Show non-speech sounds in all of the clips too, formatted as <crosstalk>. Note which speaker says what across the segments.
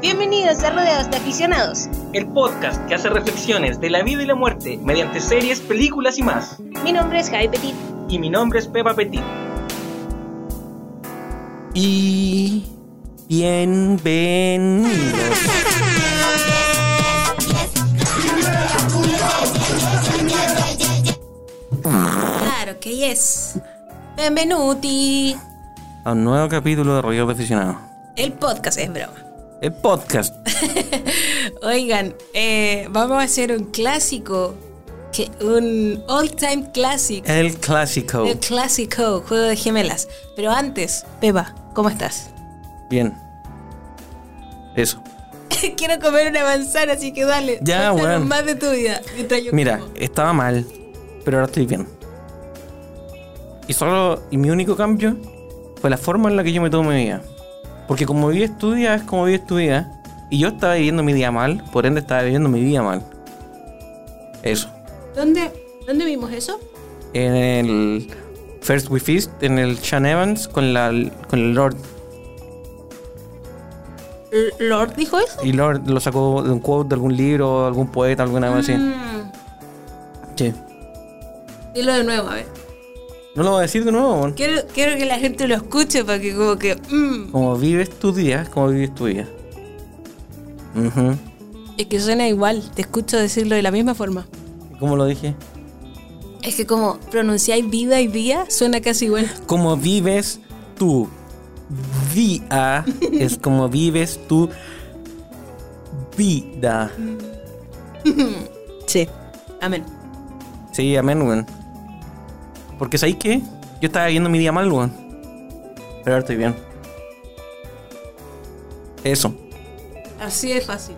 Speaker 1: Bienvenidos a Rodeados de Aficionados.
Speaker 2: El podcast que hace reflexiones de la vida y la muerte mediante series, películas y más.
Speaker 1: Mi nombre es Javi Petit.
Speaker 2: Y mi nombre es Pepa Petit.
Speaker 3: Y bienvenidos.
Speaker 4: Claro que yes. Benvenuti.
Speaker 3: A un nuevo capítulo de Rollo Aficionado.
Speaker 4: El podcast es broma.
Speaker 3: El podcast.
Speaker 4: Oigan, eh, vamos a hacer un clásico, que, un all-time classic,
Speaker 3: El clásico.
Speaker 4: el clásico juego de gemelas. Pero antes, Pepa, ¿cómo estás? <laughs>
Speaker 3: Bien. Eso.
Speaker 4: Quiero comer una manzana, así que dale.
Speaker 3: Ya,
Speaker 4: cuéntanos
Speaker 3: weón.
Speaker 4: más de tu vida. mientras yo
Speaker 3: Mira,
Speaker 4: como.
Speaker 3: estaba mal, pero ahora estoy bien. Y solo, y mi único cambio fue la forma en la que yo me tomo mi vida. Porque como viví estudia es como viví estudia. Y yo estaba viviendo mi día mal, por ende estaba viviendo mi día mal. Eso.
Speaker 4: ¿Dónde, ¿Dónde vimos eso?
Speaker 3: en el First We Feast, en el Sean Evans con, la, con el Lord.
Speaker 4: L- ¿Lord dijo eso?
Speaker 3: Y Lord lo sacó de un quote de algún libro, algún poeta, alguna cosa así.
Speaker 4: Mm,
Speaker 3: Sí.
Speaker 4: dilo de nuevo, a ver.
Speaker 3: No lo voy a decir de nuevo, weón.
Speaker 4: Quiero, quiero que la gente lo escuche para que como que... mm.
Speaker 3: Como vives tu día, como vives tu día. Ujú.
Speaker 4: Es que suena igual, te escucho decirlo de la misma forma.
Speaker 3: ¿Cómo lo dije?
Speaker 4: Es que como pronunciáis vida y día, suena casi igual.
Speaker 3: Como vives tu día es como vives tu vida.
Speaker 4: Sí. Amén.
Speaker 3: Sí, amén, weón. Porque ¿sabéis qué? Yo estaba viendo mi día mal, weón. Pero ahora estoy bien. Eso.
Speaker 4: Así de fácil.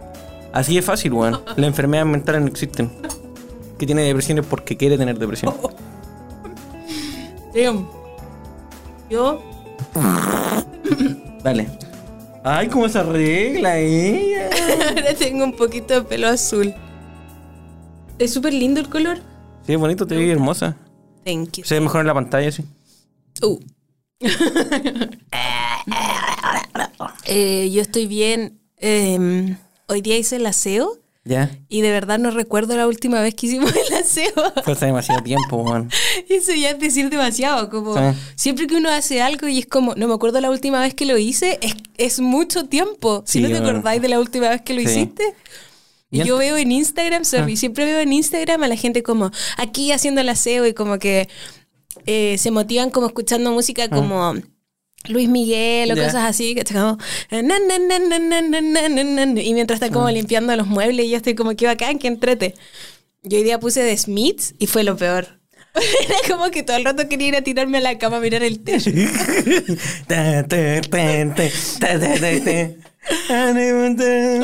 Speaker 3: Así es fácil, weón. Las enfermedades mentales no existen. Que tiene depresión es porque quiere tener depresión.
Speaker 4: Damn. Yo, <laughs>
Speaker 3: Dale. Ay, cómo se arregla ella.
Speaker 4: ahora tengo un poquito de pelo azul. Es súper lindo el color.
Speaker 3: Sí, es bonito, te ve hermosa.
Speaker 4: Thank you.
Speaker 3: Se ve mejor en la pantalla, sí.
Speaker 4: Uh. <laughs> Eh, yo estoy bien. eh, hoy día hice el aseo
Speaker 3: Ya.
Speaker 4: y de verdad no recuerdo la última vez que hicimos el aseo.
Speaker 3: Fue hace demasiado tiempo, <laughs> weón.
Speaker 4: <laughs> Eso ya es decir demasiado, como
Speaker 3: Sí.
Speaker 4: siempre que uno hace algo y es como, no me acuerdo la última vez que lo hice, es, es mucho tiempo. Si
Speaker 3: Sí,
Speaker 4: no te
Speaker 3: bueno.
Speaker 4: acordáis de la última vez que lo
Speaker 3: Sí.
Speaker 4: hiciste.
Speaker 3: Y
Speaker 4: Y yo veo en Instagram, sorry,
Speaker 3: Ah.
Speaker 4: siempre veo en Instagram a la gente como aquí haciendo el aseo y como que eh, se motivan como escuchando música como Luis Miguel o
Speaker 3: Ah. Ya.
Speaker 4: cosas así, que como eh, na, na, na, na, na, na, na, na, na, na, y mientras están
Speaker 3: Ah.
Speaker 4: como limpiando los muebles y yo estoy como que bacán, que entrete. Yo hoy día puse de Smiths y fue lo peor. <laughs> Era como que todo el rato quería ir a tirarme a la cama a mirar el
Speaker 3: <laughs>
Speaker 4: techo.
Speaker 3: Ta, ta, ta, ta, ta, ta, ta, ta.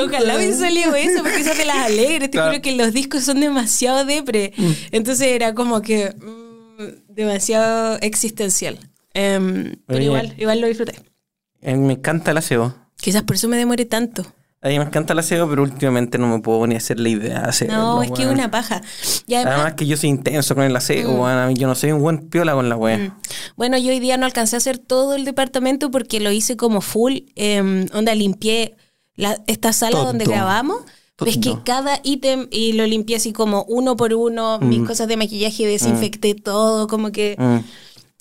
Speaker 4: Ojalá hubiese salido eso, porque eso de las alegres. Te
Speaker 3: Claro.
Speaker 4: juro que los discos son demasiado depre. Entonces era como que mm, demasiado existencial. Em, pero
Speaker 3: Oye.
Speaker 4: igual, igual lo disfruté.
Speaker 3: Eh, Me encanta el aseo.
Speaker 4: Quizás por eso me demoré tanto.
Speaker 3: A mí me encanta el aseo, pero últimamente no me puedo ni hacer la idea de hacerlo,
Speaker 4: No, es que es
Speaker 3: weón.
Speaker 4: una Mm. paja. Y además,
Speaker 3: Además que yo soy intenso con el aseo, weón. A mí Yo no soy un buen piola con la wea.
Speaker 4: bueno, yo hoy día no alcancé a hacer todo el departamento porque lo hice como full. em, onda, limpié la- esta sala
Speaker 3: Todo.
Speaker 4: donde grabamos. Ves que
Speaker 3: Todo.
Speaker 4: cada ítem y lo limpié así como uno por uno, mis cosas de maquillaje, desinfecté todo, como que...
Speaker 3: Mm.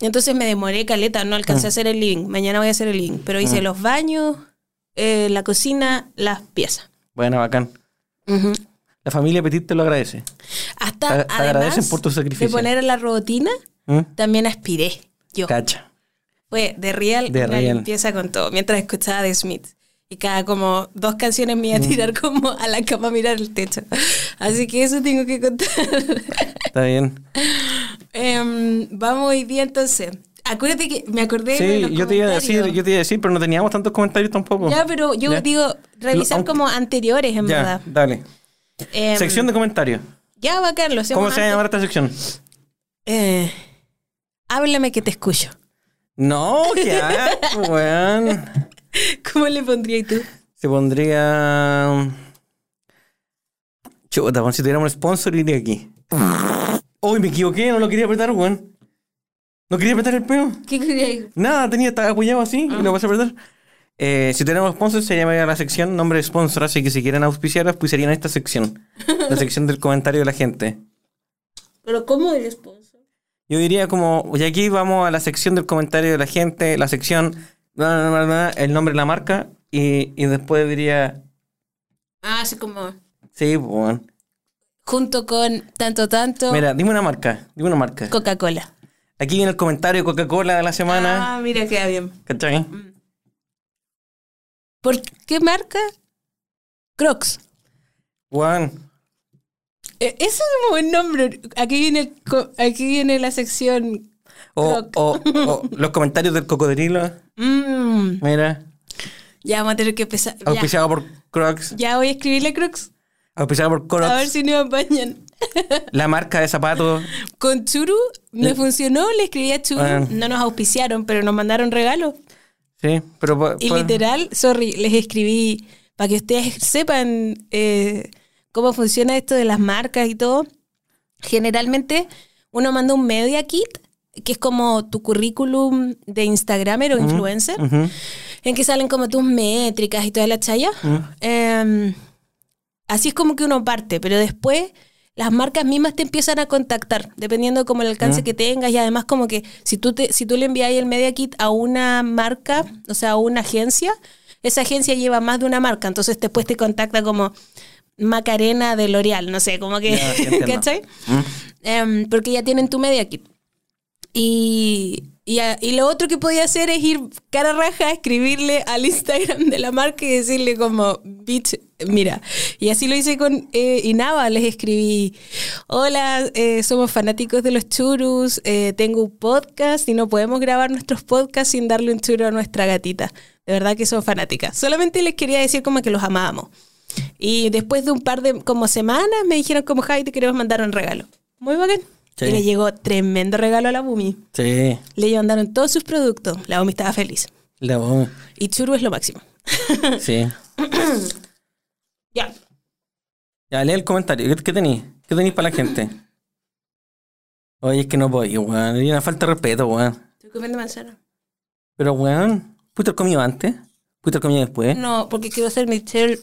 Speaker 4: Entonces me demoré caleta, no alcancé a hacer el living. Mañana voy a hacer el living. Pero hice
Speaker 3: Mm.
Speaker 4: los baños, eh, la cocina, las piezas.
Speaker 3: Bueno, bacán.
Speaker 4: Ujú.
Speaker 3: La familia Petit te lo agradece. Te-
Speaker 4: Hasta
Speaker 3: te agradecen
Speaker 4: además
Speaker 3: por tu sacrificio.
Speaker 4: de poner la robotina,
Speaker 3: ¿Mm?
Speaker 4: también aspiré yo.
Speaker 3: Cacha.
Speaker 4: Fue de real
Speaker 3: De
Speaker 4: una
Speaker 3: real.
Speaker 4: limpieza con todo, mientras escuchaba de Smith. Y cada como dos canciones me iba a
Speaker 3: Mm.
Speaker 4: tirar como a la cama a mirar el techo. Así que eso tengo que contar. <laughs>
Speaker 3: Está bien.
Speaker 4: Em, vamos hoy día entonces. Acuérdate que me acordé de los
Speaker 3: Sí, yo te iba a decir,
Speaker 4: comentarios.
Speaker 3: yo te iba a decir, pero no teníamos tantos comentarios tampoco.
Speaker 4: Ya, pero yo
Speaker 3: Ya.
Speaker 4: digo, revisar
Speaker 3: aunque-
Speaker 4: como anteriores, en
Speaker 3: Ya,
Speaker 4: verdad.
Speaker 3: dale.
Speaker 4: Em,
Speaker 3: sección de comentarios.
Speaker 4: Ya, bacán, lo hacemos
Speaker 3: ¿Cómo se va a
Speaker 4: antes.
Speaker 3: llamar esta sección?
Speaker 4: Eh, háblame que te escucho. <laughs>
Speaker 3: No, ya, weón.
Speaker 4: ¿Cómo le pondrías tú?
Speaker 3: Se pondría. um, Chuta, weón, si tuviéramos un sponsor, iría aquí. Uy, me equivoqué, no lo quería apretar, weón. No quería apretar el peo.
Speaker 4: ¿Qué querías? Ah.
Speaker 3: Nada, tenía, estaba apoyado así y lo vas a apretar. Eh, si tenemos sponsors, se llamaría la sección nombre de sponsor, así que si quieren auspiciar, auspiciarían esta sección. La sección del comentario de la gente.
Speaker 4: Pero ¿cómo pues? el sponsor?
Speaker 3: Yo diría como, y aquí vamos a la sección del comentario de la gente, la sección, bla, bla, bla, bla, el nombre de la marca, y, y después diría,
Speaker 4: Ah, así como
Speaker 3: sí, pues, bueno.
Speaker 4: junto con tanto, tanto,
Speaker 3: Mira, dime una marca, dime una marca.
Speaker 4: Coca-Cola.
Speaker 3: Aquí viene el comentario de Coca-Cola de la semana.
Speaker 4: Ah, Mm. mira, queda bien.
Speaker 3: ¿Cachai?
Speaker 4: ¿Por qué marca? Crocs.
Speaker 3: Juan,
Speaker 4: Eh, Ese es un buen nombre. Aquí viene, el co- aquí viene la sección.
Speaker 3: o, o- o los comentarios del cocodrilo,
Speaker 4: Mm,
Speaker 3: mira,
Speaker 4: ya vamos a tener que empezar. Ya,
Speaker 3: auspiciado por Crocs,
Speaker 4: Ya voy a escribirle a Crocs.
Speaker 3: auspiciado por Crocs,
Speaker 4: A ver si nos apañan.
Speaker 3: la marca de zapatos.
Speaker 4: Con Churu me funcionó, le escribí a Churu.
Speaker 3: Bueno.
Speaker 4: No nos auspiciaron, pero nos mandaron regalos.
Speaker 3: Sí, pero... po-
Speaker 4: Y
Speaker 3: po-
Speaker 4: literal, sorry, les escribí para que ustedes sepan eh, cómo funciona esto de las marcas y todo. Generalmente uno manda un media kit, que es como tu currículum de Instagramer o influencer,
Speaker 3: Ujú.
Speaker 4: en que salen como tus métricas y toda la chaya.
Speaker 3: Ah.
Speaker 4: Em, así es como que uno parte, pero después las marcas mismas te empiezan a contactar, dependiendo como el alcance
Speaker 3: Ah.
Speaker 4: que tengas y además como que si tú, te, si tú le envías el media kit a una marca, o sea, a una agencia, esa agencia lleva más de una marca, entonces después te contacta como Macarena de L'Oreal, no sé, como que,
Speaker 3: Ya, sí entiendo.
Speaker 4: <laughs> ¿cachai?
Speaker 3: Mm.
Speaker 4: Em, porque ya tienen tu media kit. Y, y, a- y lo otro que podía hacer es ir cara raja, escribirle al Instagram de la marca y decirle como, bitch, mira. Y así lo hice con eh, Inaba, les escribí, hola, eh, somos fanáticos de los churus, eh, tengo un podcast y no podemos grabar nuestros podcasts sin darle un churro a nuestra gatita. De verdad que son fanáticas. Solamente les quería decir como que los amábamos. Y después de un par de como semanas me dijeron como, Javi, te queremos mandar un regalo. Muy bacán.
Speaker 3: Sí.
Speaker 4: Y le llegó tremendo regalo a la Bumi.
Speaker 3: Sí,
Speaker 4: Le mandaron todos sus productos. La Omi estaba feliz.
Speaker 3: la bomba.
Speaker 4: Y Churu es lo máximo.
Speaker 3: Sí.
Speaker 4: Ya.
Speaker 3: Ya, lee el comentario. ¿Qué tenéis? ¿Qué tenéis para la gente? Oye, es que no voy, weón. Hay una falta de respeto, weón.
Speaker 4: Estoy comiendo manzana.
Speaker 3: Pero, weón, ¿pudiste haber comido antes? ¿Pudiste haber comido después?
Speaker 4: No, porque quiero ser Michelle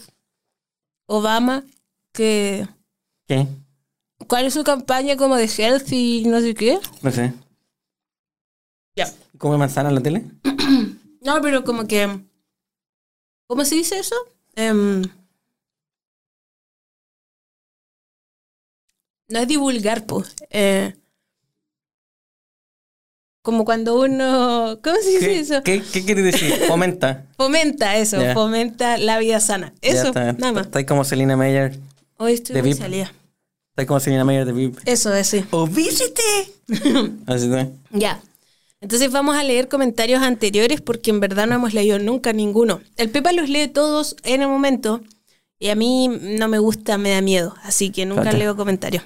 Speaker 4: Obama, que...
Speaker 3: ¿Qué?
Speaker 4: ¿Cuál es su campaña como de healthy y no sé qué?
Speaker 3: No sé.
Speaker 4: Ya.
Speaker 3: ¿Come manzana en la
Speaker 4: <laughs>
Speaker 3: tele?
Speaker 4: No, pero como que... ¿Cómo se dice eso? Em, no es divulgar, pues. como cuando uno... ¿Cómo se dice
Speaker 3: ¿Qué,
Speaker 4: eso?
Speaker 3: ¿qué, qué quieres
Speaker 4: <laughs>
Speaker 3: decir? Fomenta.
Speaker 4: Fomenta eso,
Speaker 3: Ya.
Speaker 4: fomenta la vida sana.
Speaker 3: Ya
Speaker 4: Eso,
Speaker 3: está.
Speaker 4: nada más.
Speaker 3: Estáis como Selena Mayer.
Speaker 4: Hoy estoy
Speaker 3: De
Speaker 4: muy
Speaker 3: VIP.
Speaker 4: salida.
Speaker 3: Estáis como Selena Mayer de VIP.
Speaker 4: Eso, es, sí.
Speaker 3: ¡Obísite! Así está.
Speaker 4: Ya. Entonces vamos a leer comentarios anteriores porque en verdad no hemos leído nunca ninguno. El Pepa los lee todos en el momento y a mí no me gusta, me da miedo, así que nunca
Speaker 3: Falta.
Speaker 4: leo comentarios.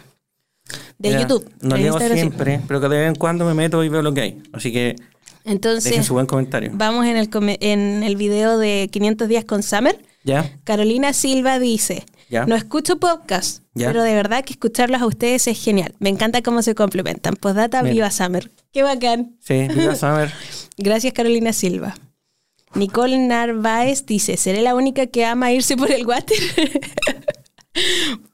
Speaker 4: De
Speaker 3: Ya,
Speaker 4: YouTube.
Speaker 3: No
Speaker 4: de
Speaker 3: leo
Speaker 4: Instagram, sí.
Speaker 3: siempre, pero que de vez en cuando me meto y veo lo que hay. Así que dejen
Speaker 4: Entonces
Speaker 3: su buen comentario.
Speaker 4: vamos en el, come- en el video de 500 días con Summer.
Speaker 3: ¿Ya?
Speaker 4: Carolina Silva dice,
Speaker 3: Ya.
Speaker 4: no escucho podcast,
Speaker 3: Ya.
Speaker 4: pero de verdad que escucharlos a ustedes es genial. Me encanta cómo se complementan. Postdata,
Speaker 3: Mira.
Speaker 4: viva Summer. Qué bacán. <laughs>
Speaker 3: Sí, viva Summer.
Speaker 4: Gracias, Carolina Silva. Nicole Narváez dice, ¿seré la única que ama irse por el water? <laughs>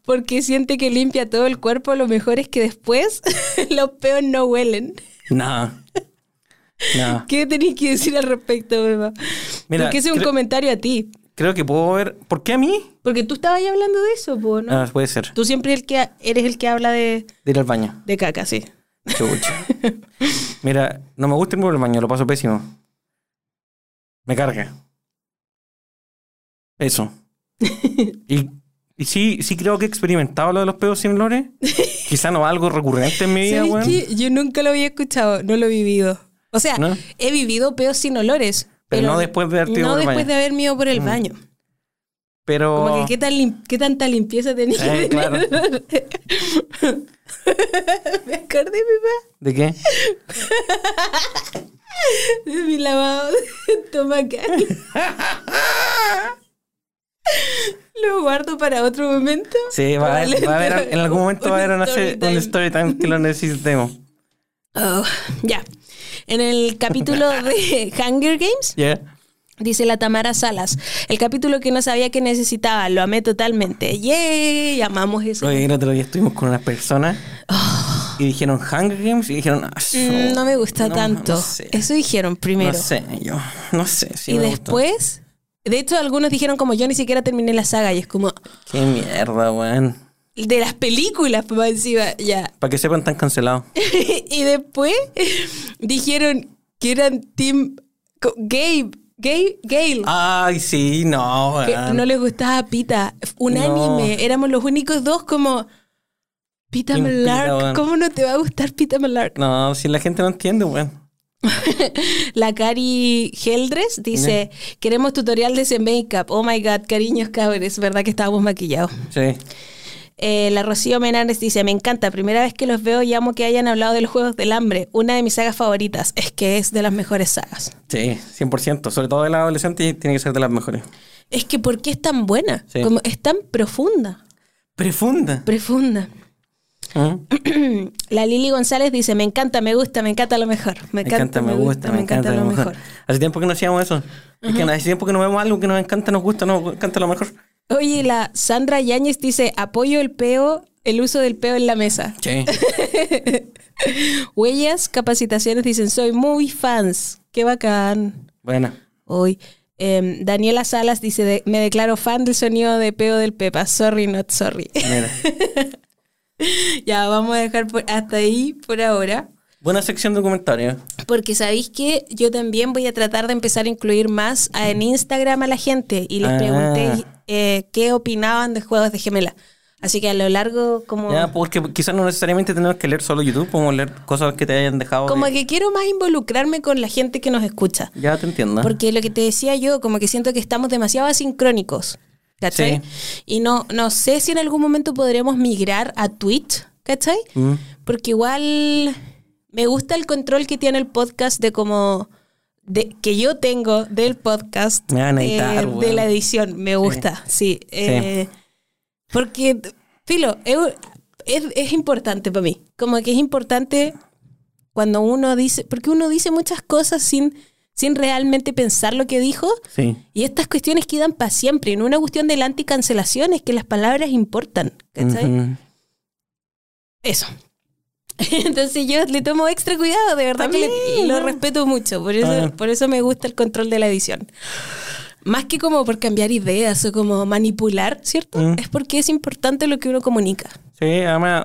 Speaker 4: Porque siente que limpia todo el cuerpo. Lo mejor es que después <laughs> los peos no huelen.
Speaker 3: No. No.
Speaker 4: ¿Qué tenéis que decir al respecto, Beba?
Speaker 3: Mira,
Speaker 4: Porque ese es un
Speaker 3: creo-
Speaker 4: comentario a ti.
Speaker 3: Creo que puedo ver. ¿Por qué a mí?
Speaker 4: Porque tú estabas ahí hablando de eso, po, ¿no?
Speaker 3: Ah, puede ser.
Speaker 4: Tú siempre el que eres el que habla de,
Speaker 3: De ir al baño.
Speaker 4: de caca, sí. <laughs>
Speaker 3: Chucha. Mira, no me gusta irme por el baño, lo paso pésimo. Me carga.
Speaker 4: <laughs>
Speaker 3: Eso. Y, y sí, sí creo que he experimentado lo de los pedos sin olores.
Speaker 4: <laughs>
Speaker 3: Quizá no algo recurrente en mi vida,
Speaker 4: ¿Sabes
Speaker 3: weón.
Speaker 4: qué? Yo nunca lo había escuchado, no lo he vivido. O sea,
Speaker 3: ¿No?
Speaker 4: he vivido peos sin olores.
Speaker 3: Pero no después de haberte ido
Speaker 4: No
Speaker 3: por el
Speaker 4: después
Speaker 3: baño. Mm.
Speaker 4: de haberme ido por el baño.
Speaker 3: Pero.
Speaker 4: Como que qué, tan lim- qué tanta limpieza tenía que
Speaker 3: Eh, claro.
Speaker 4: tener. <laughs> Me acordé, papá,
Speaker 3: ¿De qué?
Speaker 4: de mi lavado de <laughs> estomacal.
Speaker 3: <laughs>
Speaker 4: Lo guardo para otro momento.
Speaker 3: Sí, va a haber, va a haber- en algún momento va a haber una se-
Speaker 4: Probablemente
Speaker 3: un story time que lo necesitemos. <laughs>
Speaker 4: Oh, ya. En el capítulo de Hunger Games,
Speaker 3: Ya.
Speaker 4: Dice la Tamara Salas, el capítulo que no sabía que necesitaba, lo amé totalmente. ¡Yay! Amamos eso.
Speaker 3: Oye, el otro día estuvimos con unas personas y dijeron Hunger Games y dijeron. "Ah, eso-
Speaker 4: Mm, no me gusta
Speaker 3: no,
Speaker 4: tanto.
Speaker 3: No sé.
Speaker 4: Eso dijeron primero.
Speaker 3: No sé, yo. No sé. sí
Speaker 4: y
Speaker 3: me gustó.
Speaker 4: después, de hecho, algunos dijeron como yo ni siquiera terminé la saga y es como
Speaker 3: Qué mierda, weón.
Speaker 4: de las películas, papá, encima, ya. <laughs>
Speaker 3: Para que sepan, tan cancelados.
Speaker 4: y después <laughs> dijeron que eran Team co- Gabe, Gabe, Gale.
Speaker 3: Ay, sí, no,
Speaker 4: que
Speaker 3: weón.
Speaker 4: no les gustaba Pita, un
Speaker 3: Ah. No.
Speaker 4: anime. Éramos los únicos dos como Pita
Speaker 3: Team Pita,
Speaker 4: Malark,
Speaker 3: weón.
Speaker 4: ¿cómo no te va a gustar Pita Malark?
Speaker 3: No, si la gente no entiende, weón.
Speaker 4: La Cari Geldres dice, queremos tutorial de ese make-up. Oh my God, cariños cabros, es verdad que estábamos maquillados.
Speaker 3: Sí.
Speaker 4: Eh, la Rocío Menares dice, me encanta, primera vez que los veo y amo que hayan hablado de los Juegos del Hambre, una de mis sagas favoritas, es que es de las mejores sagas.
Speaker 3: Sí, 100%. Sobre todo de la adolescente tiene que ser de las mejores.
Speaker 4: Es que ¿por qué es tan buena?
Speaker 3: Sí.
Speaker 4: Como es tan profunda,
Speaker 3: Profunda.
Speaker 4: profunda.
Speaker 3: ¿Mm?
Speaker 4: <clears throat> La Lili González dice, me encanta, me gusta, me encanta lo mejor. Me,
Speaker 3: Me encanta, me gusta, me encanta lo mejor. Hace tiempo que no hacíamos eso. Es que hace tiempo que no vemos algo que nos encanta, nos gusta, nos encanta lo mejor.
Speaker 4: Oye, la Sandra Yáñez dice, apoyo el peo, el uso del peo en la mesa.
Speaker 3: Sí.
Speaker 4: Huellas, capacitaciones, dicen, soy muy fans. Qué bacán.
Speaker 3: <laughs> Buena.
Speaker 4: Hoy. Em, Daniela Salas dice, de- me declaro fan del sonido de peo del Pepa. Sorry, not sorry. <laughs>
Speaker 3: Mira.
Speaker 4: ya, vamos a dejar por- hasta ahí por ahora.
Speaker 3: Buena sección de comentarios.
Speaker 4: Porque sabéis que yo también voy a tratar de empezar a incluir más a- en Instagram a la gente y les
Speaker 3: Ah.
Speaker 4: pregunté eh, qué opinaban de juegos de gemela. Así que a lo largo, como,
Speaker 3: Ya, pues, porque quizás no necesariamente tenemos que leer solo YouTube, podemos leer cosas que te hayan dejado.
Speaker 4: como
Speaker 3: de-
Speaker 4: que quiero más involucrarme con la gente que nos escucha.
Speaker 3: Ya te entiendo.
Speaker 4: Porque lo que te decía yo, como que siento que estamos demasiado asincrónicos. ¿Cachai? Y no, no sé si en algún momento podremos migrar a Twitch, ¿cachai?
Speaker 3: Mm.
Speaker 4: Porque igual me gusta el control que tiene el podcast de como de, que yo tengo del podcast
Speaker 3: Me van a editar,
Speaker 4: eh, de
Speaker 3: weón.
Speaker 4: la edición. Me gusta, sí. eh, Porque, filo, es, es- es importante para mí. Como que es importante cuando uno dice, porque uno dice muchas cosas sin, sin realmente pensar lo que dijo.
Speaker 3: Sí.
Speaker 4: Y estas cuestiones quedan para siempre. En una cuestión del anticancelación es que las palabras importan. ¿Cachai?
Speaker 3: Ujú.
Speaker 4: Eso. <laughs> Entonces yo le tomo extra cuidado, de verdad
Speaker 3: Está
Speaker 4: que le-
Speaker 3: bien,
Speaker 4: lo
Speaker 3: ¿no? Ah,
Speaker 4: respeto mucho, por
Speaker 3: Está
Speaker 4: eso,
Speaker 3: bien.
Speaker 4: por eso me gusta el control de la edición. Más que como por cambiar ideas o como manipular, ¿cierto?
Speaker 3: Mm.
Speaker 4: Es porque es importante lo que uno comunica.
Speaker 3: Sí, además.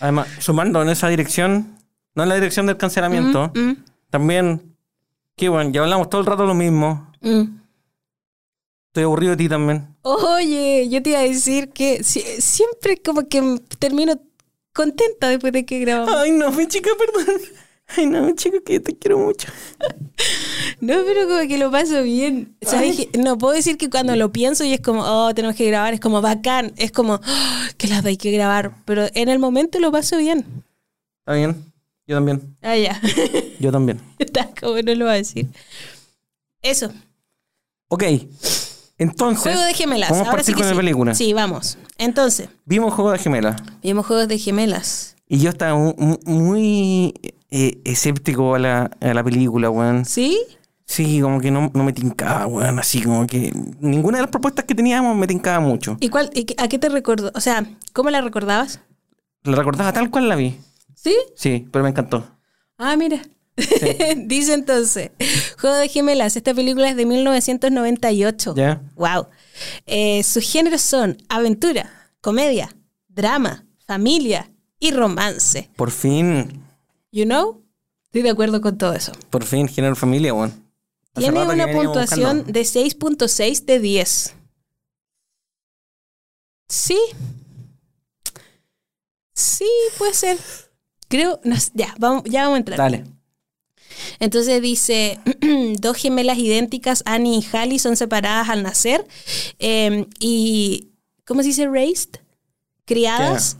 Speaker 3: Además, sumando en esa dirección, no en la dirección del cancelamiento,
Speaker 4: Mm,
Speaker 3: también. Qué bueno, ya hablamos todo el rato lo mismo.
Speaker 4: mm.
Speaker 3: Estoy aburrido de ti también.
Speaker 4: Oye, yo te iba a decir que si- siempre como que m- termino contenta después de que grabamos.
Speaker 3: Ay, no, mi chica, perdón. Ay, no, mi chica, que te quiero mucho.
Speaker 4: No, pero como que lo paso bien. ¿Sabes qué? No puedo decir que cuando lo pienso y es como, oh, tenemos que grabar, es como bacán, es como, <gasps> "Ah, que las hay que grabar, pero en el momento lo paso bien.
Speaker 3: Está bien. Yo también.
Speaker 4: Ah, ya.
Speaker 3: Yo también.
Speaker 4: <laughs> Está como no lo va a decir. Eso.
Speaker 3: Ok. Entonces.
Speaker 4: Juego de gemelas.
Speaker 3: Vamos a
Speaker 4: Ahora sí
Speaker 3: partir
Speaker 4: que
Speaker 3: con la
Speaker 4: sí.
Speaker 3: película.
Speaker 4: Sí, vamos. Entonces,
Speaker 3: Vimos Juego de Gemelas.
Speaker 4: vimos juegos de gemelas.
Speaker 3: Y yo estaba mu- mu- muy eh, escéptico a la, a la película, weón.
Speaker 4: ¿Sí?
Speaker 3: Sí, como que no, no me tincaba, weón. Así como que ninguna de las propuestas que teníamos me tincaba mucho.
Speaker 4: ¿Y cuál, y qué- a qué te recuerdo? O sea, ¿cómo la recordabas?
Speaker 3: La recordaba tal cual la vi.
Speaker 4: ¿Sí?
Speaker 3: Sí, pero me encantó.
Speaker 4: Ah, mira. <laughs> Dice entonces, Juego de Gemelas, esta película es de 1998.
Speaker 3: Ya.
Speaker 4: Wow. Eh, sus géneros son aventura, comedia, drama, familia y romance.
Speaker 3: Por fin,
Speaker 4: You know? Estoy de acuerdo con todo eso.
Speaker 3: por fin, género familia, weón. Hace
Speaker 4: Tiene
Speaker 3: rato que
Speaker 4: una
Speaker 3: veníamos
Speaker 4: puntuación
Speaker 3: buscando.
Speaker 4: de 6.6 de 10. Sí. Sí, puede ser. Creo, no sé, ya, vamos, ya vamos a entrar.
Speaker 3: Dale.
Speaker 4: Entonces dice, <clears throat> dos gemelas idénticas, Annie y Hallie, son separadas al nacer eh, y, ¿cómo se dice? Raised, criadas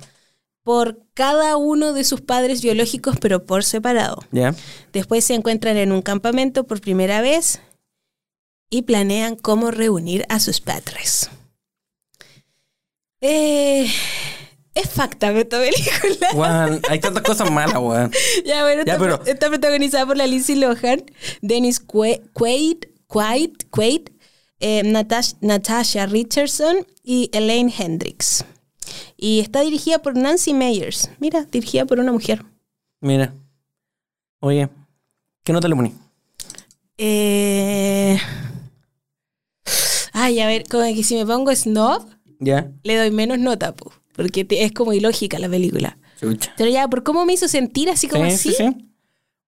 Speaker 4: por cada uno de sus padres biológicos, pero por separado.
Speaker 3: Ya.
Speaker 4: Después se encuentran en un campamento por primera vez y planean cómo reunir a sus padres. Eh, es facta esta película.
Speaker 3: Weón, hay tantas cosas malas, weón.
Speaker 4: <laughs> Ya, bueno,
Speaker 3: Ya,
Speaker 4: está,
Speaker 3: pero-
Speaker 4: está protagonizada por la Lindsay Lohan, Dennis Quaid, Quaid, Quaid, Quaid eh, Natas- Natasha Richardson y Elaine Hendricks. Y está dirigida por Nancy Meyers. Mira, dirigida por una mujer.
Speaker 3: Mira. Oye, ¿qué nota le poní?
Speaker 4: Eh... Ay, a ver, como que si me pongo snob,
Speaker 3: ¿Ya?
Speaker 4: le doy menos nota, pu, porque te- es como ilógica la película.
Speaker 3: Chucha.
Speaker 4: Pero ya, por cómo me hizo sentir así como
Speaker 3: Sí,
Speaker 4: así,
Speaker 3: sí, sí.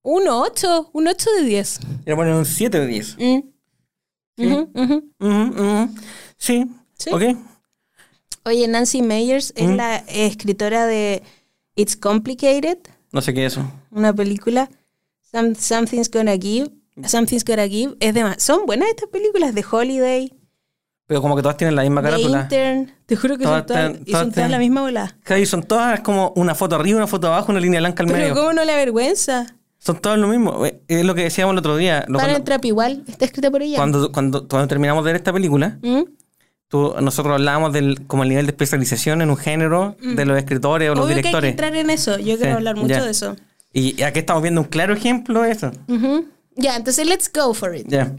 Speaker 4: un 8, un 8 de 10.
Speaker 3: Le ponen un 7 de 10.
Speaker 4: Mm. Ujú, ujú.
Speaker 3: Ujú, ujú. Sí.
Speaker 4: Sí.
Speaker 3: ¿Ok?
Speaker 4: Oye, Nancy Meyers es
Speaker 3: Mm.
Speaker 4: la escritora de It's Complicated,
Speaker 3: No sé qué es eso.
Speaker 4: una película. Some- something's gonna give. Something's gonna give. Es de Son buenas estas películas de Holiday,
Speaker 3: Pero como que todas tienen la misma
Speaker 4: de
Speaker 3: carátula.
Speaker 4: Intern. Te juro que
Speaker 3: Todas
Speaker 4: son todas,
Speaker 3: ten-
Speaker 4: y
Speaker 3: todas
Speaker 4: son todas
Speaker 3: ten-
Speaker 4: la misma bola.
Speaker 3: Claro, y son todas como una foto arriba, una foto abajo, una línea blanca al
Speaker 4: Pero
Speaker 3: medio.
Speaker 4: cómo no le avergüenza.
Speaker 3: Son todas lo mismo. Eh, Es lo que decíamos el otro día. Lo-
Speaker 4: Para el
Speaker 3: cuando,
Speaker 4: trap igual. Está escrita por ella.
Speaker 3: cuando, cuando- cuando terminamos de ver esta película,
Speaker 4: ¿Mm?
Speaker 3: tú- nosotros hablábamos del como el nivel de especialización en un género de los escritores o los
Speaker 4: Mm. Obvio que
Speaker 3: directores.
Speaker 4: hay que entrar en eso. Yo quiero
Speaker 3: Sí,
Speaker 4: hablar mucho
Speaker 3: ya.
Speaker 4: de eso.
Speaker 3: Y y aquí estamos viendo un claro ejemplo de eso.
Speaker 4: Ujú. Ya, entonces let's go for it.
Speaker 3: Ya.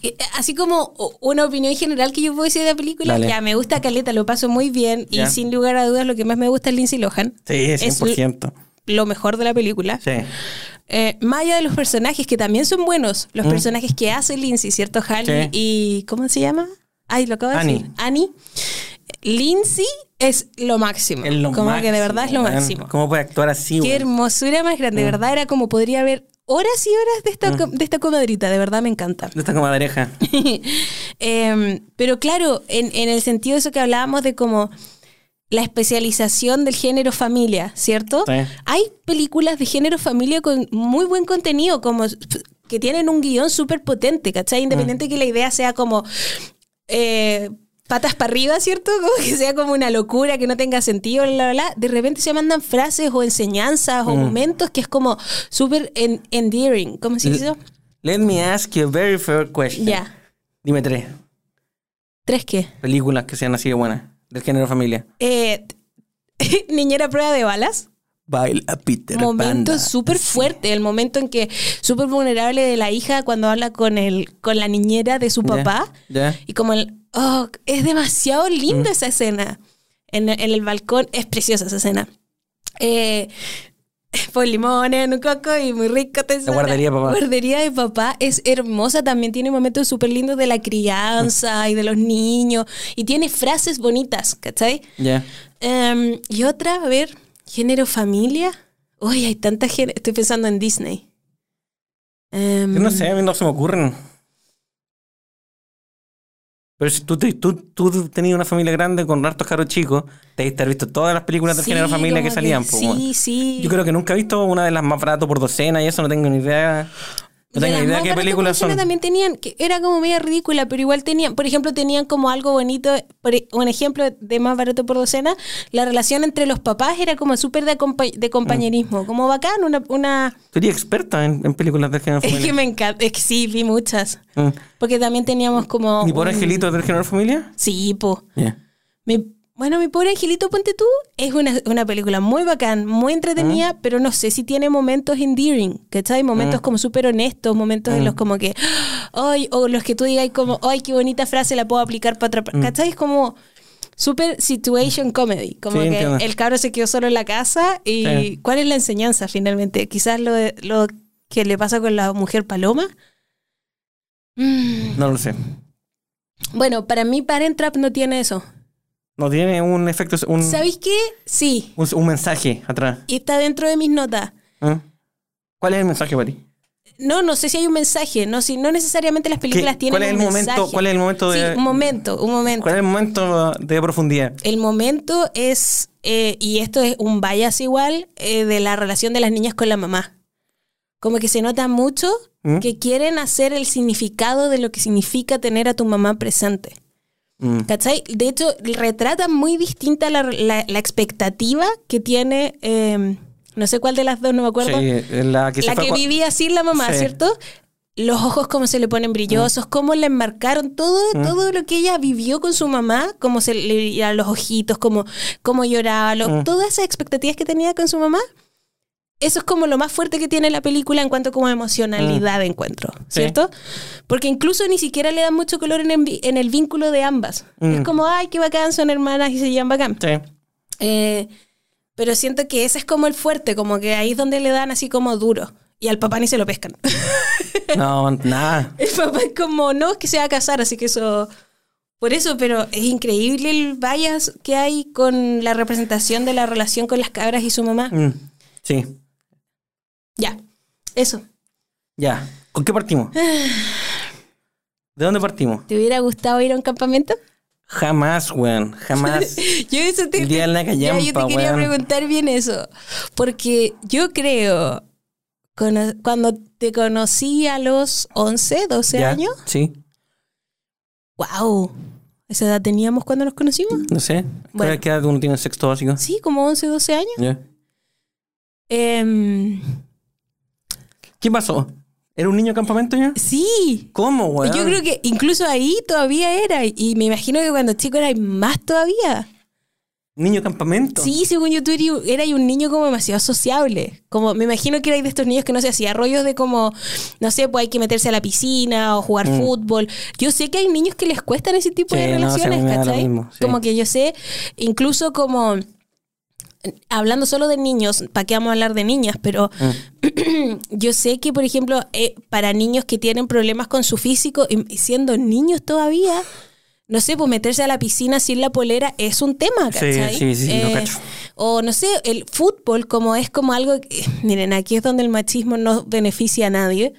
Speaker 4: Eh, Así como o- una opinión general que yo puedo decir de la película,
Speaker 3: Dale.
Speaker 4: ya me gusta Caleta, lo paso muy bien
Speaker 3: Ya.
Speaker 4: y sin lugar a dudas lo que más me gusta es Lindsay Lohan,
Speaker 3: Sí,
Speaker 4: Es-
Speaker 3: 100%.
Speaker 4: lo mejor de la película.
Speaker 3: Sí.
Speaker 4: Eh, más allá de los personajes que también son buenos, los
Speaker 3: Mm.
Speaker 4: personajes que hace Lindsay, ¿cierto? Hallie
Speaker 3: Sí.
Speaker 4: y ¿cómo se llama? Ay, lo acabo de
Speaker 3: Annie.
Speaker 4: decir. Annie. Lindsay es lo máximo.
Speaker 3: Es lo
Speaker 4: como que
Speaker 3: máximo,
Speaker 4: de verdad es lo
Speaker 3: weón.
Speaker 4: máximo.
Speaker 3: ¿Cómo puede actuar así,
Speaker 4: Qué
Speaker 3: weón?
Speaker 4: hermosura más grande, de verdad era como podría haber horas y horas de esta, com- de esta comadrita, de verdad me encanta.
Speaker 3: De esta comadreja.
Speaker 4: Em, pero claro, en, en el sentido de eso que hablábamos de como la especialización del género familia, ¿cierto?
Speaker 3: Sí.
Speaker 4: Hay películas de género familia con muy buen contenido, como s- que tienen un guión súper potente, ¿cachai? Independiente que la idea sea como eh, patas para arriba, ¿cierto? <laughs> Como que sea como una locura, que no tenga sentido, bla, bla, bla. De repente se mandan frases o enseñanzas o momentos que es como súper en- endearing. ¿Cómo se
Speaker 3: L-
Speaker 4: dice? eso?
Speaker 3: Let me ask you a very fair
Speaker 4: Ya.
Speaker 3: question. Dime tres
Speaker 4: ¿Tres qué?
Speaker 3: películas que sean así de buenas, del género familia.
Speaker 4: Eh, <laughs> t- niñera a prueba de balas.
Speaker 3: Baila Peter
Speaker 4: momento
Speaker 3: Panda.
Speaker 4: súper fuerte. El momento en que súper vulnerable de la hija cuando habla con el, con la niñera de su
Speaker 3: Ya,
Speaker 4: papá.
Speaker 3: Ya. Mm.
Speaker 4: Y como el. Oh, es demasiado linda esa escena. En, el- en el balcón es preciosa esa escena. Eh, por limones en un coco y muy rico. te sabrá.
Speaker 3: guardería de papá.
Speaker 4: guardería de papá es hermosa también. Tiene momentos súper lindos de la crianza y de los niños. Y tiene frases bonitas, ¿cachai?
Speaker 3: Ya.
Speaker 4: Em, y otra, a ver, género familia. Uy, hay tanta gente. Estoy pensando en Disney. Em,
Speaker 3: Yo no sé, a mí no se me ocurren. Pero si tú, te- tú, tú tenías una familia grande con hartos caros chicos, te debiste haber visto todas las películas del
Speaker 4: sí,
Speaker 3: género familia
Speaker 4: como
Speaker 3: que salían. po, weón.
Speaker 4: Sí, sí.
Speaker 3: Yo creo que nunca he visto una de las más baratas por docena y eso no tengo ni idea. No
Speaker 4: De
Speaker 3: tengo
Speaker 4: las
Speaker 3: ni idea
Speaker 4: más
Speaker 3: qué
Speaker 4: baratas
Speaker 3: películas
Speaker 4: producciones
Speaker 3: son.
Speaker 4: también tenían, que era como media ridícula, pero igual tenían, por ejemplo, tenían como algo bonito, por e- un ejemplo de más barato por docena, la relación entre los papás era como súper de, acompa- de
Speaker 3: Mm.
Speaker 4: compañerismo, como bacán, una... una
Speaker 3: Tú eres experta en, en películas del género
Speaker 4: es que
Speaker 3: familia.
Speaker 4: me encanta, es que sí, vi muchas,
Speaker 3: Mm.
Speaker 4: porque también teníamos como...
Speaker 3: ¿Mi pobre
Speaker 4: un-
Speaker 3: angelito es del género familia?
Speaker 4: Sí, po.
Speaker 3: Ya.
Speaker 4: Mi- bueno, mi pobre angelito, ponte tú, es una, una película muy bacán, muy entretenida,
Speaker 3: Ah.
Speaker 4: pero no sé si tiene momentos endearing, ¿cachai? Momentos como súper honestos, momentos en los
Speaker 3: Ah.
Speaker 4: como que, ay, o los que tú digas como, ay, qué bonita frase la puedo aplicar para otra,
Speaker 3: Mm.
Speaker 4: per-". ¿cachai? Es como súper situation comedy, como
Speaker 3: Sí,
Speaker 4: que
Speaker 3: entiendo.
Speaker 4: el cabro se quedó solo en la casa y
Speaker 3: Sí.
Speaker 4: ¿cuál es la enseñanza finalmente? Quizás lo, de- lo que le pasa con la mujer paloma. Mm.
Speaker 3: No lo sé.
Speaker 4: Bueno, para mí Parent Trap no tiene eso.
Speaker 3: No tiene un efecto, un,
Speaker 4: ¿Sabéis qué? Sí.
Speaker 3: un, un mensaje atrás.
Speaker 4: y está dentro de mis notas.
Speaker 3: ¿Mm? ¿Cuál es el mensaje para ti?
Speaker 4: No, no sé si hay un mensaje, no si no necesariamente las películas
Speaker 3: ¿Qué-
Speaker 4: tienen
Speaker 3: cuál es el
Speaker 4: un
Speaker 3: momento-
Speaker 4: mensaje.
Speaker 3: cuál es el momento de-
Speaker 4: Sí, un momento, un momento.
Speaker 3: ¿Cuál es el momento de profundidad?
Speaker 4: El momento es eh, y esto es un bias igual eh, de la relación de las niñas con la mamá. Como que se nota mucho
Speaker 3: ¿Mm?
Speaker 4: que quieren hacer el significado de lo que significa tener a tu mamá presente.
Speaker 3: Mm.
Speaker 4: ¿Cachai? De hecho, retrata muy distinta la, la- la expectativa que tiene, eh, no sé cuál de las dos, no me acuerdo.
Speaker 3: Sí, la que, se
Speaker 4: la
Speaker 3: fue
Speaker 4: que
Speaker 3: cua-
Speaker 4: vivía sin la mamá,
Speaker 3: Sí. Mm.
Speaker 4: ¿cierto? los ojos como se le ponen brillosos, cómo le enmarcaron todo, todo lo que ella vivió con su mamá, cómo se le iban los ojitos, cómo, cómo lloraba, lo-
Speaker 3: Mm.
Speaker 4: todas esas expectativas que tenía con su mamá. Eso es como lo más fuerte que tiene la película en cuanto como a emocionalidad de encuentro,
Speaker 3: Mm. Sí.
Speaker 4: ¿cierto? Porque incluso ni siquiera le dan mucho color en, envi- en el vínculo de ambas.
Speaker 3: Mm.
Speaker 4: Es como, ay, qué bacán, son hermanas y se llevan bacán.
Speaker 3: Sí.
Speaker 4: Eh, pero siento que ese es como el fuerte, como que ahí es donde le dan así como duro. Y al papá ni se lo pescan. <laughs>
Speaker 3: No, nada.
Speaker 4: el papá es como, no, es que se va a casar, así que eso... Por eso, pero es increíble el bias que hay con la representación de la relación con las cabras y su mamá.
Speaker 3: Mm, Sí.
Speaker 4: Ya, eso.
Speaker 3: Ya. ¿Con qué partimos?
Speaker 4: Ah.
Speaker 3: ¿De dónde partimos?
Speaker 4: ¿Te hubiera gustado ir a un campamento?
Speaker 3: Jamás, weón.
Speaker 4: <laughs>
Speaker 3: Jamás.
Speaker 4: Yo eso te,
Speaker 3: El día de la
Speaker 4: Ya, yo te
Speaker 3: callampa,
Speaker 4: quería
Speaker 3: weón.
Speaker 4: preguntar bien eso. Porque yo creo, cono- cuando te conocí a los 11, 12
Speaker 3: ¿Ya?
Speaker 4: años,
Speaker 3: Sí.
Speaker 4: wow. ¿Esa edad teníamos cuando nos conocimos?
Speaker 3: No sé. ¿Cuál
Speaker 4: Bueno.
Speaker 3: es que edad uno tiene en sexto básico?
Speaker 4: Sí, como 11, 12 años.
Speaker 3: Ya.
Speaker 4: Em,
Speaker 3: ¿Qué pasó? ¿Era un niño de campamento ya?
Speaker 4: sí.
Speaker 3: ¿Cómo, weón?
Speaker 4: Yo creo que incluso ahí todavía era. Y me imagino que cuando chico era más todavía.
Speaker 3: ¿Niño de campamento?
Speaker 4: Sí, según yo, tú eri- eras, un niño como demasiado sociable. Como, me imagino que erais de estos niños que no se hacía rollos de como, no sé, pues hay que meterse a la piscina o jugar fútbol. Yo sé que hay niños que les cuestan ese tipo de
Speaker 3: Mm. Sí, no, sí, a mí
Speaker 4: relaciones,
Speaker 3: me da lo
Speaker 4: ¿cachai?
Speaker 3: mismo, sí.
Speaker 4: Como que yo sé, incluso como, hablando solo de niños, ¿para qué vamos a hablar de niñas? Pero
Speaker 3: Ah.
Speaker 4: yo sé que, por ejemplo, eh, para niños que tienen problemas con su físico, y- y siendo niños todavía... No sé, pues meterse a la piscina sin la polera es un tema,
Speaker 3: Sí,
Speaker 4: ¿cachai? Eh,
Speaker 3: sí, sí, lo cacho.
Speaker 4: O no sé, el fútbol como es como algo que, eh, miren, aquí es donde el machismo no beneficia a nadie.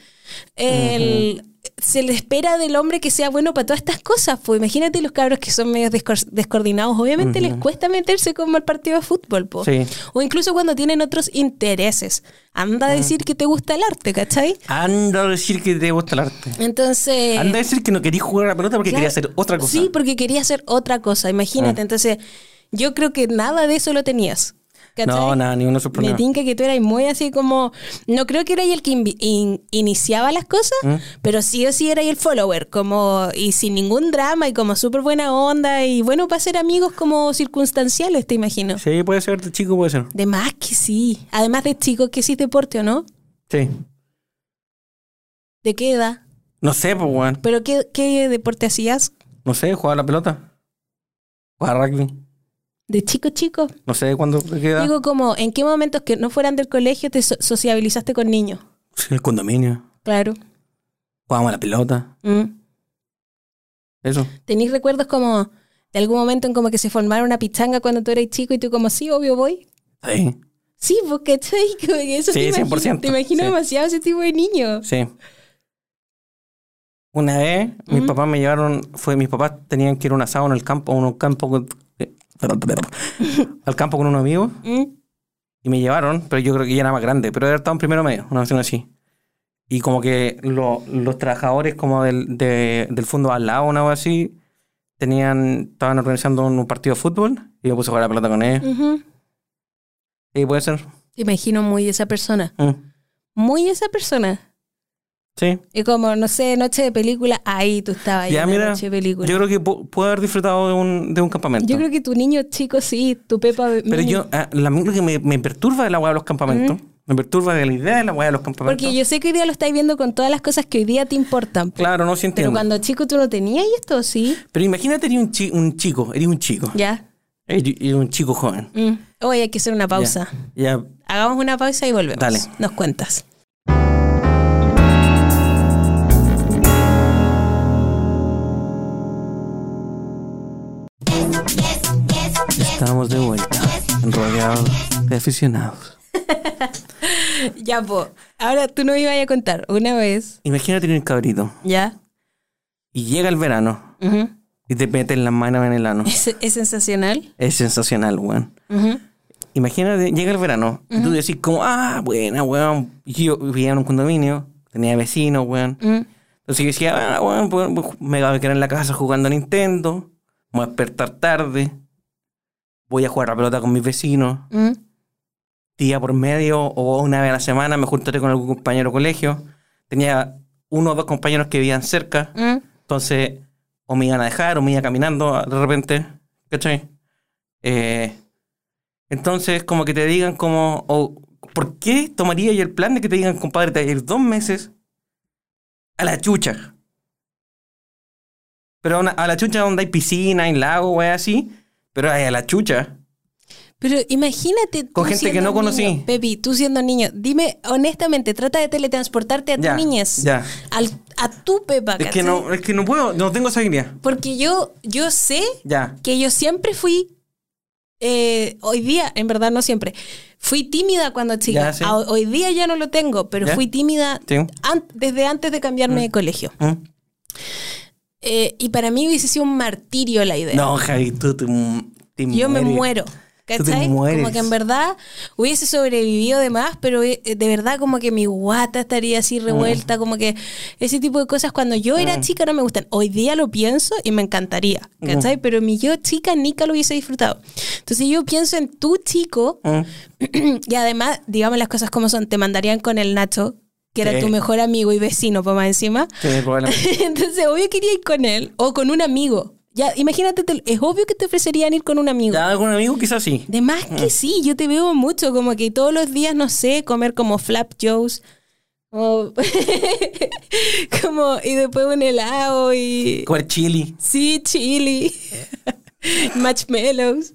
Speaker 4: El- Se le espera del hombre que sea bueno para todas estas cosas. Pues imagínate los cabros que son medios descor- descoordinados, obviamente les cuesta meterse como al partido de fútbol, po.
Speaker 3: Sí.
Speaker 4: o incluso cuando tienen otros intereses. Anda
Speaker 3: Ah.
Speaker 4: a decir que te gusta el arte, ¿cachai?
Speaker 3: Anda a decir que te gusta el arte.
Speaker 4: Entonces...
Speaker 3: Anda a decir que no quería jugar a la pelota porque
Speaker 4: Eh, Claro.
Speaker 3: quería hacer otra cosa. Ah.
Speaker 4: Sí, porque quería hacer otra cosa, imagínate. Entonces, yo creo que nada de eso lo tenías. ¿cachai?
Speaker 3: No, nada, ninguno de sus
Speaker 4: Me
Speaker 3: problemas.
Speaker 4: tinca que tú eras muy así como. No creo que eras el que invi- in- iniciaba las cosas,
Speaker 3: Ah.
Speaker 4: pero sí o sí eras el follower, como. Y sin ningún drama y como súper buena onda y bueno para ser amigos como circunstanciales, te imagino.
Speaker 3: Sí, puede ser, de chico puede ser.
Speaker 4: De más que sí. Además de chicos que sí deporte o no.
Speaker 3: Sí.
Speaker 4: ¿De qué edad?
Speaker 3: No sé, pues, weón.
Speaker 4: ¿Pero qué, qué deporte hacías?
Speaker 3: No sé, jugaba a la pelota. Jugaba a rugby.
Speaker 4: ¿De chico chico?
Speaker 3: No sé cuándo te queda.
Speaker 4: Digo como, ¿en qué momentos que no fueran del colegio te so- sociabilizaste con niños?
Speaker 3: Sí, el condominio.
Speaker 4: Claro.
Speaker 3: Jugábamos a la pelota.
Speaker 4: Mm.
Speaker 3: Eso.
Speaker 4: ¿Tenéis recuerdos como de algún momento en como que se formara una pichanga cuando tú eras chico y tú como, sí, obvio voy?
Speaker 3: Sí.
Speaker 4: Sí, porque estoy como que eso
Speaker 3: Sí,
Speaker 4: te imagino,
Speaker 3: 100%,
Speaker 4: te imagino
Speaker 3: sí.
Speaker 4: demasiado ese tipo de niño.
Speaker 3: Sí. Una vez, mis
Speaker 4: Ujú.
Speaker 3: papás me llevaron, fue, mis papás tenían que ir a un asado en el campo, a un campo con- eh,
Speaker 4: <laughs>
Speaker 3: al campo con unos amigos,
Speaker 4: Mm.
Speaker 3: y me llevaron, pero yo creo que ya era más grande, pero era estaba en primero medio, una cuestión así. Y como que lo- los trabajadores como del, de- del fondo al lado, una vez así, tenían, estaban organizando un, partido de fútbol, y yo puse a jugar a la pelota con ellos.
Speaker 4: Ujú. Mm.
Speaker 3: Sí, puede ser.
Speaker 4: Te imagino muy esa persona.
Speaker 3: Mm.
Speaker 4: Muy esa persona.
Speaker 3: Sí.
Speaker 4: Y como, no sé, noche de película, ahí tú estabas. ahí
Speaker 3: Ya,
Speaker 4: en la
Speaker 3: mira,
Speaker 4: Noche de película.
Speaker 3: Yo creo que pu- puedo haber disfrutado de un, de un campamento.
Speaker 4: Yo creo que tu niño chico, sí, tu Pepa.
Speaker 3: Pero
Speaker 4: mini.
Speaker 3: yo, ah, la, lo que me, me perturba es la weá de los campamentos. Me perturba de la idea de la weá de los campamentos.
Speaker 4: Mm. Porque yo sé que hoy día lo estáis viendo con todas las cosas que hoy día te importan. po.
Speaker 3: Claro, no se entiende.
Speaker 4: Pero
Speaker 3: Pero,
Speaker 4: cuando chico tú no tenías esto, sí.
Speaker 3: imagínate, eres un, chi- un chico, eres un chico.
Speaker 4: Ya.
Speaker 3: Eres eres un chico joven.
Speaker 4: Mm. Hoy hay que hacer una pausa.
Speaker 3: Ya, ya,
Speaker 4: Hagamos una pausa y volvemos.
Speaker 3: Dale.
Speaker 4: Nos cuentas.
Speaker 3: estamos de vuelta, rodeados de aficionados.
Speaker 4: Ya, po. Ahora tú no ibas a contar. Una vez.
Speaker 3: Imagínate eres un cabrito
Speaker 4: Ya.
Speaker 3: y llega el verano
Speaker 4: Ujú.
Speaker 3: y te meten las manos en el ano.
Speaker 4: es, es sensacional.
Speaker 3: Es sensacional, weón.
Speaker 4: Ujú.
Speaker 3: Imagínate, llega el verano y tú decís como, ah, buena, weón. Y Yo vivía en un condominio, tenía vecinos, weón.
Speaker 4: Mm.
Speaker 3: Entonces yo decía, ah, bueno, pues, pues, me voy a quedar en la casa jugando a Nintendo, me voy a despertar tarde, voy a jugar a la pelota con mis vecinos,
Speaker 4: Mm.
Speaker 3: día por medio o una vez a la semana me juntaré con algún compañero de colegio. Tenía uno o dos compañeros que vivían cerca.
Speaker 4: Mm.
Speaker 3: Entonces, o me iban a dejar, o me iba caminando de repente. ¿Cachai? Eh, entonces, como que te digan como, o, ¿por qué tomaría yo el plan de que te digan, compadre, te vas a ir dos meses a la chucha? Pero a, una- a la chucha donde hay piscina, hay lago, wey, así. Pero ay, a la chucha.
Speaker 4: Pero imagínate. tú
Speaker 3: Con gente que
Speaker 4: siendo
Speaker 3: no
Speaker 4: niño,
Speaker 3: conocí.
Speaker 4: Pepi, tú siendo niño, dime honestamente, trata de teletransportarte a tu
Speaker 3: Ya,
Speaker 4: niñez.
Speaker 3: ya.
Speaker 4: Al- a tu Pepa,
Speaker 3: Es que,
Speaker 4: ¿cachai?
Speaker 3: no, es que no puedo, no tengo esa idea.
Speaker 4: Porque yo, yo sé
Speaker 3: Ya.
Speaker 4: que yo siempre fui. eh, hoy día, en verdad no siempre. Fui tímida cuando chica.
Speaker 3: Ya, sí.
Speaker 4: A- Hoy día ya no lo tengo, pero
Speaker 3: Ya.
Speaker 4: fui tímida
Speaker 3: Sí.
Speaker 4: an- desde antes de cambiarme de colegio.
Speaker 3: ¿Mm?
Speaker 4: Eh, y para mí hubiese sido un martirio la idea.
Speaker 3: No, Javi, tú te, te
Speaker 4: Yo me
Speaker 3: mueres.
Speaker 4: muero.
Speaker 3: Tú te
Speaker 4: ¿Cachai? Como
Speaker 3: mueres.
Speaker 4: que en verdad hubiese sobrevivido de más, pero eh, de verdad como que mi guata estaría así revuelta,
Speaker 3: Mm.
Speaker 4: como que ese tipo de cosas cuando yo era chica no me gustan. Hoy día lo pienso y me encantaría, ¿cachai?
Speaker 3: Mm.
Speaker 4: Pero mi yo chica nunca lo hubiese disfrutado. Entonces yo pienso en tu chico
Speaker 3: ¿Mm?
Speaker 4: <clears throat> y además, digamos las cosas como son, te mandarían con el Nacho, que era
Speaker 3: Sí.
Speaker 4: tu mejor amigo y vecino, por más encima. <laughs>
Speaker 3: Sí, probablemente.
Speaker 4: Entonces, obvio quería ir con él o con un amigo. Ya, imagínate, te- es obvio que te ofrecerían ir con un amigo.
Speaker 3: ¿Ya algún amigo? Quizás sí.
Speaker 4: De más que sí, yo te veo mucho, como que todos los días, no sé, comer como Flap Joes. o- <laughs> como, y después un helado y.
Speaker 3: Comer chili.
Speaker 4: Sí, chili. <laughs> Marshmallows.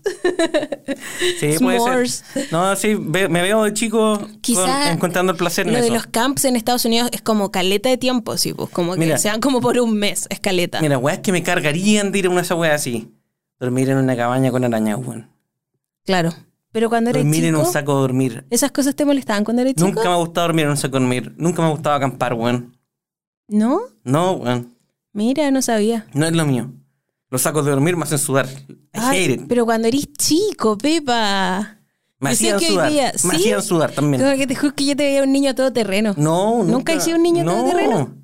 Speaker 3: Sí, puede
Speaker 4: S'mores.
Speaker 3: ser. No, sí, ve- me veo de chico con-
Speaker 4: Quizás.
Speaker 3: encontrando el placer en
Speaker 4: Lo de
Speaker 3: eso.
Speaker 4: los camps en Estados Unidos es como caleta de tiempo, sí, pues. Como que
Speaker 3: Mira.
Speaker 4: se dan como por un mes, es caleta.
Speaker 3: Mira, weas que me cargarían de ir a una esa wea así. Dormir en una cabaña con arañas, weón.
Speaker 4: Claro. Pero cuando eres
Speaker 3: Dormir en
Speaker 4: chico.
Speaker 3: un saco de dormir.
Speaker 4: ¿Esas cosas te molestaban cuando eres
Speaker 3: Nunca
Speaker 4: chico?
Speaker 3: me ha gustado dormir en un saco de dormir. Nunca me ha gustado acampar, weón.
Speaker 4: No.
Speaker 3: No, weón.
Speaker 4: Mira, no sabía.
Speaker 3: No es lo mío. Los sacos de dormir me hacen sudar. I
Speaker 4: Ay,
Speaker 3: hate it.
Speaker 4: pero cuando eres chico, Pepa.
Speaker 3: Me
Speaker 4: yo sé
Speaker 3: hacían
Speaker 4: que hoy
Speaker 3: sudar.
Speaker 4: día-
Speaker 3: Me
Speaker 4: ¿sí?
Speaker 3: hacían sudar también.
Speaker 4: Como que te juro que yo te veía un niño todo terreno.
Speaker 3: No, nunca.
Speaker 4: ¿Nunca he sido un niño
Speaker 3: no.
Speaker 4: todoterreno?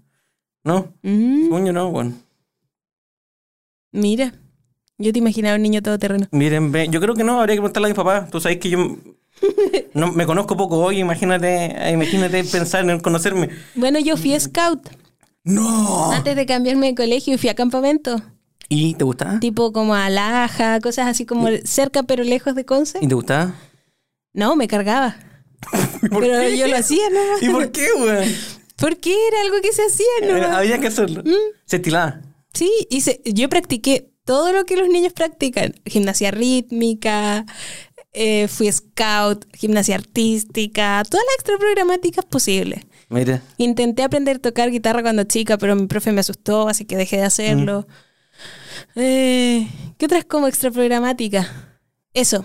Speaker 3: No, un niño no, weón.
Speaker 4: Mm, mira, yo te imaginaba un niño todo terreno.
Speaker 3: Miren, ve- yo creo que no, habría que preguntarle a mi papá. Tú sabes que yo
Speaker 4: <laughs>
Speaker 3: no, me conozco poco hoy, imagínate, eh, imagínate pensar en conocerme.
Speaker 4: Bueno, yo fui scout.
Speaker 3: ¡No!
Speaker 4: Antes de cambiarme de colegio fui a campamento.
Speaker 3: ¿Y te gustaba?
Speaker 4: Tipo como a Laja, cosas así como cerca pero lejos de Conce.
Speaker 3: ¿Y te
Speaker 4: <laughs>
Speaker 3: gustaba?
Speaker 4: No, me cargaba. Pero yo lo hacía,
Speaker 3: ¿Y
Speaker 4: ¿no? <laughs>
Speaker 3: por qué, weón?
Speaker 4: Porque era algo que se hacía,
Speaker 3: Era-
Speaker 4: ¿no? Mm.
Speaker 3: Había que hacerlo. Se estilaba.
Speaker 4: Sí, hice, yo practiqué todo lo que los niños practican. Gimnasia rítmica, eh, fui scout, gimnasia artística, todas las extra programáticas posibles.
Speaker 3: Mira.
Speaker 4: Intenté aprender a tocar guitarra cuando chica, pero mi profe me asustó, así que dejé de hacerlo.
Speaker 3: Mm.
Speaker 4: Eh, ¿Qué otras como extra programática? Eso.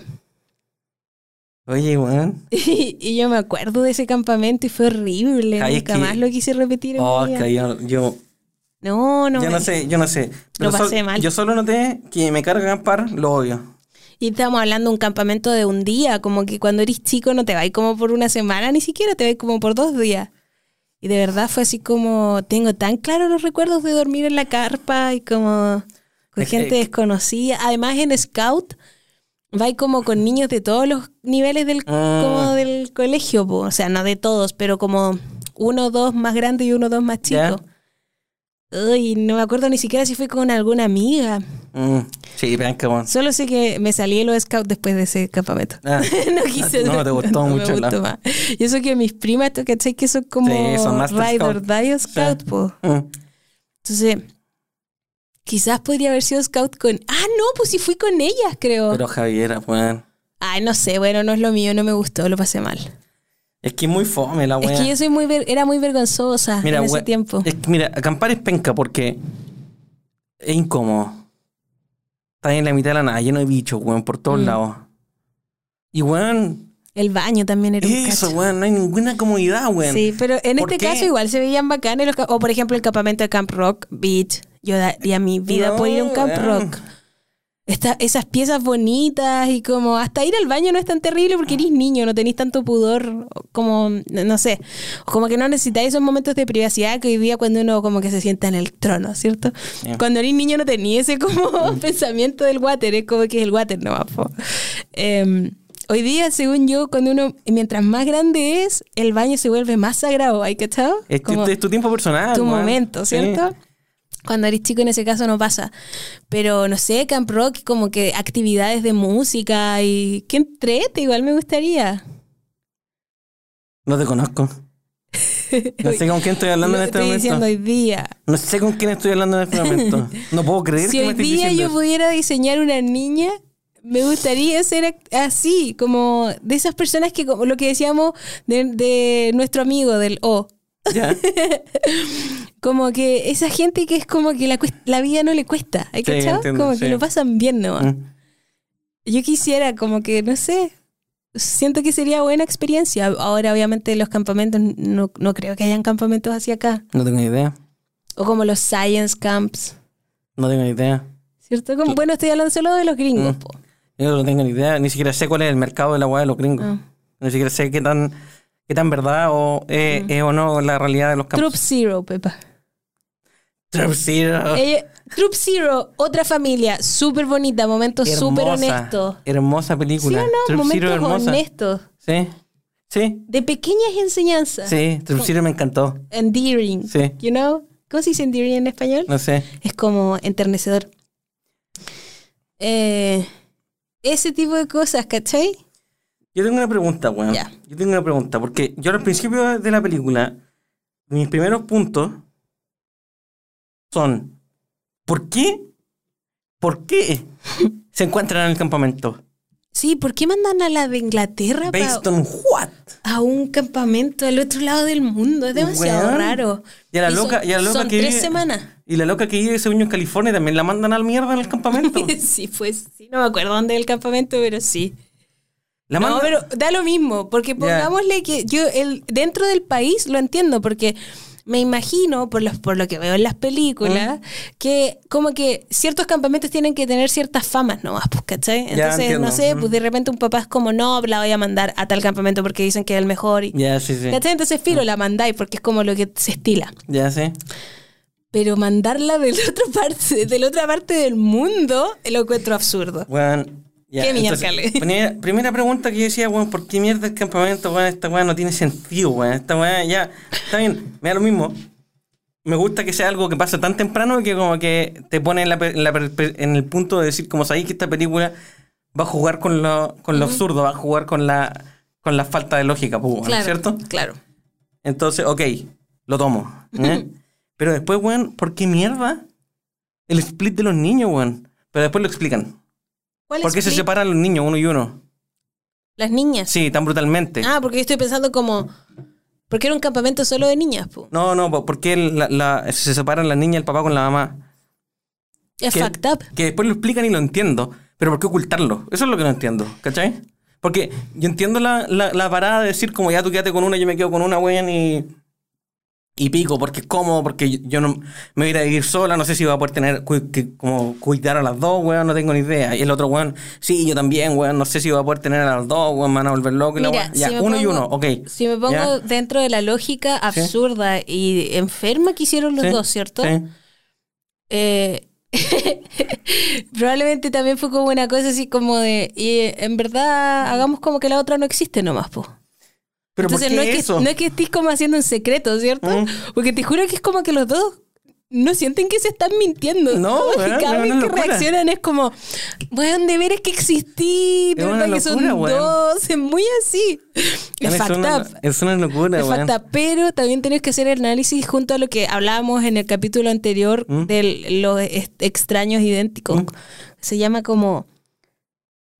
Speaker 4: <laughs>
Speaker 3: Oye, weón.
Speaker 4: Y, yo me acuerdo de ese campamento y fue horrible.
Speaker 3: Ay, es
Speaker 4: Nunca
Speaker 3: que-
Speaker 4: más lo quise repetir en
Speaker 3: Oh,
Speaker 4: mi vida.
Speaker 3: que yo, yo,
Speaker 4: No, no.
Speaker 3: yo no
Speaker 4: me-
Speaker 3: sé, yo no sé.
Speaker 4: Lo
Speaker 3: sol-
Speaker 4: pasé mal.
Speaker 3: Yo solo noté que me carga acampar, lo odio.
Speaker 4: Y estamos hablando de un campamento de un día, como que cuando eres chico no te vas como por una semana, ni siquiera te vas como por dos días. Y de verdad fue así como, tengo tan claro los recuerdos de dormir en la carpa y como con
Speaker 3: Es que-
Speaker 4: gente desconocida. Además en Scout vais como con niños de todos los niveles del,
Speaker 3: Ah.
Speaker 4: como del colegio, po. o sea, no de todos, pero como uno o dos más grande y uno o dos más
Speaker 3: Ya.
Speaker 4: chico. Uy, no me acuerdo ni siquiera si fui con alguna amiga.
Speaker 3: Mm, Sí, blanca, weón.
Speaker 4: Solo sé que me salí de los scouts después de ese campamento. <laughs>
Speaker 3: Ah,
Speaker 4: no quise.
Speaker 3: no, te gustó
Speaker 4: me
Speaker 3: mucho,
Speaker 4: gustó
Speaker 3: claro.
Speaker 4: más. Y eso que mis primas, ¿tú cachai? Que son como
Speaker 3: Sí, son Master
Speaker 4: Ride or
Speaker 3: Scout.
Speaker 4: Die o Scout,
Speaker 3: Sí.
Speaker 4: po.
Speaker 3: mm.
Speaker 4: Entonces, quizás podría haber sido Scout con. Ah, no, pues sí fui con ellas, creo.
Speaker 3: Pero Javiera, weón.
Speaker 4: Ay, no sé, bueno, no es lo mío, no me gustó, lo pasé mal.
Speaker 3: Es que es muy fome la weón.
Speaker 4: Es que yo soy muy ver- era muy vergonzosa
Speaker 3: Ah, Mira,
Speaker 4: en ese
Speaker 3: we-
Speaker 4: tiempo.
Speaker 3: es que mira, acampar es penca porque es incómodo. Estás en la mitad de la nada, lleno de bichos, weón, por
Speaker 4: Mm.
Speaker 3: todos lados. Y weón,
Speaker 4: El baño también era un
Speaker 3: eso,
Speaker 4: cacho.
Speaker 3: weón, no hay ninguna comodidad, weón.
Speaker 4: Sí, pero en
Speaker 3: ¿Por
Speaker 4: este
Speaker 3: qué?
Speaker 4: caso igual se veían bacanes los ca- o por ejemplo el campamento de Camp Rock Beach. Yo daría mi vida por ir a
Speaker 3: No,
Speaker 4: un
Speaker 3: ah.
Speaker 4: Camp
Speaker 3: weón.
Speaker 4: Rock. Esta- esas piezas bonitas y como hasta ir al baño no es tan terrible porque eres niño, no tenéis tanto pudor o como, no sé, o como que no necesitáis esos momentos de privacidad que hoy día cuando uno como que se sienta en el trono, ¿cierto? Cuando eres niño no <laughs> tenías ese como pensamiento del water, es como que es el water, no más. Em, Hoy día, según yo, cuando uno, mientras más grande es, el baño se vuelve más sagrado, ¿hay cachado?
Speaker 3: Es, tu-
Speaker 4: Como-
Speaker 3: es tu tiempo personal.
Speaker 4: tu
Speaker 3: weón.
Speaker 4: momento,
Speaker 3: ¿eh? Sí.
Speaker 4: ¿cierto? Cuando eres chico en ese caso no pasa. Pero no sé, Camp Rock, como que actividades de música y que entrete, igual me gustaría.
Speaker 3: No te
Speaker 4: <laughs>
Speaker 3: conozco. No sé con quién estoy hablando
Speaker 4: Lo
Speaker 3: en este
Speaker 4: que estoy
Speaker 3: momento.
Speaker 4: diciendo hoy día.
Speaker 3: No sé con quién estoy hablando en este momento. No puedo creer
Speaker 4: <laughs> Si
Speaker 3: que me
Speaker 4: hoy
Speaker 3: estés
Speaker 4: día
Speaker 3: diciendo
Speaker 4: yo
Speaker 3: eso.
Speaker 4: pudiera diseñar una niña, me gustaría ser act- así, como de esas personas que, como lo que decíamos de, de nuestro amigo del O.
Speaker 3: Ya.
Speaker 4: <laughs> Como que esa gente que es como que la, cuest- la vida no le cuesta, ¿hay
Speaker 3: Sí,
Speaker 4: cachado?
Speaker 3: entiendo,
Speaker 4: Como que
Speaker 3: sí.
Speaker 4: lo pasan bien nomás.
Speaker 3: Mm.
Speaker 4: Yo quisiera como que, no sé, siento que sería buena experiencia. Ahora obviamente los campamentos, no, no creo que hayan campamentos hacia acá.
Speaker 3: No tengo idea.
Speaker 4: O como los science camps,
Speaker 3: No tengo idea.
Speaker 4: ¿cierto? Como- bueno, estoy hablando solo de los gringos.
Speaker 3: Mm.
Speaker 4: po.
Speaker 3: Yo no tengo ni idea. Ni siquiera sé cuál es el mercado de la weá de los gringos.
Speaker 4: Ah.
Speaker 3: Ni siquiera sé qué tan, qué tan verdad o eh, es o no la realidad de los campos.
Speaker 4: Troop Zero, Pepa.
Speaker 3: <laughs> Troop Zero.
Speaker 4: Ella- Troop Zero, otra familia, súper bonita, momentos súper
Speaker 3: Hermosa,
Speaker 4: honestos.
Speaker 3: Hermosa
Speaker 4: ¿Sí
Speaker 3: película.
Speaker 4: o no?
Speaker 3: Troop Zero
Speaker 4: momentos
Speaker 3: hermosa.
Speaker 4: honestos.
Speaker 3: Sí. Sí.
Speaker 4: De pequeñas enseñanzas.
Speaker 3: Sí. Troop Zero me encantó.
Speaker 4: Endearing.
Speaker 3: Sí.
Speaker 4: You know? ¿Cómo se dice endearing en español?
Speaker 3: No sé.
Speaker 4: es como enternecedor. Eh, ese tipo de cosas, ¿cachai?
Speaker 3: Yo tengo una pregunta, weón.
Speaker 4: Ya.
Speaker 3: Yo tengo una pregunta, porque yo al principio de la película, mis primeros puntos son, ¿por qué? ¿Por qué
Speaker 4: <laughs>
Speaker 3: se encuentran en el campamento?
Speaker 4: Sí, ¿por qué mandan a la de Inglaterra pa-
Speaker 3: Based on what?
Speaker 4: a un campamento al otro lado del mundo? Es demasiado
Speaker 3: Weón.
Speaker 4: raro.
Speaker 3: Y a la
Speaker 4: son-
Speaker 3: loca, y a la loca
Speaker 4: son
Speaker 3: que
Speaker 4: tres
Speaker 3: vive-
Speaker 4: semanas.
Speaker 3: Y la loca que vive ese en California también la mandan al mierda en el campamento.
Speaker 4: <laughs> sí, pues, sí, no me acuerdo dónde es el campamento, pero sí.
Speaker 3: La
Speaker 4: No,
Speaker 3: mandan-
Speaker 4: pero da lo mismo, porque pongámosle que yo el, dentro del país lo entiendo, porque me imagino, por, los, por lo que veo en las
Speaker 3: Mm.
Speaker 4: películas, que como que ciertos campamentos tienen que tener ciertas famas nomás, pues, ¿cachai? Entonces,
Speaker 3: entiendo.
Speaker 4: no sé,
Speaker 3: Mm.
Speaker 4: pues de repente un papá es como, no, la voy a mandar a tal campamento porque dicen que es el mejor. Y,
Speaker 3: Ya, sí, Mm. sí.
Speaker 4: ¿Cachai? Entonces, filo, la mandáis porque es como lo que se estila.
Speaker 3: Ya, sí.
Speaker 4: Pero mandarla del <laughs> otro parte, de la otra parte del mundo, lo encuentro absurdo.
Speaker 3: Weón. ya,
Speaker 4: Qué
Speaker 3: entonces, <laughs>
Speaker 4: miércoles.
Speaker 3: Primera, primera pregunta que yo decía, weón, ¿por qué mierda el campamento, weón? Esta weón no tiene sentido, weón. Esta weón ya. Está bien, me da lo mismo. Me gusta que sea algo que pasa tan temprano que como que te pone en, la pe- en la per- per- en el punto de decir, como sabéis que esta película va a jugar con lo, con lo absurdo, va a jugar con la, con la falta de lógica, pues, weón,
Speaker 4: Claro,
Speaker 3: ¿cierto?
Speaker 4: Claro.
Speaker 3: Entonces, ok, lo tomo. ¿eh? Pero después, weón, ¿por qué mierda? El split de los niños, weón. Pero después lo explican.
Speaker 4: ¿Cuál
Speaker 3: ¿Por qué se
Speaker 4: explica-
Speaker 3: separan los niños uno y uno?
Speaker 4: Las niñas.
Speaker 3: Sí, tan brutalmente.
Speaker 4: Ah, porque yo estoy pensando como. Porque era un campamento solo de niñas, po.
Speaker 3: No, no, po- ¿por qué la- la- se separan la niña, el papá con la mamá?
Speaker 4: Es
Speaker 3: Que,
Speaker 4: fucked up.
Speaker 3: que después lo explican y lo entiendo, pero ¿por qué ocultarlo? Eso es lo que no entiendo, ¿cachai? Porque yo entiendo la, la- la parada de decir, como ya tú quédate con una, yo me quedo con una, weón, y, y pico, porque es cómodo, porque yo- yo no me voy a ir a vivir sola, no sé si voy a poder tener, cu- que- como cuidar a las dos, weón, no tengo ni idea. Y el otro, weón, sí, yo también, weón, no sé si voy a poder tener a las dos, weón, me van a volver loco y la
Speaker 4: Mira,
Speaker 3: weá.
Speaker 4: si
Speaker 3: Ya,
Speaker 4: me
Speaker 3: uno y
Speaker 4: pongo-
Speaker 3: uno, ok.
Speaker 4: Si me pongo
Speaker 3: ¿ya?
Speaker 4: dentro de la lógica absurda y enferma que hicieron los
Speaker 3: Sí,
Speaker 4: dos, ¿cierto?
Speaker 3: sí.
Speaker 4: Eh, <laughs> probablemente también fue como una cosa así como de. Y eh, en verdad, hagamos como que la otra no existe nomás, po.
Speaker 3: Pero
Speaker 4: Entonces
Speaker 3: ¿por
Speaker 4: no
Speaker 3: qué
Speaker 4: es, que,
Speaker 3: eso?
Speaker 4: no es que estés como haciendo un secreto, ¿cierto?
Speaker 3: Mm.
Speaker 4: Porque te juro que es como que los dos no sienten que se están mintiendo.
Speaker 3: No,
Speaker 4: Como que
Speaker 3: weón,
Speaker 4: <laughs> cada
Speaker 3: es
Speaker 4: vez
Speaker 3: una
Speaker 4: que
Speaker 3: locura.
Speaker 4: reaccionan es como, weón, de veras que existí, de
Speaker 3: Es una
Speaker 4: verdad que son
Speaker 3: locura, weón.
Speaker 4: dos, es muy así. Es
Speaker 3: Es
Speaker 4: fucked
Speaker 3: una,
Speaker 4: up.
Speaker 3: es una locura,
Speaker 4: Es
Speaker 3: weón.
Speaker 4: fucked up, pero también tenés que hacer el análisis junto a lo que hablábamos en el capítulo anterior
Speaker 3: Mm.
Speaker 4: de los est- extraños idénticos.
Speaker 3: Mm.
Speaker 4: Se llama como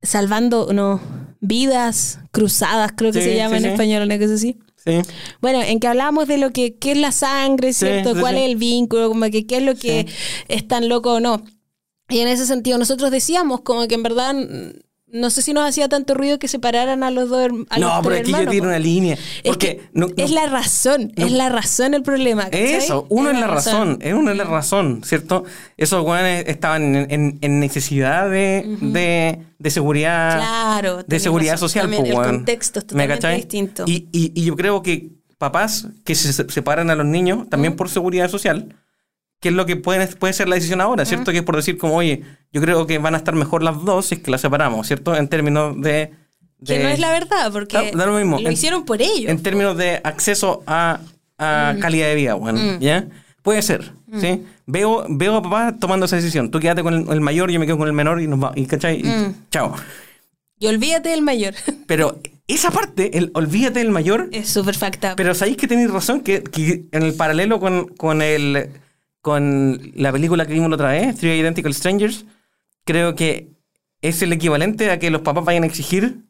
Speaker 4: salvando, no, vidas cruzadas, creo que
Speaker 3: Sí,
Speaker 4: se
Speaker 3: sí,
Speaker 4: llama en
Speaker 3: sí.
Speaker 4: español, una cosa así.
Speaker 3: Sí.
Speaker 4: Bueno, en que hablábamos de lo que qué es la sangre,
Speaker 3: Sí,
Speaker 4: ¿cierto?
Speaker 3: sí,
Speaker 4: ¿Cuál
Speaker 3: sí.
Speaker 4: es el vínculo? Como que qué es lo que es tan loco o no. Y en ese sentido, nosotros decíamos como que en verdad mm, no sé si nos hacía tanto ruido que separaran a los dos herm- a los
Speaker 3: No,
Speaker 4: tres
Speaker 3: pero aquí yo
Speaker 4: hermanos,
Speaker 3: tiro
Speaker 4: po.
Speaker 3: una línea.
Speaker 4: es,
Speaker 3: Porque
Speaker 4: que
Speaker 3: no- no-
Speaker 4: es la razón, es la razón el problema. ¿cachai?
Speaker 3: eso, uno es la razón,
Speaker 4: razón.
Speaker 3: es uno es la razón, ¿cierto? Esos weones estaban en, en- en necesidad de, de, de seguridad.
Speaker 4: Claro,
Speaker 3: de
Speaker 4: tenés
Speaker 3: seguridad
Speaker 4: razón.
Speaker 3: social,
Speaker 4: También
Speaker 3: po,
Speaker 4: el
Speaker 3: weón.
Speaker 4: contexto es
Speaker 3: ¿Me
Speaker 4: totalmente
Speaker 3: cachai?
Speaker 4: distinto.
Speaker 3: Y, y- y yo creo que papás que se se- separan a los niños también
Speaker 4: Mm.
Speaker 3: por seguridad social, que es lo que pueden, puede ser la decisión ahora,
Speaker 4: Mm.
Speaker 3: ¿cierto? Que es por decir como, oye, yo creo que van a estar mejor las dos si es que las separamos, ¿cierto? En términos de
Speaker 4: Que
Speaker 3: de-
Speaker 4: no es la verdad, porque
Speaker 3: Da- da lo mismo. En-
Speaker 4: hicieron por ellos. Mm.
Speaker 3: En términos de acceso a, a calidad de vida, bueno, ¿ya? Puede ser, ¿sí? Veo, veo a papá tomando esa decisión. Tú quédate con el, el mayor, yo me quedo con el menor y nos va, y, ¿cachai? Y
Speaker 4: Mm.
Speaker 3: chao.
Speaker 4: y olvídate del mayor. <laughs>
Speaker 3: Pero esa parte, el olvídate del mayor,
Speaker 4: es súper facta.
Speaker 3: pero sabéis que tenéis razón que, que en el paralelo con, con el con la película que vimos la otra vez, Three Identical Strangers, creo que es el equivalente a que los papás vayan a exigir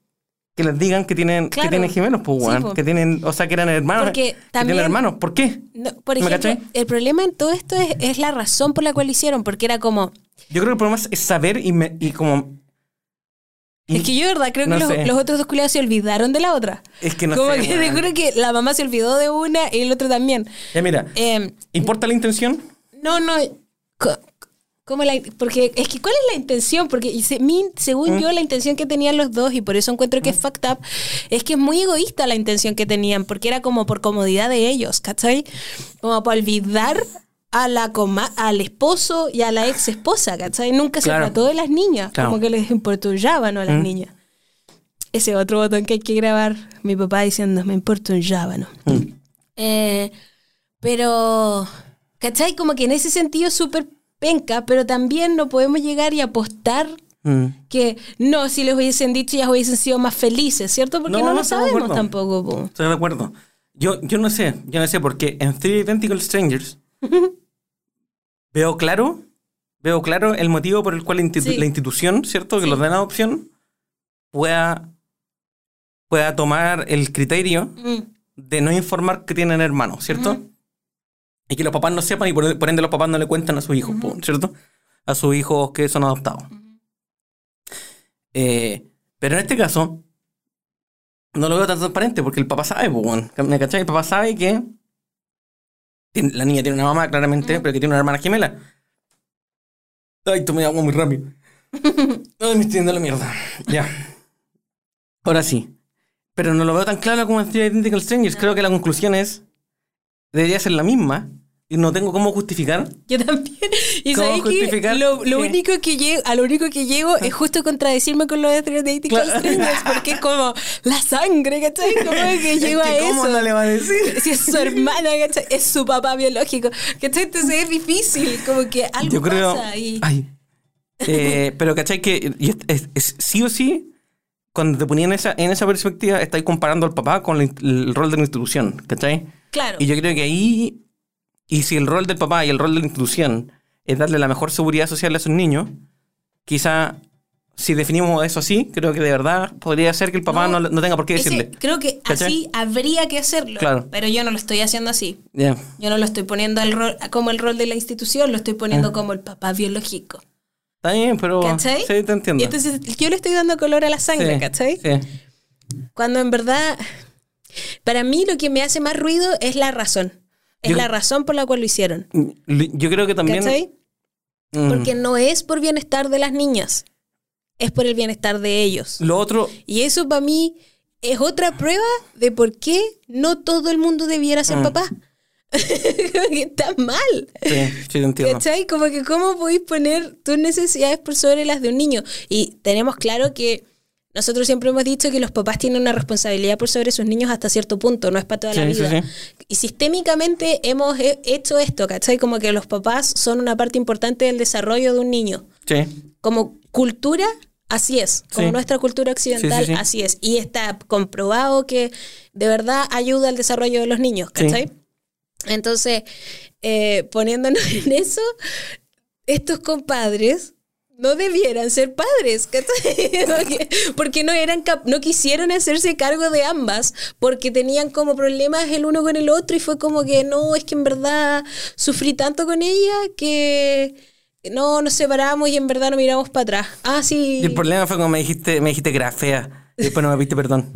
Speaker 3: que les digan que tienen,
Speaker 4: Claro.
Speaker 3: que tienen gemelos, pues,
Speaker 4: Sí,
Speaker 3: weón,
Speaker 4: po.
Speaker 3: que tienen, o sea, que eran hermanos,
Speaker 4: Porque
Speaker 3: que
Speaker 4: también-
Speaker 3: tienen hermanos, ¿por qué?
Speaker 4: No, por
Speaker 3: ¿Me
Speaker 4: ejemplo,
Speaker 3: cachai?
Speaker 4: el problema en todo esto es, es la razón por la cual lo hicieron, porque era como,
Speaker 3: Yo creo que el problema es saber y, me- y como y-
Speaker 4: es que yo de verdad creo
Speaker 3: Mm. no
Speaker 4: que los,
Speaker 3: sé.
Speaker 4: los otros dos culiados se olvidaron de la otra.
Speaker 3: es que no
Speaker 4: como
Speaker 3: sé,
Speaker 4: que te
Speaker 3: weón.
Speaker 4: juro que la mamá se olvidó de una y el otro también.
Speaker 3: Ya mira,
Speaker 4: Eh,
Speaker 3: ¿importa la intención?
Speaker 4: no, no. co- ¿Cómo la, porque es que, ¿cuál es la intención? Porque y se- mi-
Speaker 3: Mm.
Speaker 4: según yo, la intención que tenían los dos, y por eso encuentro que es fucked up, es que es muy egoísta la intención que tenían, porque era como por comodidad de ellos, ¿cachai? Como para olvidar a la coma- al esposo y a la ex esposa, ¿cachai? Nunca
Speaker 3: Claro.
Speaker 4: se trató de las niñas,
Speaker 3: Claro. Mm.
Speaker 4: como que les importullaban a las niñas. Ese otro botón que hay que grabar, mi papá diciendo, me importa un llábano. Eh, pero, ¿cachai? Como que en ese sentido es súper penca, pero también no podemos llegar y apostar
Speaker 3: Mm.
Speaker 4: que no, si les hubiesen dicho ya hubiesen sido más felices, ¿cierto? Porque
Speaker 3: No,
Speaker 4: no, lo
Speaker 3: estamos de
Speaker 4: sabemos
Speaker 3: acuerdo.
Speaker 4: tampoco. po.
Speaker 3: Estoy de acuerdo. Yo, yo no sé, yo no sé, porque en Three Identical Strangers veo claro, veo claro el motivo por el cual la, institu-
Speaker 4: Sí.
Speaker 3: la institución, ¿cierto? Que los dan adopción pueda, pueda tomar el criterio
Speaker 4: Mm,
Speaker 3: de no informar que tienen hermanos, ¿cierto? Y que los papás no sepan y por, por ende los papás no le cuentan a sus hijos, po, ¿cierto? A sus hijos que son adoptados. Eh, pero en este caso, no lo veo tan transparente porque el papá sabe, po, weón. ¿me cachai? El papá sabe que tiene- la niña tiene una mamá, claramente, pero que tiene una hermana gemela. Ay, tomé agua muy rápido. Ay, me estoy yendo a la mierda. Ya. Ahora sí. Pero no lo veo tan claro como en Three Identical Strangers. Creo que la conclusión es. Debería ser la misma. Y no tengo cómo justificar.
Speaker 4: Yo también. Y
Speaker 3: ¿Cómo
Speaker 4: sabéis que
Speaker 3: justificar
Speaker 4: lo, lo
Speaker 3: que-
Speaker 4: único que llego, a lo único que
Speaker 3: <laughs>
Speaker 4: llego es justo contradecirme con lo de Three Dating
Speaker 3: Claro.
Speaker 4: Strangers, porque es como la sangre,
Speaker 3: <laughs>
Speaker 4: ¿cachai? Como que <laughs> llego
Speaker 3: Es que
Speaker 4: a
Speaker 3: ¿Cómo
Speaker 4: eso.
Speaker 3: no le va a decir?
Speaker 4: <laughs> Si es su hermana, ¿cachai? Es su papá biológico. ¿Cachai? Entonces es difícil, como que algo
Speaker 3: Yo creo. Ah,
Speaker 4: pasa y...
Speaker 3: Ay. Eh, <laughs> pero ¿cachai? Que y es- es- es- sí o sí, cuando te ponían esa, en esa perspectiva, estáis comparando al papá con la in- el rol de la institución. ¿Cachai?
Speaker 4: Claro.
Speaker 3: Y yo creo que ahí, y si el rol del papá y el rol de la institución es darle la mejor seguridad social a sus niños, quizá si definimos eso así, creo que de verdad podría ser que el papá
Speaker 4: No,
Speaker 3: no, no tenga por qué
Speaker 4: Ese-
Speaker 3: decirle.
Speaker 4: creo que
Speaker 3: ¿Cachai?
Speaker 4: así habría que hacerlo.
Speaker 3: Claro.
Speaker 4: Pero yo no lo estoy haciendo así.
Speaker 3: Ya.
Speaker 4: Yo no lo estoy poniendo al rol- como el rol de la institución, lo estoy
Speaker 3: Ah.
Speaker 4: poniendo como el papá biológico.
Speaker 3: Está bien, pero...
Speaker 4: ¿Cachai? Este
Speaker 3: Sí, te entiendo.
Speaker 4: Y entonces yo le estoy dando color a la sangre,
Speaker 3: Ah. Sí,
Speaker 4: ¿cachai?
Speaker 3: sí.
Speaker 4: Cuando en verdad, para mí lo que me hace más ruido es la razón. Es
Speaker 3: Yo-
Speaker 4: la razón por la cual lo hicieron.
Speaker 3: L- Yo creo que también...
Speaker 4: ¿Cachai?
Speaker 3: mm,
Speaker 4: Porque no es por bienestar de las niñas, es por el bienestar de ellos.
Speaker 3: Lo otro...
Speaker 4: Y eso para mí es otra prueba de por qué no todo el mundo debiera
Speaker 3: Mm.
Speaker 4: ser papá. <laughs> que está mal.
Speaker 3: Sí, sí, te entiendo.
Speaker 4: ¿Cachai? Como que cómo podéis poner tus necesidades por sobre las de un niño. Y tenemos claro que nosotros siempre hemos dicho que los papás tienen una responsabilidad por sobre sus niños hasta cierto punto, no es para toda la
Speaker 3: Sí, sí,
Speaker 4: vida.
Speaker 3: sí.
Speaker 4: Y sistémicamente hemos he- hecho esto, ¿cachai? Como que los papás son una parte importante del desarrollo de un niño
Speaker 3: Sí.
Speaker 4: como cultura, así es. Como
Speaker 3: Sí.
Speaker 4: nuestra cultura
Speaker 3: Sí,
Speaker 4: occidental,
Speaker 3: sí, sí.
Speaker 4: así es. Y está comprobado que de verdad ayuda al desarrollo de los niños,
Speaker 3: Sí.
Speaker 4: ¿cachai? Entonces, eh, poniéndonos <laughs> en eso, estos compadres no debieran ser padres, ¿cachai? <laughs> Porque, porque no, eran cap- no quisieron hacerse cargo de ambas, porque tenían como problemas el uno con el otro y fue como que no, es que en verdad sufrí tanto con ella que no nos separamos y en verdad no miramos para atrás. Ah, sí.
Speaker 3: Y el problema fue cuando me dijiste, me dijiste que era fea. Y después no me viste perdón.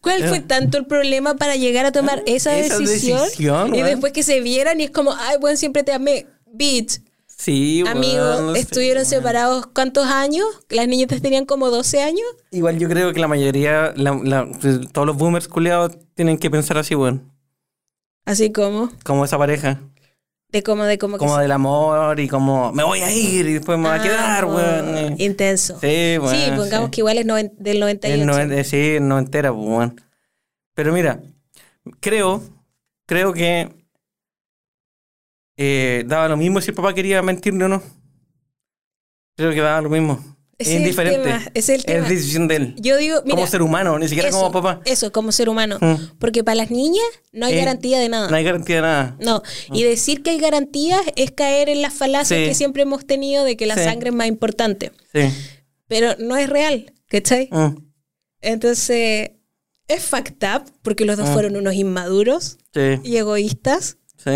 Speaker 4: ¿Cuál fue tanto el problema para llegar a tomar esa,
Speaker 3: eh. Ah, esa
Speaker 4: decisión?
Speaker 3: decisión,
Speaker 4: y
Speaker 3: weón.
Speaker 4: después que se vieran y es como, ay, bueno, siempre te amé. Bitch,
Speaker 3: Sí, weón,
Speaker 4: amigo,
Speaker 3: no sé,
Speaker 4: estuvieron
Speaker 3: weón.
Speaker 4: separados cuántos años? Las niñitas tenían como 12 años.
Speaker 3: Igual yo creo que la mayoría, la- la- pues, todos los boomers culiados tienen que pensar así, weón.
Speaker 4: Así como.
Speaker 3: Como esa pareja.
Speaker 4: De como, de como, que
Speaker 3: Como
Speaker 4: se-
Speaker 3: del amor y como me voy a ir y después me voy a
Speaker 4: Ah,
Speaker 3: quedar,
Speaker 4: como
Speaker 3: weón. Y-
Speaker 4: Intenso.
Speaker 3: Sí, weón,
Speaker 4: Sí, pongamos
Speaker 3: sí.
Speaker 4: que igual es noven- del
Speaker 3: El
Speaker 4: 98.
Speaker 3: noven- sí, no entera, pues, weón. Pero mira, creo, creo que eh, daba lo mismo si el papá quería mentirle o no. Creo que daba lo mismo. Es
Speaker 4: Ese es el
Speaker 3: indiferente.
Speaker 4: tema, ese es el tema.
Speaker 3: decisión de él.
Speaker 4: Yo digo, mira,
Speaker 3: como ser humano, ni siquiera
Speaker 4: eso,
Speaker 3: como papá.
Speaker 4: Eso, como ser humano.
Speaker 3: Mm.
Speaker 4: Porque para las niñas no hay
Speaker 3: Eh,
Speaker 4: garantía de
Speaker 3: No
Speaker 4: nada.
Speaker 3: hay garantía de nada.
Speaker 4: No, y decir que hay garantías es caer en las falacias
Speaker 3: Sí.
Speaker 4: que siempre hemos tenido de que la
Speaker 3: Sí.
Speaker 4: sangre es más importante.
Speaker 3: Sí.
Speaker 4: Pero no es real, ¿cachai?
Speaker 3: Mm.
Speaker 4: Entonces, es fucked up porque los dos
Speaker 3: Mm.
Speaker 4: fueron unos inmaduros
Speaker 3: Sí.
Speaker 4: y egoístas.
Speaker 3: Sí.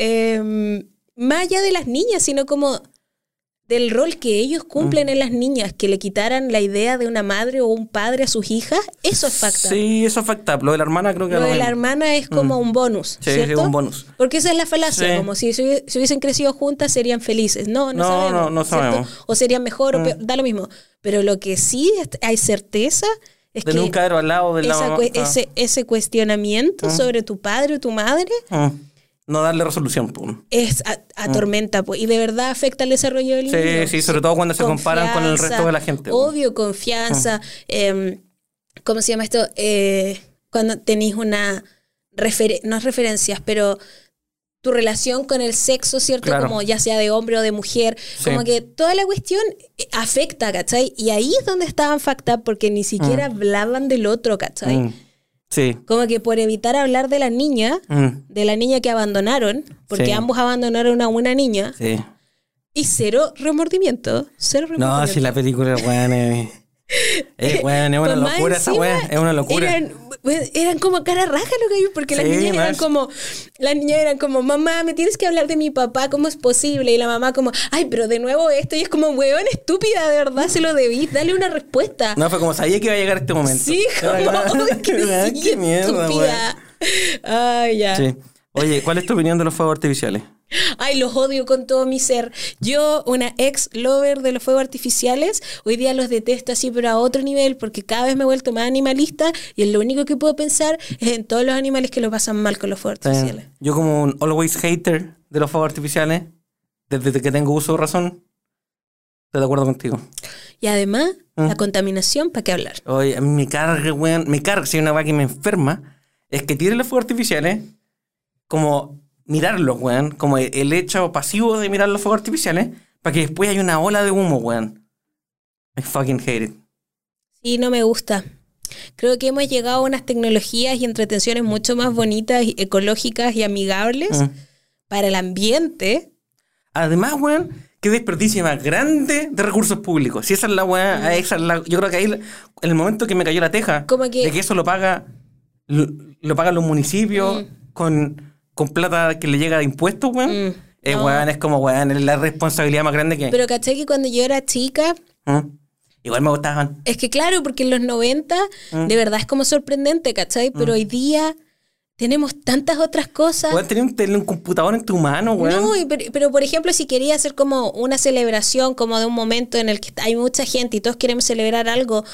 Speaker 4: eh, más allá de las niñas, sino como del rol que ellos cumplen
Speaker 3: Mm.
Speaker 4: en las niñas, que le quitaran la idea de una madre o un padre a sus hijas, eso es facta.
Speaker 3: Sí, eso es fact up. Lo de la hermana creo que
Speaker 4: Lo
Speaker 3: era
Speaker 4: de la
Speaker 3: mismo. Mm.
Speaker 4: hermana es como un bonus,
Speaker 3: Sí,
Speaker 4: ¿cierto?
Speaker 3: sí, un bonus.
Speaker 4: Porque esa es la falacia,
Speaker 3: Sí.
Speaker 4: como si se hubie- si hubiesen crecido juntas serían felices. No,
Speaker 3: No,
Speaker 4: no, sabemos.
Speaker 3: no, no
Speaker 4: ¿cierto?
Speaker 3: sabemos.
Speaker 4: O serían mejor o
Speaker 3: Mm.
Speaker 4: peor, da lo mismo. Pero lo que sí es- hay certeza es
Speaker 3: De
Speaker 4: que
Speaker 3: nunca haber hablado de la
Speaker 4: esa
Speaker 3: mamá. Mm.
Speaker 4: cue-
Speaker 3: Ah.
Speaker 4: ese, ese cuestionamiento sobre tu padre o tu madre
Speaker 3: Mm. No darle resolución, Mm, pum.
Speaker 4: es a- atormenta pues, y de verdad afecta al desarrollo del
Speaker 3: Sí,
Speaker 4: niño.
Speaker 3: sí, sobre todo cuando se comparan con el
Speaker 4: Confianza,
Speaker 3: resto de la gente, pues. Mm. po.
Speaker 4: Obvio, confianza. em, ¿Cómo se llama esto? Eh, cuando tenéis una. refer- no es referencias, pero tu relación con el sexo, ¿cierto?
Speaker 3: Claro.
Speaker 4: Como ya sea de hombre o de mujer.
Speaker 3: Sí.
Speaker 4: Como que toda la cuestión eh, afecta, ¿cachai? Y ahí es donde estaban facta porque ni siquiera hablaban del otro, ¿cachai?
Speaker 3: Mm. Sí.
Speaker 4: Como que por evitar hablar de la niña,
Speaker 3: Mm.
Speaker 4: de la niña que abandonaron, porque
Speaker 3: Sí.
Speaker 4: ambos abandonaron a una niña,
Speaker 3: Sí.
Speaker 4: y cero remordimiento. Cero remordimiento.
Speaker 3: No, si la película, weón, es, eh.
Speaker 4: <laughs>
Speaker 3: es, weón, es una
Speaker 4: Pues más
Speaker 3: locura esa
Speaker 4: encima,
Speaker 3: weón, es una locura.
Speaker 4: Eran, bueno, eran como cara raja lo que hay, porque las
Speaker 3: Sí,
Speaker 4: niñas eran
Speaker 3: más.
Speaker 4: como, las niñas eran como, mamá, me tienes que hablar de mi papá, ¿cómo es posible? Y la mamá como, ay, pero de nuevo esto, y es como, weón, estúpida, de verdad, se lo debí, dale una respuesta.
Speaker 3: No, fue como sabía que iba a llegar este momento.
Speaker 4: sí,
Speaker 3: Era
Speaker 4: <laughs> como,
Speaker 3: <laughs> como,
Speaker 4: que
Speaker 3: weón,
Speaker 4: sí, estúpida. Ay, ya.
Speaker 3: Sí. Oye, ¿cuál es tu opinión de los fuegos artificiales?
Speaker 4: Ay, los odio con todo mi ser. Yo, una ex lover de los fuegos artificiales, hoy día los detesto así, pero a otro nivel, porque cada vez me he vuelto más animalista y lo único que puedo pensar es en todos los animales que lo pasan mal con los fuegos
Speaker 3: Sí.
Speaker 4: artificiales.
Speaker 3: Yo como un always hater de los fuegos artificiales, desde que tengo uso de razón, estoy de acuerdo contigo.
Speaker 4: Y además,
Speaker 3: Mm.
Speaker 4: la contaminación, ¿para qué hablar?
Speaker 3: Oye, a mí me carga, weón, me carga, si hay una weá que me enferma, es que tiren los fuegos artificiales, como mirarlos, weón, como el- el hecho pasivo de mirar los fuegos artificiales, para que después haya una ola de humo, weón. I fucking hate it.
Speaker 4: Sí, no me gusta. Creo que hemos llegado a unas tecnologías y entretenciones mucho más bonitas, y ecológicas y amigables
Speaker 3: Mm.
Speaker 4: para el ambiente.
Speaker 3: Además, weón, qué desperdicio más grande de recursos públicos. Si esa es la weá, eh, esa es la- yo creo que ahí, en el momento que me cayó la teja,
Speaker 4: Mm. Como que-
Speaker 3: de que eso lo paga, lo, lo pagan los municipios con, con plata que le llega de impuestos, weón.
Speaker 4: Mm.
Speaker 3: Eh,
Speaker 4: No.
Speaker 3: weón, es como, weón, es la responsabilidad más grande que hay.
Speaker 4: Pero caché que cuando yo era chica,
Speaker 3: ¿Mm? Igual me gustaban.
Speaker 4: Es que claro, porque en los 90
Speaker 3: Ah.
Speaker 4: de verdad es como sorprendente, ¿cachai? Pero hoy día tenemos tantas otras cosas.
Speaker 3: Weón, tenía un, tele- un computador en tu mano, weón.
Speaker 4: No, y per- pero, por ejemplo, si quería hacer como una celebración, como de un momento en el que hay mucha gente y todos queremos celebrar algo,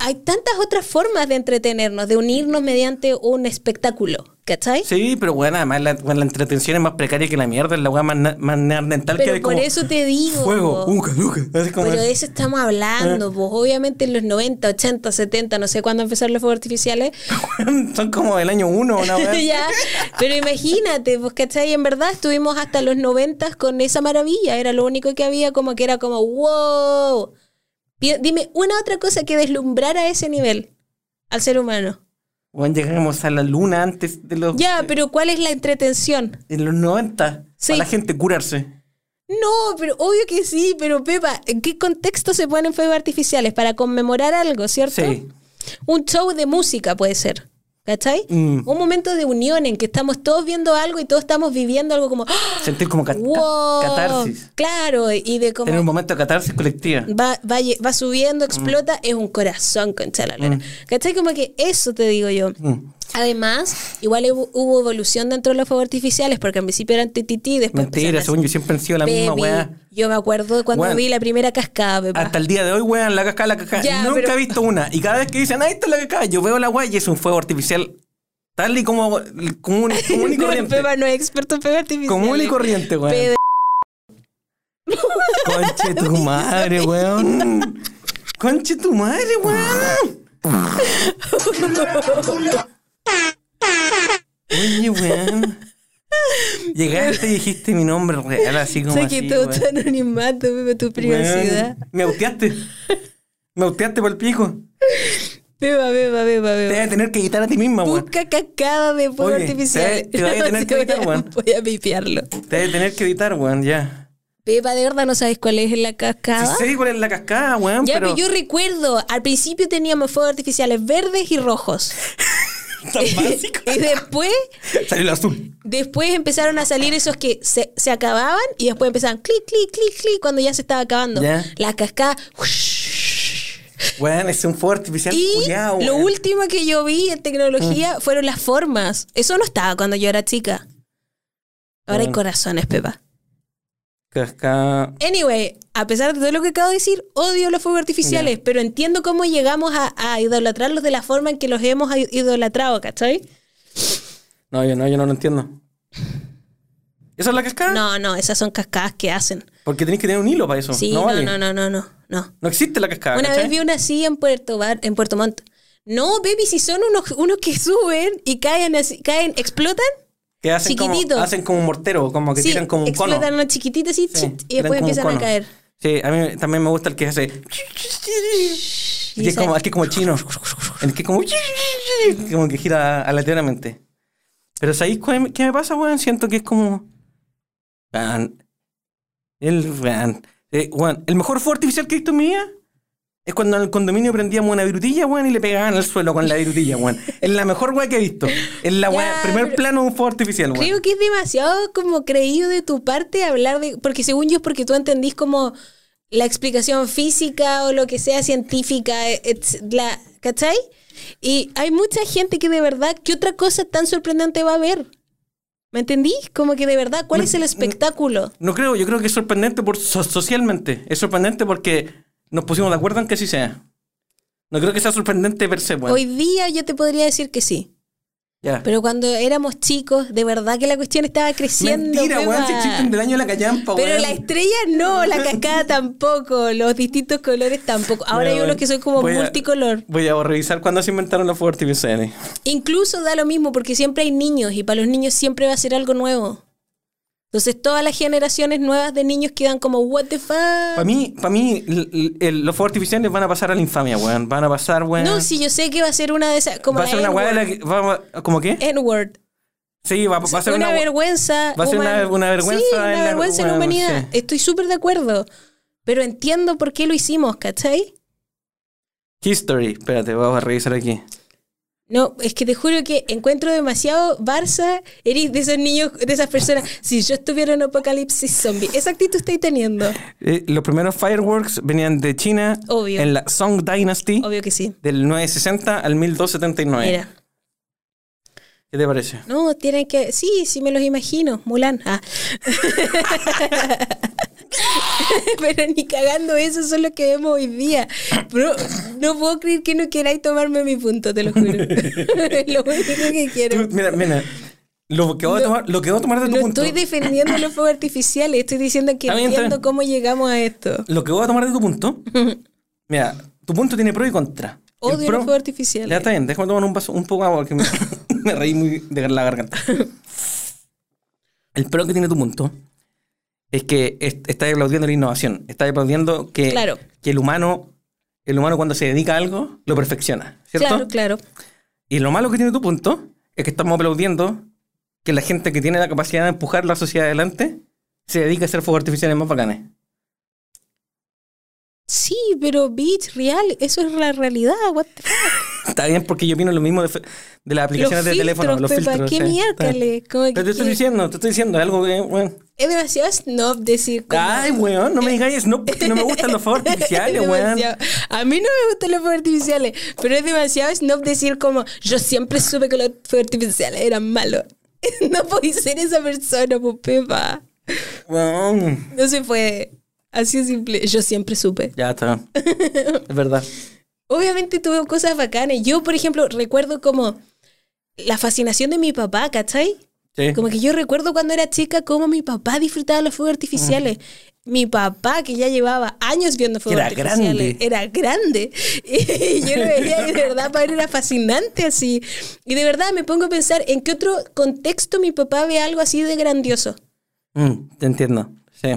Speaker 4: hay tantas otras formas de entretenernos, de unirnos mediante un espectáculo, ¿cachai?
Speaker 3: Sí, pero weón, además la, weón, la entretención es más precaria que la mierda, es la weá más, na- más neandertal que
Speaker 4: Pero
Speaker 3: de
Speaker 4: por
Speaker 3: como
Speaker 4: eso te digo.
Speaker 3: fuego,
Speaker 4: po.
Speaker 3: uca, uca. Así como- Ah.
Speaker 4: Pero de eso estamos hablando, pues obviamente en los 90, 80, 70, no sé cuándo empezaron los fuegos artificiales,
Speaker 3: <laughs> Son como del año uno,
Speaker 4: <laughs>
Speaker 3: una weá.
Speaker 4: Ya, Pero imagínate, pues, ¿cachai? En verdad estuvimos hasta los noventas con esa maravilla. Era lo único que había, como que era como, wow. Pi- Dime una otra cosa que deslumbrara a ese nivel al ser humano.
Speaker 3: Bueno, llegamos a la luna antes de los,
Speaker 4: Ya, pero ¿cuál es la entretención?
Speaker 3: de los 90.
Speaker 4: Sí.
Speaker 3: Para la gente curarse.
Speaker 4: No, pero obvio que sí, pero Pepa, ¿en qué contexto se ponen fuegos artificiales? Para conmemorar algo, ¿cierto?
Speaker 3: Sí.
Speaker 4: Un show de música puede ser. ¿Cachai?
Speaker 3: Mm.
Speaker 4: Un momento de unión en que estamos todos viendo algo y todos estamos viviendo algo como, ¡Ah!
Speaker 3: Sentir como ca- ca-
Speaker 4: Wow.
Speaker 3: catarsis.
Speaker 4: Claro, y de
Speaker 3: Tener un
Speaker 4: cómo
Speaker 3: momento de catarsis colectiva.
Speaker 4: va, va, lle- va subiendo, explota, es un corazón, concha la lora.
Speaker 3: Mm.
Speaker 4: ¿Cachai? Como que eso te digo yo.
Speaker 3: Mm.
Speaker 4: Además, igual hubo, hubo evolución dentro de los fuegos artificiales, porque al principio eran tititi, después
Speaker 3: Mentira,
Speaker 4: empezaron
Speaker 3: según yo siempre han sido la
Speaker 4: a hacer
Speaker 3: misma
Speaker 4: baby.
Speaker 3: weá.
Speaker 4: Yo me acuerdo de cuando
Speaker 3: Weón.
Speaker 4: vi la primera cascada, Pepa.
Speaker 3: Hasta el día de hoy, weón, la cascada, la cascada.
Speaker 4: Ya,
Speaker 3: Nunca
Speaker 4: pero-
Speaker 3: "Ah, he visto una. Y cada vez que dicen, ahí está la cascada, yo veo la weá y es un fuego artificial Tal y como
Speaker 4: <laughs>
Speaker 3: común, común y
Speaker 4: No,
Speaker 3: corriente.
Speaker 4: Pepa no es experto en Pepa artificial.
Speaker 3: común y corriente, weón.
Speaker 4: Pede-
Speaker 3: <laughs> Conche
Speaker 4: <laughs>
Speaker 3: tu madre, weón. Conche tu madre, weón.
Speaker 4: <laughs>
Speaker 3: Oye, weón. Llegaste y dijiste mi nombre real, así como.
Speaker 4: O sea,
Speaker 3: así,
Speaker 4: que todo
Speaker 3: weón.
Speaker 4: tu anonimato, Pepa, tu privacidad.
Speaker 3: Weón, Me auteaste. Me auteaste por el pico.
Speaker 4: Pepa, Pepa, Pepa,
Speaker 3: Te
Speaker 4: Pepa.
Speaker 3: vas a tener que editar a ti misma, weón.
Speaker 4: Busca cacada de fuego
Speaker 3: Ah, Oye,
Speaker 4: artificial.
Speaker 3: te- te vaya a
Speaker 4: <laughs>
Speaker 3: tener que
Speaker 4: Voy
Speaker 3: evitar, weón.
Speaker 4: Voy a pipiarlo.
Speaker 3: Te vas a tener que editar, weón, ya.
Speaker 4: Pepa, de verdad no sabes cuál es la
Speaker 3: Sí
Speaker 4: cascada.
Speaker 3: sé cuál es la cascada, weón,
Speaker 4: ¿Ah? ya,
Speaker 3: pero.
Speaker 4: pero yo recuerdo, al principio teníamos fuegos artificiales verdes y rojos.
Speaker 3: <laughs> Tan básico.
Speaker 4: <laughs> y después,
Speaker 3: Salió el azul.
Speaker 4: después empezaron a salir esos que se, se acababan y después empezaban clic, clic, clic, clic cuando ya se estaba acabando.
Speaker 3: Ya.
Speaker 4: La cascada.
Speaker 3: Weón, es un fuego artificial
Speaker 4: Y
Speaker 3: culiao,
Speaker 4: lo
Speaker 3: weón. Ah.
Speaker 4: último que yo vi en tecnología fueron las formas. Eso no estaba cuando yo era chica. Ahora hay
Speaker 3: Bueno.
Speaker 4: corazones, Pepa.
Speaker 3: Cascada.
Speaker 4: Anyway, a pesar de todo lo que acabo de decir, odio los fuegos artificiales, pero entiendo cómo llegamos a, a idolatrarlos de la forma en que los hemos i- idolatrado, ¿cachai?
Speaker 3: No, yo no, yo no lo entiendo. ¿Esa es la cascada?
Speaker 4: No, no, esas son cascadas que hacen.
Speaker 3: Porque tenés que tener un hilo para eso.
Speaker 4: Sí,
Speaker 3: no,
Speaker 4: no,
Speaker 3: vale.
Speaker 4: no, no, no, no, no.
Speaker 3: No existe la cascada.
Speaker 4: Una
Speaker 3: ¿cachai?
Speaker 4: vez vi una así en Puerto, Bar, en Puerto Montt. No, baby, si son unos, unos que suben y caen, así, caen, explotan.
Speaker 3: que hacen
Speaker 4: chiquitito.
Speaker 3: Como, hacen como un mortero, como que
Speaker 4: sí,
Speaker 3: tiran como un cono.
Speaker 4: explotan unos chiquititos así,
Speaker 3: Sí,
Speaker 4: chit, y
Speaker 3: tiran como
Speaker 4: después
Speaker 3: un
Speaker 4: empiezan a
Speaker 3: cono.
Speaker 4: caer.
Speaker 3: Sí, a mí también me gusta el que hace.
Speaker 4: Y
Speaker 3: Y es
Speaker 4: esa-
Speaker 3: como, el que es como chino. El que es como. Como que gira aleatoriamente. Pero ¿sabéis cuál- qué me pasa, weón? Siento que es como. Weón. El, weón. Eh, weón, el mejor fuego artificial que he visto en mi vida es cuando en el condominio prendíamos una virutilla, weón, y le pegaban al suelo con la virutilla, weón. Es la mejor weón que he visto. Es la
Speaker 4: Ya,
Speaker 3: weón, primer
Speaker 4: pero-
Speaker 3: plano de un fuego artificial, weón.
Speaker 4: Creo que es demasiado como creído de tu parte hablar de... Porque según yo es porque tú entendís como la explicación física o lo que sea científica, e- et- la, ¿cachai? Y hay mucha gente que de verdad, ¿qué otra cosa tan sorprendente va a haber? ¿Me entendí? Como que de verdad, ¿cuál
Speaker 3: No,
Speaker 4: es el
Speaker 3: no.
Speaker 4: espectáculo?
Speaker 3: No creo, yo creo que es sorprendente por so- socialmente. Es sorprendente porque nos pusimos de acuerdo en que así sea. No creo que sea sorprendente per se, weón.
Speaker 4: Hoy día yo te podría decir que sí.
Speaker 3: Ya.
Speaker 4: Pero cuando éramos chicos, de verdad que la cuestión estaba creciendo.
Speaker 3: Mentira, weón,
Speaker 4: beba.
Speaker 3: si existen del año de la callampa, weón.
Speaker 4: Pero la estrella no,
Speaker 3: <laughs>
Speaker 4: la cascada tampoco, los distintos colores tampoco. Ahora
Speaker 3: Ya,
Speaker 4: hay unos
Speaker 3: weón.
Speaker 4: que son como
Speaker 3: Voy a-
Speaker 4: multicolor.
Speaker 3: Voy a revisar cuándo se inventaron los fuegos artificiales.
Speaker 4: Incluso da lo mismo porque siempre hay niños y para los niños siempre va a ser algo nuevo. Entonces todas las generaciones nuevas de niños quedan como, what the fuck.
Speaker 3: Para mí, para mí l- l- el- los fuegos artificiales van a pasar a la infamia, weón. Van a pasar, weón.
Speaker 4: no, si yo sé que va a ser una de esas, como
Speaker 3: va a
Speaker 4: la
Speaker 3: ser una weá de la
Speaker 4: N-word.
Speaker 3: que. va- va- ¿Cómo qué?
Speaker 4: N-word.
Speaker 3: Sí, va, va a ser
Speaker 4: una,
Speaker 3: una. weá-
Speaker 4: vergüenza.
Speaker 3: va a ser una-
Speaker 4: humana.
Speaker 3: una vergüenza
Speaker 4: Sí,
Speaker 3: en
Speaker 4: una
Speaker 3: la-
Speaker 4: vergüenza en la
Speaker 3: bueno,
Speaker 4: humanidad.
Speaker 3: sí.
Speaker 4: Estoy súper de acuerdo. Pero entiendo por qué lo hicimos, ¿cachai?
Speaker 3: History. Espérate, vamos a revisar aquí.
Speaker 4: No, es que te juro que encuentro demasiado Barça, eres de esos niños, de esas personas. Si yo estuviera en apocalipsis zombie, esa actitud estoy teniendo.
Speaker 3: Eh, los primeros fireworks venían de China.
Speaker 4: Obvio.
Speaker 3: En la Song Dynasty.
Speaker 4: Obvio que sí.
Speaker 3: Del 960 al 1279.
Speaker 4: Mira.
Speaker 3: ¿Qué te parece?
Speaker 4: No, tienen que. Sí, sí me los imagino. Mulan. Ah. <laughs> Pero ni cagando eso, son los que vemos hoy día. Bro, no puedo creer que no queráis tomarme mi punto, te
Speaker 3: <laughs>
Speaker 4: lo juro. lo único que quiero.
Speaker 3: Tú, mira, mira. Lo que voy a
Speaker 4: No-
Speaker 3: tomar, lo que voy a tomar de tu
Speaker 4: No
Speaker 3: punto.
Speaker 4: estoy defendiendo los fuegos artificiales, estoy diciendo que
Speaker 3: Está bien, está
Speaker 4: entiendo
Speaker 3: bien.
Speaker 4: cómo llegamos a esto.
Speaker 3: Lo que voy a tomar de tu
Speaker 4: <laughs>
Speaker 3: punto. mira, tu punto tiene pro y contra. El
Speaker 4: Odio
Speaker 3: pro-
Speaker 4: los fuegos
Speaker 3: Ya
Speaker 4: artificiales.
Speaker 3: está bien, déjame tomar un vaso, un poco de agua porque me, <laughs> me reí muy de la garganta. El pro que tiene tu punto es que es- está aplaudiendo la innovación. Está aplaudiendo que,
Speaker 4: Claro.
Speaker 3: que el humano, el humano cuando se dedica a algo, lo perfecciona. ¿Cierto?
Speaker 4: Claro, claro.
Speaker 3: Y lo malo que tiene tu punto es que estamos aplaudiendo que la gente que tiene la capacidad de empujar la sociedad adelante se dedica a hacer fuegos artificiales más bacanes.
Speaker 4: Sí, pero bitch, real, eso es la realidad. What the fuck?
Speaker 3: Está bien porque yo opino lo mismo de, fe- de las aplicaciones de teléfono, los
Speaker 4: Pepa,
Speaker 3: filtros.
Speaker 4: qué
Speaker 3: sí, está bien.
Speaker 4: miércoles. Como que-
Speaker 3: Pero te estoy diciendo, te estoy diciendo algo que, weón.
Speaker 4: Es demasiado snob decir como- <laughs>
Speaker 3: Ay, weón, no me digáis no, porque no me gustan los fuegos artificiales,
Speaker 4: Es
Speaker 3: weón.
Speaker 4: eh, <laughs> demasiado- A mí no me gustan los fuegos artificiales, pero es demasiado snob decir como yo siempre supe que los fuegos artificiales eran malos. <laughs> No podéis ser esa persona, pues Pepa.
Speaker 3: Weón.
Speaker 4: No se puede. Así de simple. Yo siempre supe.
Speaker 3: Ya
Speaker 4: <laughs>
Speaker 3: está. Es verdad.
Speaker 4: Obviamente tuve cosas bacanas. Yo, por ejemplo, recuerdo como la fascinación de mi papá, ¿cachai?
Speaker 3: Sí.
Speaker 4: Como que yo recuerdo cuando era chica cómo mi papá disfrutaba los fuegos artificiales. Mi papá, que ya llevaba años viendo
Speaker 3: Mm.
Speaker 4: fuegos
Speaker 3: Era
Speaker 4: artificiales,
Speaker 3: grande.
Speaker 4: era grande. <laughs> Y yo lo veía y de verdad para él era fascinante así. Y de verdad me pongo a pensar en qué otro contexto mi papá ve algo así de grandioso.
Speaker 3: Mm, te entiendo. Sí.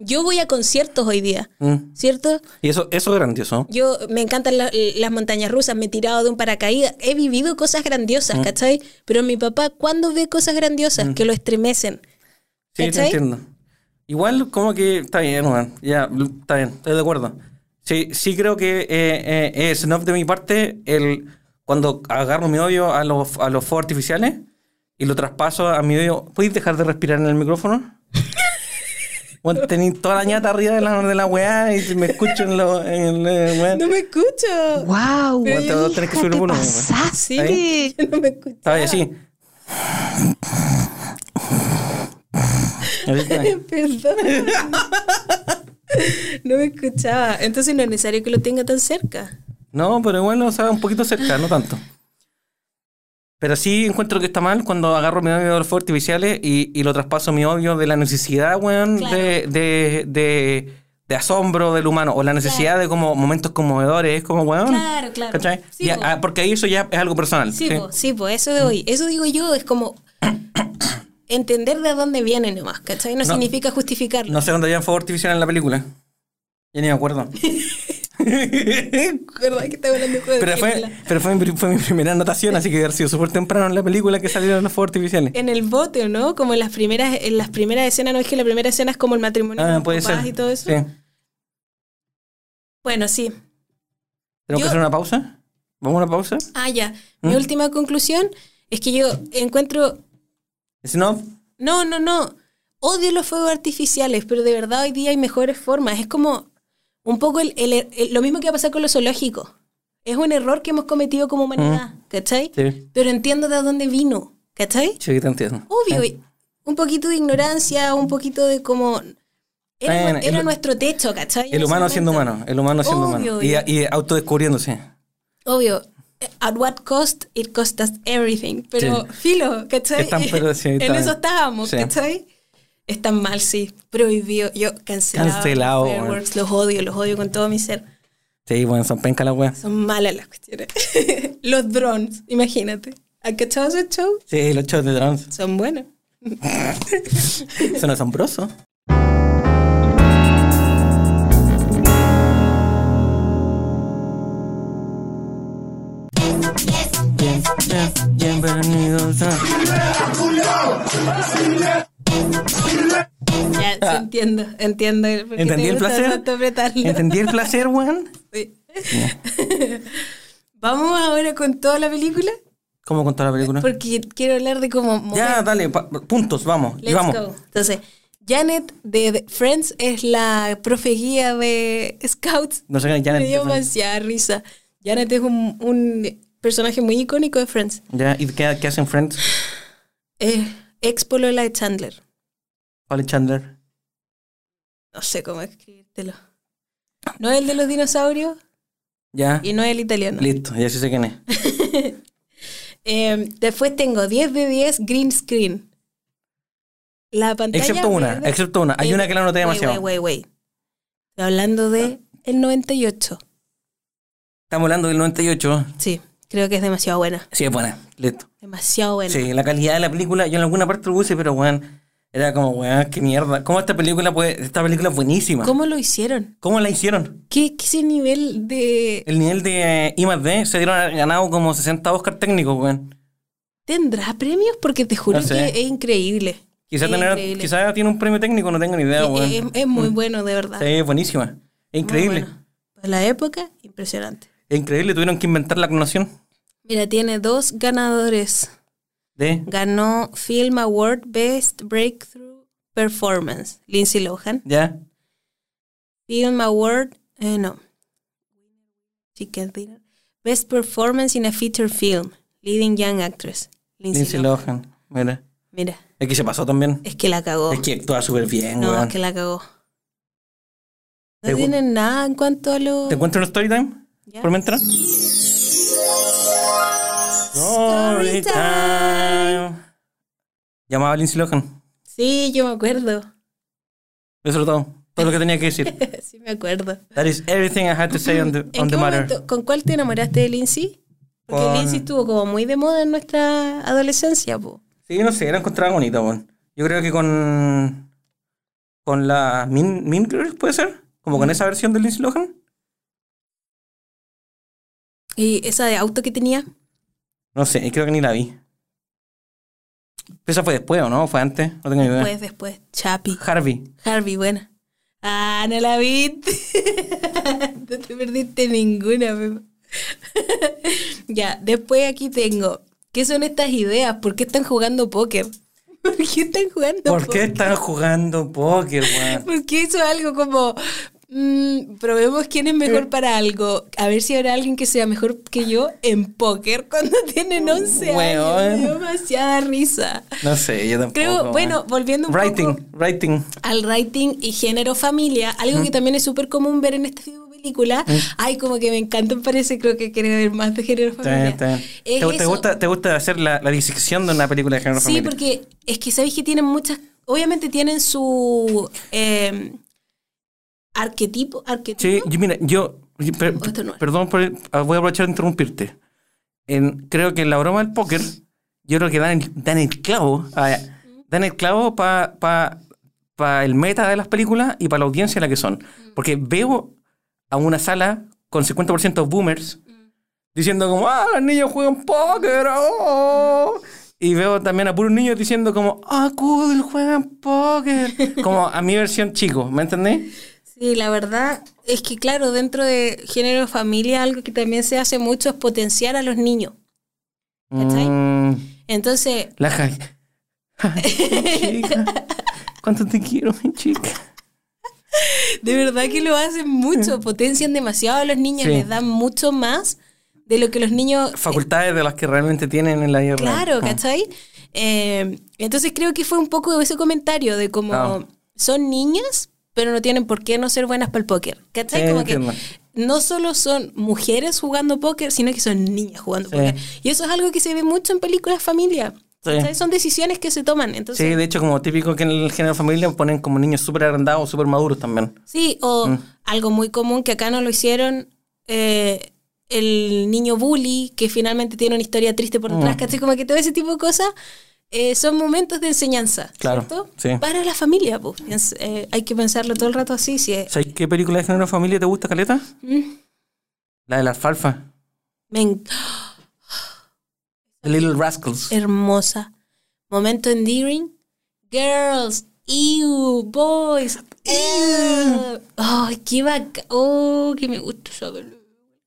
Speaker 4: Yo voy a conciertos hoy día,
Speaker 3: Mm.
Speaker 4: ¿cierto?
Speaker 3: Y eso, eso es grandioso.
Speaker 4: Yo me encantan la- las montañas rusas, me he tirado de un paracaídas, he vivido cosas grandiosas, ¿cachai? Pero mi papá, ¿cuándo ve cosas grandiosas que lo estremecen?
Speaker 3: Sí, te
Speaker 4: ¿Cachai?
Speaker 3: entiendo. Igual como que está bien, weón. Ya, l- está bien, estoy de acuerdo. Sí, sí creo que eh, eh, es snob de mi parte el cuando agarro mi odio a los, a los fuegos artificiales y lo traspaso a mi odio. ¿Puedes dejar de respirar en el
Speaker 4: <laughs>
Speaker 3: micrófono? Bueno, tenéis toda la ñata arriba de la, de la weá y si me escucho en lo... En, eh, weón.
Speaker 4: No me escucho.
Speaker 5: ¡Wow!
Speaker 4: Pero
Speaker 3: Weón, te
Speaker 4: yo
Speaker 3: voy a tener que subir el volumen, weón.
Speaker 4: Sí,
Speaker 3: ¿Está
Speaker 5: bien?
Speaker 4: yo <laughs> no me escucho.
Speaker 3: Está bien, sí.
Speaker 4: <laughs>
Speaker 3: Así está bien.
Speaker 4: Perdón. No me escuchaba. Entonces no es necesario que lo tenga tan cerca.
Speaker 3: No, pero igual, o sea, un poquito cerca, no tanto. Pero sí encuentro que está mal cuando agarro mi odio de los fuegos artificiales y, y lo traspaso mi odio de la necesidad, weón,
Speaker 4: Claro.
Speaker 3: de, de, de, de asombro del humano o la necesidad de como momentos conmovedores, como, weón.
Speaker 4: Claro, claro.
Speaker 3: ¿Cachai?
Speaker 4: Sí,
Speaker 3: Ya,
Speaker 4: po.
Speaker 3: ah, porque ahí eso ya es algo personal.
Speaker 4: Sí,
Speaker 3: sí.
Speaker 4: po, sí, po, eso de hoy. Eso digo yo, es como entender de dónde viene nomás, ¿cachai? No,
Speaker 3: No.
Speaker 4: significa justificarlo.
Speaker 3: No sé dónde habían fuegos artificiales en la película. Ya ni me
Speaker 4: <laughs>
Speaker 3: acuerdo.
Speaker 4: ¿Verdad que estaba hablando de juego de
Speaker 3: Pero, fue,
Speaker 4: película?
Speaker 3: pero fue, mi, pri- fue mi primera anotación, así que había sido súper temprano en la película que salieron los fuegos artificiales.
Speaker 4: En el bote, ¿no? Como en las primeras, en las primeras escenas, ¿no? Es que la primera escena es como el matrimonio de
Speaker 3: Ah,
Speaker 4: los
Speaker 3: puede
Speaker 4: papás
Speaker 3: ser.
Speaker 4: y todo eso.
Speaker 3: Sí.
Speaker 4: Bueno, sí.
Speaker 3: ¿Tenemos
Speaker 4: Yo-
Speaker 3: que hacer una pausa? ¿Vamos a una pausa?
Speaker 4: Ah, ya.
Speaker 3: ¿Mm?
Speaker 4: Mi última conclusión es que yo encuentro
Speaker 3: Si no,
Speaker 4: No, no, no. Odio los fuegos artificiales, pero de verdad hoy día hay mejores formas. Es como un poco el- el- el- lo mismo que va a pasar con los zoológicos. Es un error que hemos cometido como humanidad, ¿cachai?
Speaker 3: Mm. Sí.
Speaker 4: Pero entiendo de dónde vino, ¿cachai?
Speaker 3: sí, te entiendo.
Speaker 4: Obvio,
Speaker 3: Sí.
Speaker 4: y un poquito de ignorancia, un poquito de como... Era,
Speaker 3: Bueno,
Speaker 4: era
Speaker 3: el-
Speaker 4: nuestro techo, ¿cachai? En
Speaker 3: El
Speaker 4: ese
Speaker 3: humano siendo
Speaker 4: momento.
Speaker 3: humano, el humano siendo
Speaker 4: Obvio,
Speaker 3: humano. Y,
Speaker 4: ya.
Speaker 3: y autodescubriéndose.
Speaker 4: Obvio. At what cost? It cost us everything. Pero filo, ¿cachai? <laughs>
Speaker 3: Están- pero sí,
Speaker 4: en
Speaker 3: están-
Speaker 4: eso estábamos,
Speaker 3: sí.
Speaker 4: ¿cachai? Están mal, sí. Prohibido. Yo cancelado.
Speaker 3: Cancelado,
Speaker 4: los fireworks, los odio, los odio con todo mi ser.
Speaker 3: Sí, bueno, son penca las weas.
Speaker 4: Son malas las cuestiones. <laughs> los drones, imagínate. ¿Han cachado ese show?
Speaker 3: Sí, los shows de
Speaker 4: <laughs>
Speaker 3: drones
Speaker 4: Son buenos.
Speaker 3: son asombrosos. Bien, bien, Bienvenidos a...
Speaker 4: Ya, sí, entiendo, entiendo. por qué
Speaker 3: Ah. ¿Entendí
Speaker 4: te
Speaker 3: el
Speaker 4: gusta
Speaker 3: placer?
Speaker 4: tanto apretarlo.
Speaker 3: ¿Entendí el placer, weón?
Speaker 4: Sí. <laughs> Vamos ahora con toda la película,
Speaker 3: ¿Cómo contar la película?
Speaker 4: porque quiero hablar de cómo...
Speaker 3: Ya, dale, pa- puntos, vamos. y
Speaker 4: Let's
Speaker 3: vamos.
Speaker 4: go. Entonces, Janet de The Friends es la profe guía de Scouts.
Speaker 3: No sé qué,
Speaker 4: Me
Speaker 3: Janet.
Speaker 4: dio
Speaker 3: Janet.
Speaker 4: demasiada risa. Janet es un, un personaje muy icónico de Friends.
Speaker 3: Ya, ¿y qué, qué hacen Friends?
Speaker 4: Eh, ex polola de Chandler.
Speaker 3: Paul Chandler.
Speaker 4: No sé cómo escribírtelo. No es el de los dinosaurios
Speaker 3: Ya,
Speaker 4: y no es el italiano.
Speaker 3: listo, ya sí sé quién es.
Speaker 4: Eh, después tengo 10 de 10 green screen. La pantalla.
Speaker 3: Excepto una,
Speaker 4: verde-
Speaker 3: excepto una. Hay
Speaker 4: Eh,
Speaker 3: una que la noté
Speaker 4: wait,
Speaker 3: demasiado. Ah.
Speaker 4: Wait, wait, wait. Estoy hablando de el 98.
Speaker 3: Estamos hablando del 98.
Speaker 4: Sí, creo que es demasiado buena.
Speaker 3: Sí, es buena, listo.
Speaker 4: Demasiado buena.
Speaker 3: Sí, la calidad de la película, yo en alguna parte lo puse, pero weón, era como, weón, qué mierda. ¿Cómo esta película puede, esta película es buenísima? ¿Cómo,
Speaker 4: ¿Cómo lo hicieron?
Speaker 3: la hicieron?
Speaker 4: ¿Qué, qué ese nivel de...
Speaker 3: El nivel de eh, I más D se dieron ganado como 60 Oscar técnicos, weón.
Speaker 4: ¿Tendrá premios? Porque te juro
Speaker 3: No sé.
Speaker 4: que es increíble.
Speaker 3: Quizás
Speaker 4: Es
Speaker 3: tener,
Speaker 4: increíble.
Speaker 3: quizá tiene un premio técnico, no tengo ni idea,
Speaker 4: Es-
Speaker 3: weón.
Speaker 4: es, es muy bueno, de verdad.
Speaker 3: Sí, Mm. es buenísima. Es
Speaker 4: Muy
Speaker 3: increíble.
Speaker 4: bueno. Para la época, impresionante.
Speaker 3: Es increíble, tuvieron que inventar la clonación
Speaker 4: Mira, tiene dos ganadores.
Speaker 3: de...
Speaker 4: Ganó Film Award Best Breakthrough Performance, Lindsay Lohan.
Speaker 3: Ya.
Speaker 4: Film Award, eh, no. Chicken Dinner. Best Performance in a Feature Film, Leading Young Actress, Lindsay,
Speaker 3: Lindsay
Speaker 4: Lohan.
Speaker 3: Lohan. Mira.
Speaker 4: Mira,
Speaker 3: Es que se pasó también.
Speaker 4: es que la cagó.
Speaker 3: Es que actúa súper bien,
Speaker 4: no,
Speaker 3: weón.
Speaker 4: es que la cagó. No
Speaker 3: Pero-
Speaker 4: tienen nada en cuanto a lo...
Speaker 3: ¿Te encuentro en story time?
Speaker 4: Ya.
Speaker 3: Por mientras. Story time. Llamaba a Lindsay Lohan.
Speaker 4: Sí, yo me acuerdo. <laughs>
Speaker 3: Eso era todo. Todo lo que tenía que decir.
Speaker 4: sí, me acuerdo.
Speaker 3: That is everything I had to say on the,
Speaker 4: <laughs> ¿En
Speaker 3: on
Speaker 4: qué
Speaker 3: the matter.
Speaker 4: momento- ¿Con cuál te enamoraste de Lindsay? Porque
Speaker 3: Con-
Speaker 4: Lindsay estuvo como muy de moda en nuestra adolescencia, po.
Speaker 3: Sí, no sé, la encontraba bonita, weón. Yo creo que con. Con la Mean, Mean Girls, ¿puede ser? Como
Speaker 4: Mm.
Speaker 3: con esa versión de Lindsay Lohan.
Speaker 4: ¿Y esa de auto que tenía?
Speaker 3: No sé, creo que ni la vi. Esa fue después, ¿o no? ¿Fue antes? No tengo ni idea.
Speaker 4: Pues después, Chapi.
Speaker 3: Harvey.
Speaker 4: Harvey, buena. Ah, no la viste. <laughs> no te perdiste ninguna, Pepa. <laughs> ya, después aquí tengo. ¿Qué son estas ideas? ¿Por qué están jugando póker? <laughs> ¿Por qué están jugando
Speaker 3: <laughs> ¿Por qué
Speaker 4: póker?
Speaker 3: están jugando póker, weón?
Speaker 4: Porque hizo algo como. mm, probemos quién es mejor para algo. A ver si habrá alguien que sea mejor que yo en póker cuando <laughs> tienen 11 años.
Speaker 3: Weón.
Speaker 4: Me dio demasiada risa.
Speaker 3: No sé, yo tampoco.
Speaker 4: Creo,
Speaker 3: weón.
Speaker 4: bueno, volviendo un
Speaker 3: eh. Writing,
Speaker 4: poco
Speaker 3: writing.
Speaker 4: al writing y género familia, algo que también es súper común ver en este tipo de película. Ay, como que me encantan, parece, creo que quiere ver más de género
Speaker 3: Está bien,
Speaker 4: familia.
Speaker 3: está bien.
Speaker 4: Es
Speaker 3: ¿Te, te
Speaker 4: eso.
Speaker 3: gusta, ¿Te gusta hacer la, la disección de una película de género
Speaker 4: Sí,
Speaker 3: familiar?
Speaker 4: porque es que sabéis que tienen muchas, obviamente tienen su eh, arquetipo, arquetipo.
Speaker 3: Sí, yo- mira, yo. yo- per-
Speaker 4: Esto no es.
Speaker 3: perdón, por el- ah, voy a aprovechar de interrumpirte. En- creo que en la broma del póker, yo creo que dan el, dan el clavo. ah, dan el clavo para el meta de las películas y para la audiencia en la que son. Porque veo a una sala con 50% boomers diciendo como, ah, los niños juegan póker. oh". Y veo también a puros niños diciendo como, ah, cool, juegan póker. Como a mi versión chico, ¿me entendés?
Speaker 4: Sí, la verdad es que, claro, dentro de género familia, algo que también se hace mucho es potenciar a los niños. ¿Cachai?
Speaker 3: Mm,
Speaker 4: Entonces,
Speaker 3: la Jai.
Speaker 4: <laughs>
Speaker 3: Ay, chica, ¿Cuánto te quiero, mi chica?
Speaker 4: De verdad que lo hacen mucho, potencian demasiado a los niños,
Speaker 3: Mm. Sí.
Speaker 4: les dan mucho más de lo que los niños...
Speaker 3: Facultades de las que realmente tienen en la guerra.
Speaker 4: Claro,
Speaker 3: Ah.
Speaker 4: ¿cachai? Eh, entonces creo que fue un poco ese comentario de como
Speaker 3: Ah.
Speaker 4: son niñas, pero no tienen por qué no ser buenas para el póker. ¿Cachai?
Speaker 3: Sí,
Speaker 4: como
Speaker 3: entiendo.
Speaker 4: que no solo son mujeres jugando póker, sino que son niñas jugando
Speaker 3: Sí.
Speaker 4: póker. Y eso es algo que se ve mucho en películas familia.
Speaker 3: Sí.
Speaker 4: ¿cachai? Son decisiones que se toman. Entonces,
Speaker 3: Sí, de hecho, como típico que en el género familia ponen como niños súper agrandados, súper maduros también.
Speaker 4: Sí, o
Speaker 3: Mm.
Speaker 4: algo muy común que acá no lo hicieron, eh, el niño bully, que finalmente tiene una historia triste por
Speaker 3: Mm.
Speaker 4: detrás, ¿cachai? Como que todo ese tipo de cosas eh, son momentos de enseñanza,
Speaker 3: Claro,
Speaker 4: ¿cierto?
Speaker 3: sí.
Speaker 4: Para la familia, pues. piens- eh, hay que pensarlo todo el rato así, eh, si es-
Speaker 3: ¿Sabes qué película de género familia te gusta, Caleta?
Speaker 4: Mm,
Speaker 3: La de la alfalfa.
Speaker 4: me en-
Speaker 3: The Little Rascals.
Speaker 4: hermosa. Momento endearing. Girls, ew, boys, ew. Ay, qué vaca. Oh, que me gusta esa película.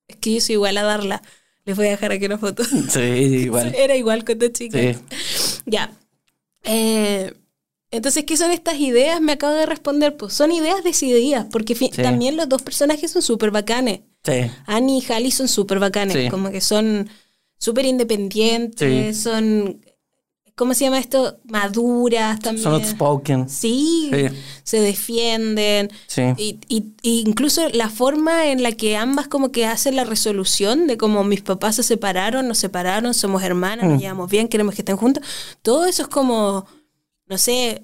Speaker 4: Es que yo soy igual a darla. Les voy a dejar aquí una
Speaker 3: <laughs>
Speaker 4: foto.
Speaker 3: Sí, igual.
Speaker 4: Era igual cuando chica.
Speaker 3: Sí.
Speaker 4: Ya. Eh, entonces, ¿qué son estas ideas? Me acabo de responder. Pues son ideas decididas, porque fi-
Speaker 3: Sí.
Speaker 4: también los dos personajes son súper bacanes.
Speaker 3: Sí.
Speaker 4: Annie y Hallie son súper bacanes.
Speaker 3: Sí.
Speaker 4: Como que son súper independientes, son. ¿Cómo se llama esto? Maduras también.
Speaker 3: Son outspoken.
Speaker 4: Sí,
Speaker 3: Sí.
Speaker 4: se defienden.
Speaker 3: Sí.
Speaker 4: Y, y- y incluso la forma en la que ambas como que hacen la resolución de como mis papás se separaron, nos separaron, somos hermanas,
Speaker 3: Mm.
Speaker 4: nos llevamos bien, queremos que estén juntos. Todo eso es como, no sé,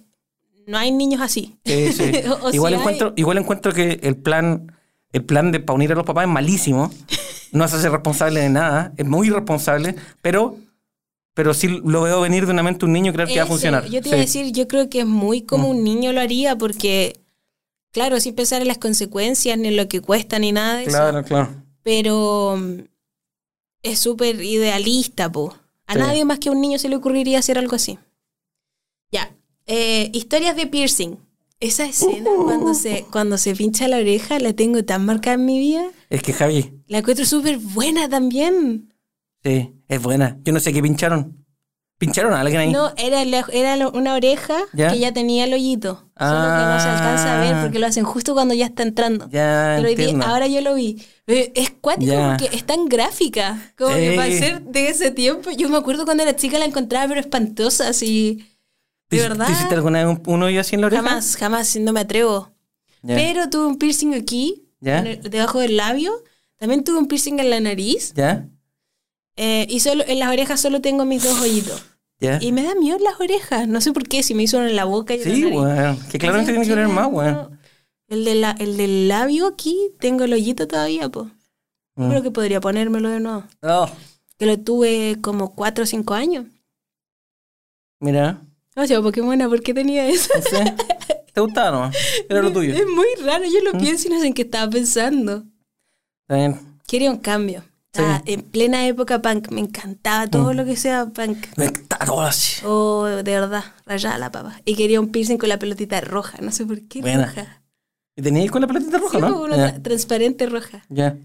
Speaker 4: no hay niños así.
Speaker 3: Sí,
Speaker 4: <laughs>
Speaker 3: sí.
Speaker 4: O- o
Speaker 3: igual,
Speaker 4: si hay-
Speaker 3: encuentro, igual encuentro que el plan, el plan de pa' unir a los papás es malísimo. No se hace responsable de nada. Es muy irresponsable. Pero, pero sí lo veo venir de una mente un niño y creer que va a
Speaker 4: Eso,
Speaker 3: funcionar.
Speaker 4: Eh, Yo te
Speaker 3: Sí. Mm.
Speaker 4: iba a decir, yo creo que es muy como un niño lo haría porque, claro, sin pensar en las consecuencias, ni en lo que cuesta, ni nada de eso.
Speaker 3: Claro, claro.
Speaker 4: pero mm, es súper idealista, po. A
Speaker 3: Sí.
Speaker 4: nadie más que a un niño se le ocurriría hacer algo así. Ya. Eh, historias de piercing. Esa escena
Speaker 3: Uh.
Speaker 4: cuando se cuando se pincha la oreja la tengo tan marcada en mi vida.
Speaker 3: Es que Javi,
Speaker 4: La encuentro súper buena también.
Speaker 3: sí, es buena. Yo no sé qué pincharon. ¿Pincharon a alguien ahí?
Speaker 4: No, era, la- era la- una oreja
Speaker 3: ¿Ya?
Speaker 4: que ya tenía el hoyito. Solo que no se
Speaker 3: Ah.
Speaker 4: alcanza a ver porque lo hacen justo cuando ya está entrando.
Speaker 3: Ya
Speaker 4: Pero hoy día-
Speaker 3: entiendo.
Speaker 4: ahora yo lo vi. Pero Es cuático
Speaker 3: Ya. Eh.
Speaker 4: porque es tan gráfica. Como que
Speaker 3: Sí.
Speaker 4: para ser de ese tiempo. Yo me acuerdo cuando era chica la encontraba, pero espantosa, así.
Speaker 3: ¿Te
Speaker 4: De
Speaker 3: hici-
Speaker 4: verdad.
Speaker 3: ¿Te hiciste alguna vez un, uno y así en la oreja?
Speaker 4: Jamás, jamás, no me atrevo.
Speaker 3: Ya.
Speaker 4: Pero tuve un piercing aquí,
Speaker 3: Ya.
Speaker 4: en el- debajo del labio. También tuve un piercing en la nariz.
Speaker 3: ¿Ya?
Speaker 4: Eh, y solo, en las orejas solo tengo mis dos hoyitos.
Speaker 3: ¿Ya?
Speaker 4: Y me da miedo las orejas. No sé por qué, si me hizo uno en la boca y otro en
Speaker 3: Sí,
Speaker 4: la nariz.
Speaker 3: weón. Que claramente tiene que oler más, weón.
Speaker 4: El, de la, el del labio aquí, tengo el hoyito todavía, po.
Speaker 3: Mm.
Speaker 4: Creo que podría ponérmelo de nuevo.
Speaker 3: Oh,
Speaker 4: Que lo tuve como 4 o 5 años.
Speaker 3: mira,
Speaker 4: No sé, Pokémon, ¿por qué tenía eso?
Speaker 3: no sé. ¿Te gustaba nomás? Era lo tuyo.
Speaker 4: Es muy raro, yo lo
Speaker 3: Mm.
Speaker 4: pienso y no sé en qué estaba pensando.
Speaker 3: Está bien.
Speaker 4: Quería un cambio. Estaba en plena época punk, me encantaba todo
Speaker 3: Mm.
Speaker 4: lo que sea punk.
Speaker 3: Me está todo así.
Speaker 4: Oh, de verdad, rayada la papa. Y quería un piercing con la pelotita roja, no sé por qué
Speaker 3: Buena.
Speaker 4: roja.
Speaker 3: ¿Y tenías con la platita roja,
Speaker 4: Sí, pues,
Speaker 3: no?
Speaker 4: como una
Speaker 3: Ya.
Speaker 4: tra- transparente roja.
Speaker 3: Ya.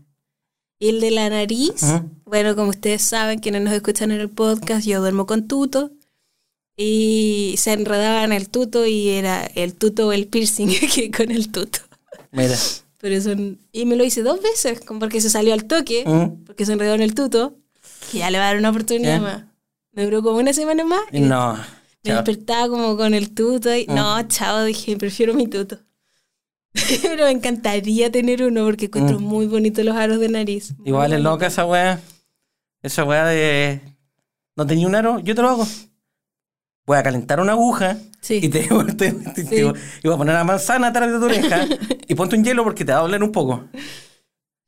Speaker 4: Y el de la nariz,
Speaker 3: Ujú.
Speaker 4: bueno, como ustedes saben, quienes nos escuchan en el podcast, yo duermo con tuto. Y se enredaban el tuto y era el tuto o el piercing <laughs> que con el tuto.
Speaker 3: Mira.
Speaker 4: Pero eso, y me lo hice dos veces, como porque se salió al toque,
Speaker 3: Mm.
Speaker 4: porque se enredó en el tuto, que ya le va a dar una oportunidad
Speaker 3: ¿Qué?
Speaker 4: más. Me duró como una semana más y
Speaker 3: No.
Speaker 4: me
Speaker 3: Chao.
Speaker 4: despertaba como con el tuto y
Speaker 3: Mm.
Speaker 4: no, chao, dije, prefiero mi tuto. <laughs> Pero me encantaría tener uno porque encuentro
Speaker 3: Mm.
Speaker 4: muy bonitos los aros de nariz. Muy
Speaker 3: Igual es
Speaker 4: bonito.
Speaker 3: loca esa weá. Esa weá de. No tenía un aro, yo te lo hago. Voy a calentar una aguja
Speaker 4: Sí.
Speaker 3: y te, <laughs> te- te- te- y voy a poner la manzana atrás de tu oreja
Speaker 4: <laughs>
Speaker 3: y ponte un hielo porque te va a doler un poco.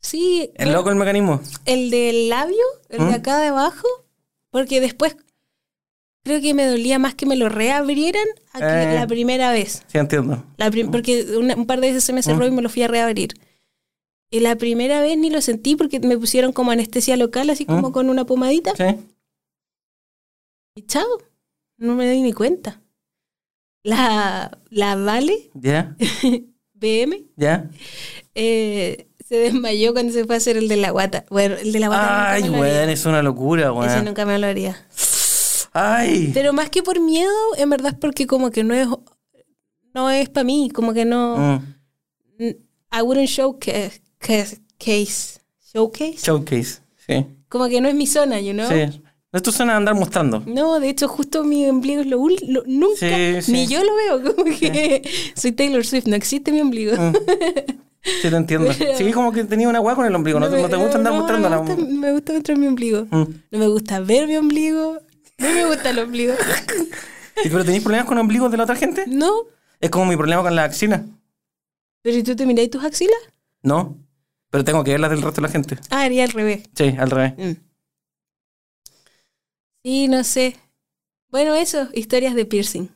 Speaker 4: Sí,
Speaker 3: Es loco el mecanismo.
Speaker 4: el del labio, el
Speaker 3: Mm.
Speaker 4: de acá de abajo, porque después creo que me dolía más que me lo reabrieran a que
Speaker 3: Eh.
Speaker 4: la primera vez.
Speaker 3: Sí, entiendo.
Speaker 4: La prim- porque una- un par de veces se me cerró y me lo fui a reabrir. Y la primera vez ni lo sentí porque me pusieron como anestesia local, así como
Speaker 3: Mm.
Speaker 4: con una pomadita.
Speaker 3: Sí.
Speaker 4: Y chao, no me di ni cuenta. La, la Vale,
Speaker 3: Ya,
Speaker 4: BM,
Speaker 3: ya.
Speaker 4: eh, se desmayó cuando se fue a hacer el de la guata. Bueno, el de la guata
Speaker 3: Ay,
Speaker 4: nunca me lo haría.
Speaker 3: weón, es una locura,
Speaker 4: Ese
Speaker 3: weón.
Speaker 4: nunca me lo haría.
Speaker 3: Ay.
Speaker 4: Pero más que por miedo, en verdad es porque como que no es... No es para mí, como que no...
Speaker 3: Mm.
Speaker 4: I wouldn't showcase. Case, showcase.
Speaker 3: Showcase. Sí.
Speaker 4: Como que no es mi zona, you know.
Speaker 3: Sí. Esto suena a andar mostrando.
Speaker 4: No, de hecho, justo mi ombligo es lo, ul- lo- nunca.
Speaker 3: Sí, sí.
Speaker 4: Ni yo lo veo. Como que <laughs> soy Taylor Swift, no existe mi ombligo.
Speaker 3: Mm. Sí, te
Speaker 4: <laughs>
Speaker 3: entiendo.
Speaker 4: Pero-
Speaker 3: Sí, como que tenía una weá con el ombligo. No, te,
Speaker 4: me-
Speaker 3: no te gusta andar Mm.
Speaker 4: no, no
Speaker 3: mostrando
Speaker 4: me, gusta, me gusta mostrar mi ombligo. No me gusta ver mi ombligo. No me gusta
Speaker 3: <laughs>
Speaker 4: el ombligo.
Speaker 3: ¿Pero tenéis problemas con ombligos de la otra gente?
Speaker 4: No.
Speaker 3: Es como mi problema con las axilas.
Speaker 4: Pero si tú te miráis tus axilas,
Speaker 3: No. Pero tengo que ver las del resto de la gente.
Speaker 4: ah, haría al revés.
Speaker 3: Sí, al revés.
Speaker 4: Mm. Sí, no sé. Bueno, eso, historias de piercing.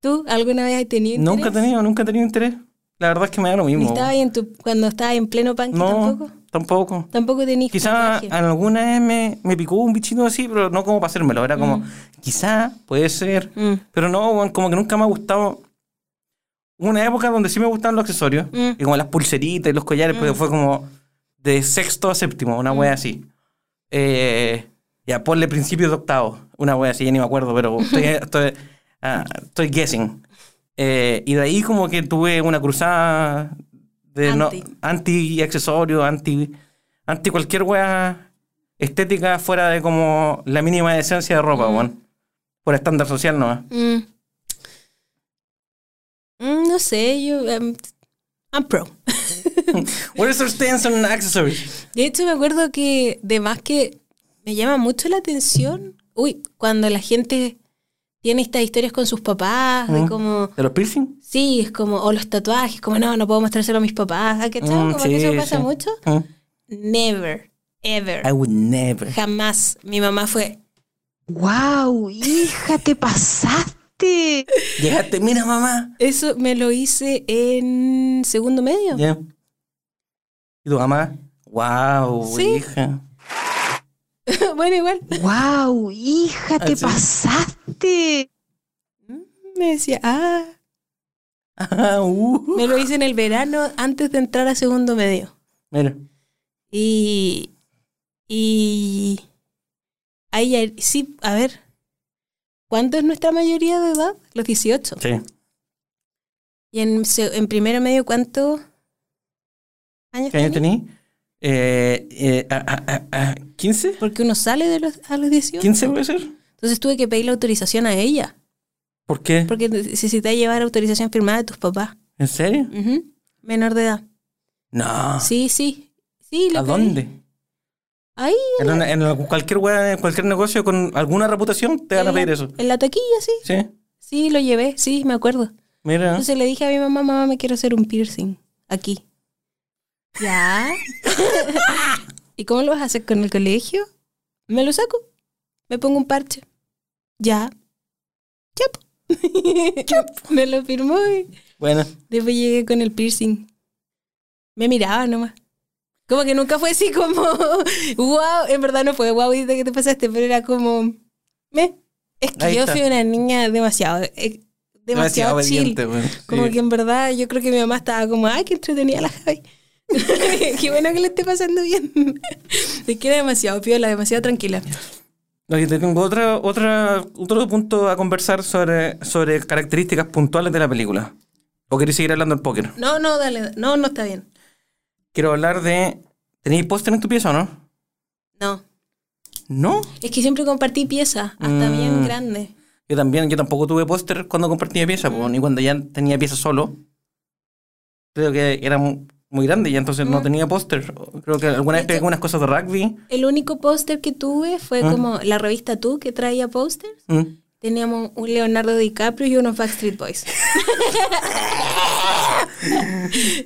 Speaker 4: ¿Tú alguna vez has tenido
Speaker 3: Nunca he
Speaker 4: interés?
Speaker 3: tenido, nunca he tenido interés. La verdad es que me da lo
Speaker 4: ¿Ni
Speaker 3: mismo.
Speaker 4: estaba ahí en tu, cuando estabas en pleno punk
Speaker 3: No,
Speaker 4: tampoco?
Speaker 3: tampoco.
Speaker 4: Tampoco tenías
Speaker 3: Quizá
Speaker 4: tatuaje.
Speaker 3: alguna vez me, me picó un bichito así, pero no como para hacérmelo. Era como, quizá, puede ser.
Speaker 4: Mm.
Speaker 3: Pero no, weón, como que nunca me ha gustado. Hubo una época donde sí me gustaban los accesorios.
Speaker 4: Mm.
Speaker 3: Y como las pulseritas y los collares, pero fue como de sexto a séptimo, una
Speaker 4: Mm.
Speaker 3: wea así. Eh, ya, ponle principios de octavo, una wea así, ya ni me acuerdo,
Speaker 4: <laughs>
Speaker 3: pero estoy, estoy, ah, estoy guessing. Eh, y de ahí como que tuve una cruzada de no-
Speaker 4: Anti.
Speaker 3: anti accesorios, anti, anti cualquier wea estética fuera de como la mínima esencia de ropa, weón. Por estándar social nomás.
Speaker 4: Mm. Mm, no sé, yo. em, I'm pro.
Speaker 3: What is your stance on accessories?
Speaker 4: De hecho, me acuerdo que, de más que me llama mucho la atención, uy, cuando la gente tiene estas historias con sus papás, de
Speaker 3: Mm.
Speaker 4: como.
Speaker 3: ¿De los piercing?
Speaker 4: Sí, es como, o los tatuajes, como no, no puedo mostrárselo a mis papás, ¿ah, ¿cachai?
Speaker 3: Mm,
Speaker 4: Como que eso
Speaker 3: sí,
Speaker 4: pasa
Speaker 3: sí.
Speaker 4: mucho.
Speaker 3: Mm.
Speaker 4: Never, ever,
Speaker 3: I would never.
Speaker 4: jamás. Mi mamá fue,
Speaker 5: ¡Wow! ¡Hija, te pasaste!
Speaker 3: Llegaste, mira mamá.
Speaker 4: eso me lo hice en segundo medio.
Speaker 3: Ya. ¿Y tu mamá? Wow,
Speaker 4: Sí.
Speaker 3: hija.
Speaker 4: <laughs> bueno, igual.
Speaker 5: ¡Wow! ¡Hija, te
Speaker 3: Así.
Speaker 5: pasaste!
Speaker 4: Me decía, ah.
Speaker 3: Ah, uh.
Speaker 4: Me lo hice en el verano antes de entrar a segundo medio.
Speaker 3: Mira.
Speaker 4: Y. Y. Ahí, ya- sí, a ver. ¿Cuánto es nuestra mayoría de edad? Los 18.
Speaker 3: Sí.
Speaker 4: ¿Y en, se- en primero medio cuántos años
Speaker 3: ¿Qué año
Speaker 4: tenés?
Speaker 3: tení? Eh, eh, ah, ah, ah, ah, ¿15?
Speaker 4: Porque uno sale de los, a los 18.
Speaker 3: ¿15 puede ser?
Speaker 4: Entonces tuve que pedir la autorización a ella.
Speaker 3: ¿Por qué?
Speaker 4: Porque necesitaba llevar autorización firmada de tus papás.
Speaker 3: ¿En serio?
Speaker 4: Ujú. Menor de edad.
Speaker 3: No.
Speaker 4: Sí, sí. Sí, la
Speaker 3: Ah. ¿A
Speaker 4: pedí.
Speaker 3: dónde?
Speaker 4: Ahí,
Speaker 3: En, una- en cualquier, wea- en cualquier negocio con alguna reputación te van a
Speaker 4: en la-
Speaker 3: pedir eso.
Speaker 4: En la taquilla, sí.
Speaker 3: Sí,
Speaker 4: Sí, lo llevé, sí, me
Speaker 3: ¿Ah?
Speaker 4: acuerdo.
Speaker 3: mira.
Speaker 4: Entonces le dije a mi mamá, mamá, me quiero hacer un piercing. Aquí. ¿Ya? <laughs> ¿Y cómo lo vas a hacer con el colegio? Me lo saco. Me pongo un parche. ¿Ya? Chap. <laughs> me lo firmó y
Speaker 3: Bueno,
Speaker 4: después llegué con el piercing. Me miraba nomás. Como que nunca fue así como, <laughs> wow, en verdad no fue wow, ¿y de qué te pasaste? Pero era como, me. Es que
Speaker 3: Ahí
Speaker 4: yo
Speaker 3: está.
Speaker 4: fui una niña demasiado, eh, demasiado, chill.
Speaker 3: obediente, weón. Sí.
Speaker 4: Como que en verdad yo creo que mi mamá estaba como, ay, qué entretenida la Javi. <laughs> qué bueno que le esté pasando bien. <laughs> Se queda demasiado piola, demasiado tranquila.
Speaker 3: No, yo te tengo otra, otra, otro punto a conversar sobre, sobre características puntuales de la película. ¿O queréis seguir hablando del póker?
Speaker 4: No, no, dale, no, no está bien.
Speaker 3: Quiero hablar de... ¿Tenéis póster en tu pieza o no?
Speaker 4: No.
Speaker 3: ¿No?
Speaker 4: Es que siempre compartí piezas, hasta bien
Speaker 3: Mm.
Speaker 4: grande.
Speaker 3: Yo también, yo tampoco tuve póster cuando compartía pieza, po, ni cuando ya tenía pieza solo. Creo que era mu- muy grande y entonces
Speaker 4: Mm.
Speaker 3: no tenía póster. Creo que alguna vez
Speaker 4: Yo
Speaker 3: pegué
Speaker 4: te-
Speaker 3: unas cosas de rugby.
Speaker 4: El único póster que tuve fue
Speaker 3: Ah.
Speaker 4: como la revista Tú que traía pósters.
Speaker 3: Mm.
Speaker 4: Teníamos un Leonardo DiCaprio y unos Backstreet Boys.
Speaker 3: <laughs>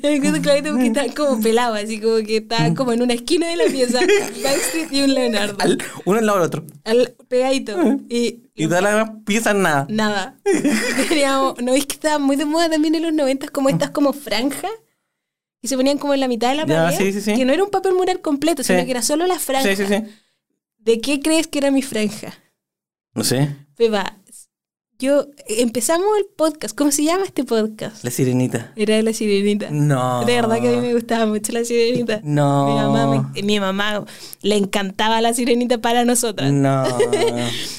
Speaker 4: Me acuerdo clarito porque estaban como pelados, así como que
Speaker 3: Mm.
Speaker 4: estaban como en una esquina de la pieza. Backstreet y un Leonardo.
Speaker 3: Al- uno al lado del otro.
Speaker 4: al pegadito. Y,
Speaker 3: Y todas las demás piezas nada. <laughs>
Speaker 4: nada. Teníamos- no es que estaba muy de moda también en los 90 como
Speaker 3: Ah.
Speaker 4: estas como franjas. Y se ponían como en la mitad de la
Speaker 3: Ya,
Speaker 4: pared.
Speaker 3: sí, sí, sí.
Speaker 4: Que no era un papel mural completo,
Speaker 3: Sí.
Speaker 4: sino que era solo la franja.
Speaker 3: Sí, sí, sí.
Speaker 4: ¿De qué crees que era mi franja?
Speaker 3: No sé.
Speaker 4: Beba, yo empezamos el podcast. ¿Cómo se llama este podcast?
Speaker 3: La sirenita.
Speaker 4: Era de la sirenita.
Speaker 3: No.
Speaker 4: De verdad que a mí me gustaba mucho la sirenita.
Speaker 3: No.
Speaker 4: Mi mamá, me- mi mamá le encantaba la sirenita para nosotras.
Speaker 3: No.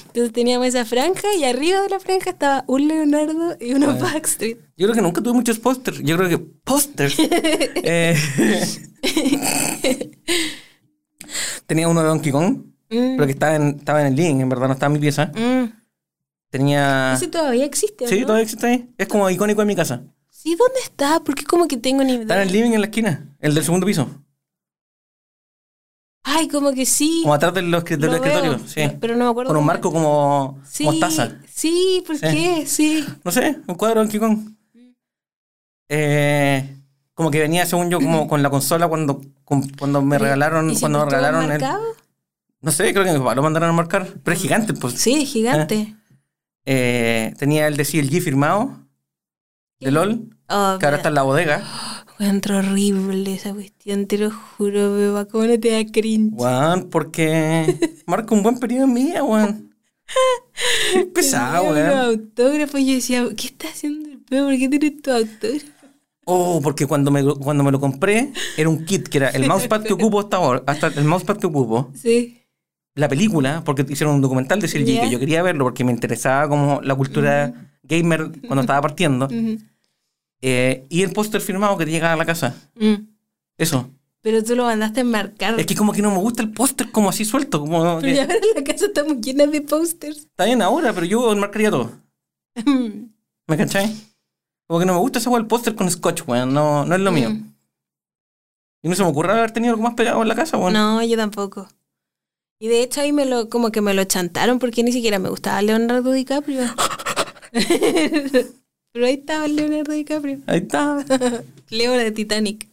Speaker 4: Entonces teníamos esa franja y arriba de la franja estaba un Leonardo y uno Backstreet.
Speaker 3: <laughs> Yo creo que nunca tuve muchos pósters. Yo creo que
Speaker 4: <laughs>
Speaker 3: pósters. Eh, tenía uno de Donkey Kong,
Speaker 4: Mm,
Speaker 3: pero que estaba en, estaba en el living, en verdad, no estaba en mi pieza.
Speaker 4: mm.
Speaker 3: Tenía...
Speaker 4: Ese todavía existe, ¿o
Speaker 3: Ah. Sí,
Speaker 4: no?
Speaker 3: todavía existe ahí. Es como icónico en mi casa.
Speaker 4: Sí, ¿dónde está? Porque como que tengo ni
Speaker 3: Está en el
Speaker 4: idea.
Speaker 3: living en la esquina, el del segundo piso.
Speaker 4: Ay, como que sí.
Speaker 3: Como atrás de los, que- de
Speaker 4: lo
Speaker 3: los
Speaker 4: veo,
Speaker 3: escritorios, sí.
Speaker 4: Pero no me acuerdo.
Speaker 3: Con un
Speaker 4: cómo-
Speaker 3: marco como
Speaker 4: sí,
Speaker 3: mostaza.
Speaker 4: Sí, ¿por
Speaker 3: Sí.
Speaker 4: qué? Sí.
Speaker 3: No sé, un cuadro de Donkey Kong. Eh, como que venía, según yo,
Speaker 4: <clears throat>
Speaker 3: como con la consola cuando, con- cuando me
Speaker 4: Pero,
Speaker 3: regalaron,
Speaker 4: ¿y
Speaker 3: cuando me
Speaker 4: siempre estuvo
Speaker 3: regalaron el.
Speaker 4: marcado? Mm.
Speaker 3: No sé, creo que mi papá lo mandaron a marcar. Pero es gigante, pues.
Speaker 4: Sí, gigante.
Speaker 3: Eh, tenía el de CLG firmado, de LOL,
Speaker 4: Oh,
Speaker 3: que ahora está en la bodega.
Speaker 4: <gasps> Encuentro horrible esa cuestión, te lo juro, beba. ¿Cómo no te da cringe?
Speaker 3: Weón, porque marca un buen periodo en mi vida, weón.
Speaker 4: <laughs>
Speaker 3: Es pesado,
Speaker 4: Tenía unos
Speaker 3: weón.
Speaker 4: autógrafos y yo decía, ¿qué está haciendo el peo? ¿Por qué tiene tu autógrafo?
Speaker 3: Oh, porque cuando me, lo- cuando me lo compré, era un kit, que era
Speaker 4: <laughs>
Speaker 3: el mousepad que ocupo hasta ahora, hasta el mousepad que ocupo,
Speaker 4: Sí.
Speaker 3: la película, porque hicieron un documental de Sergi
Speaker 4: Ya.
Speaker 3: que yo quería verlo porque me interesaba como la cultura gamer cuando estaba
Speaker 4: <laughs>
Speaker 3: partiendo.
Speaker 4: Ujú.
Speaker 3: eh, y el póster firmado que te llegaba a la casa.
Speaker 4: Mm.
Speaker 3: Eso.
Speaker 4: Pero tú lo mandaste a enmarcar.
Speaker 3: Es que como que no me gusta el póster como así suelto. Como
Speaker 4: Pero ya
Speaker 3: que,
Speaker 4: ahora la casa está muy llena de posters. <laughs>
Speaker 3: está bien ahora, pero yo enmarcaría todo.
Speaker 4: Mm.
Speaker 3: ¿Me cachai? Como que no me gusta ese weón, el póster con scotch, weón. No, no es lo mío.
Speaker 4: Mm.
Speaker 3: Y no se me ocurre haber tenido algo más pegado en la casa, weón.
Speaker 4: No, yo tampoco. Y de hecho ahí me lo, como que me lo chantaron porque ni siquiera me gustaba Leonardo
Speaker 3: <laughs>
Speaker 4: DiCaprio. Pero ahí estaba Leonardo DiCaprio. <laughs>
Speaker 3: Ahí está.
Speaker 4: Leo de Titanic.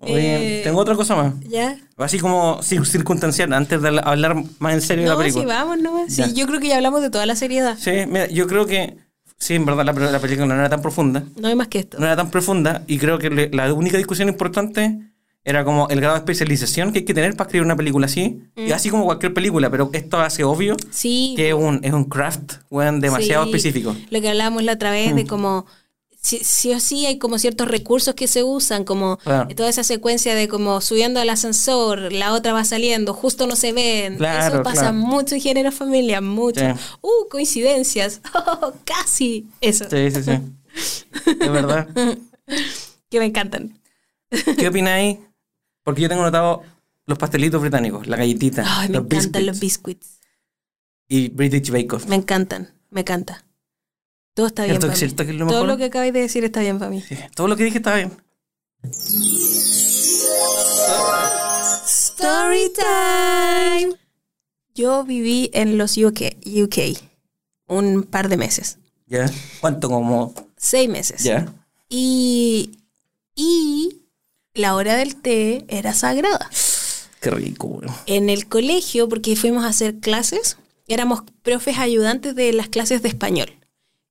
Speaker 3: Oye,
Speaker 4: Eh,
Speaker 3: tengo otra cosa más.
Speaker 4: ¿Ya?
Speaker 3: Así como cir- circunstancial, antes de la- hablar más en serio de la
Speaker 4: No,
Speaker 3: película.
Speaker 4: sí, vamos nomás. Sí,
Speaker 3: Ya.
Speaker 4: yo creo que ya hablamos de toda la seriedad.
Speaker 3: Sí, mira, yo creo que sí, en verdad la, la película no era tan profunda,
Speaker 4: No hay más que esto.
Speaker 3: no era tan profunda y creo que le- la única discusión importante era como el grado de especialización que hay que tener para escribir una película así, y así como cualquier película, pero esto hace obvio
Speaker 4: Mm. Sí.
Speaker 3: que es un, es un craft, weón, demasiado
Speaker 4: Sí,
Speaker 3: específico. Mm.
Speaker 4: Lo que hablábamos la otra vez de como sí, sí o sí hay como ciertos recursos que se usan, como
Speaker 3: Claro.
Speaker 4: toda esa secuencia de como subiendo al ascensor, la otra va saliendo, justo no se ven.
Speaker 3: Claro,
Speaker 4: Eso pasa
Speaker 3: claro.
Speaker 4: mucho en género familia, mucho.
Speaker 3: Sí.
Speaker 4: Uh, coincidencias. <laughs> Oh, casi. Eso.
Speaker 3: Sí, sí, sí.
Speaker 4: <laughs>
Speaker 3: es verdad.
Speaker 4: Que me encantan.
Speaker 3: ¿Qué opináis? Porque yo tengo notado los pastelitos británicos, la galletita,
Speaker 4: Ay, me
Speaker 3: los
Speaker 4: encantan
Speaker 3: biscuits
Speaker 4: los biscuits.
Speaker 3: y British Bake Off.
Speaker 4: Me encantan. Me encanta. Todo está bien.
Speaker 3: Cierto que-
Speaker 4: pa' mí.
Speaker 3: cierto que es lo
Speaker 4: Todo
Speaker 3: mejor.
Speaker 4: lo que acabáis de decir está bien para mí.
Speaker 3: Todo lo que dije estaba bien.
Speaker 4: Story time. Yo viví en los UK, UK un par de meses.
Speaker 3: ¿Ya? ¿Cuánto como?
Speaker 4: Seis meses.
Speaker 3: ¿Ya?
Speaker 4: Y, y la hora del té era sagrada.
Speaker 3: Qué rico, weón.
Speaker 4: En el colegio, porque fuimos a hacer clases, éramos profes ayudantes de las clases de español.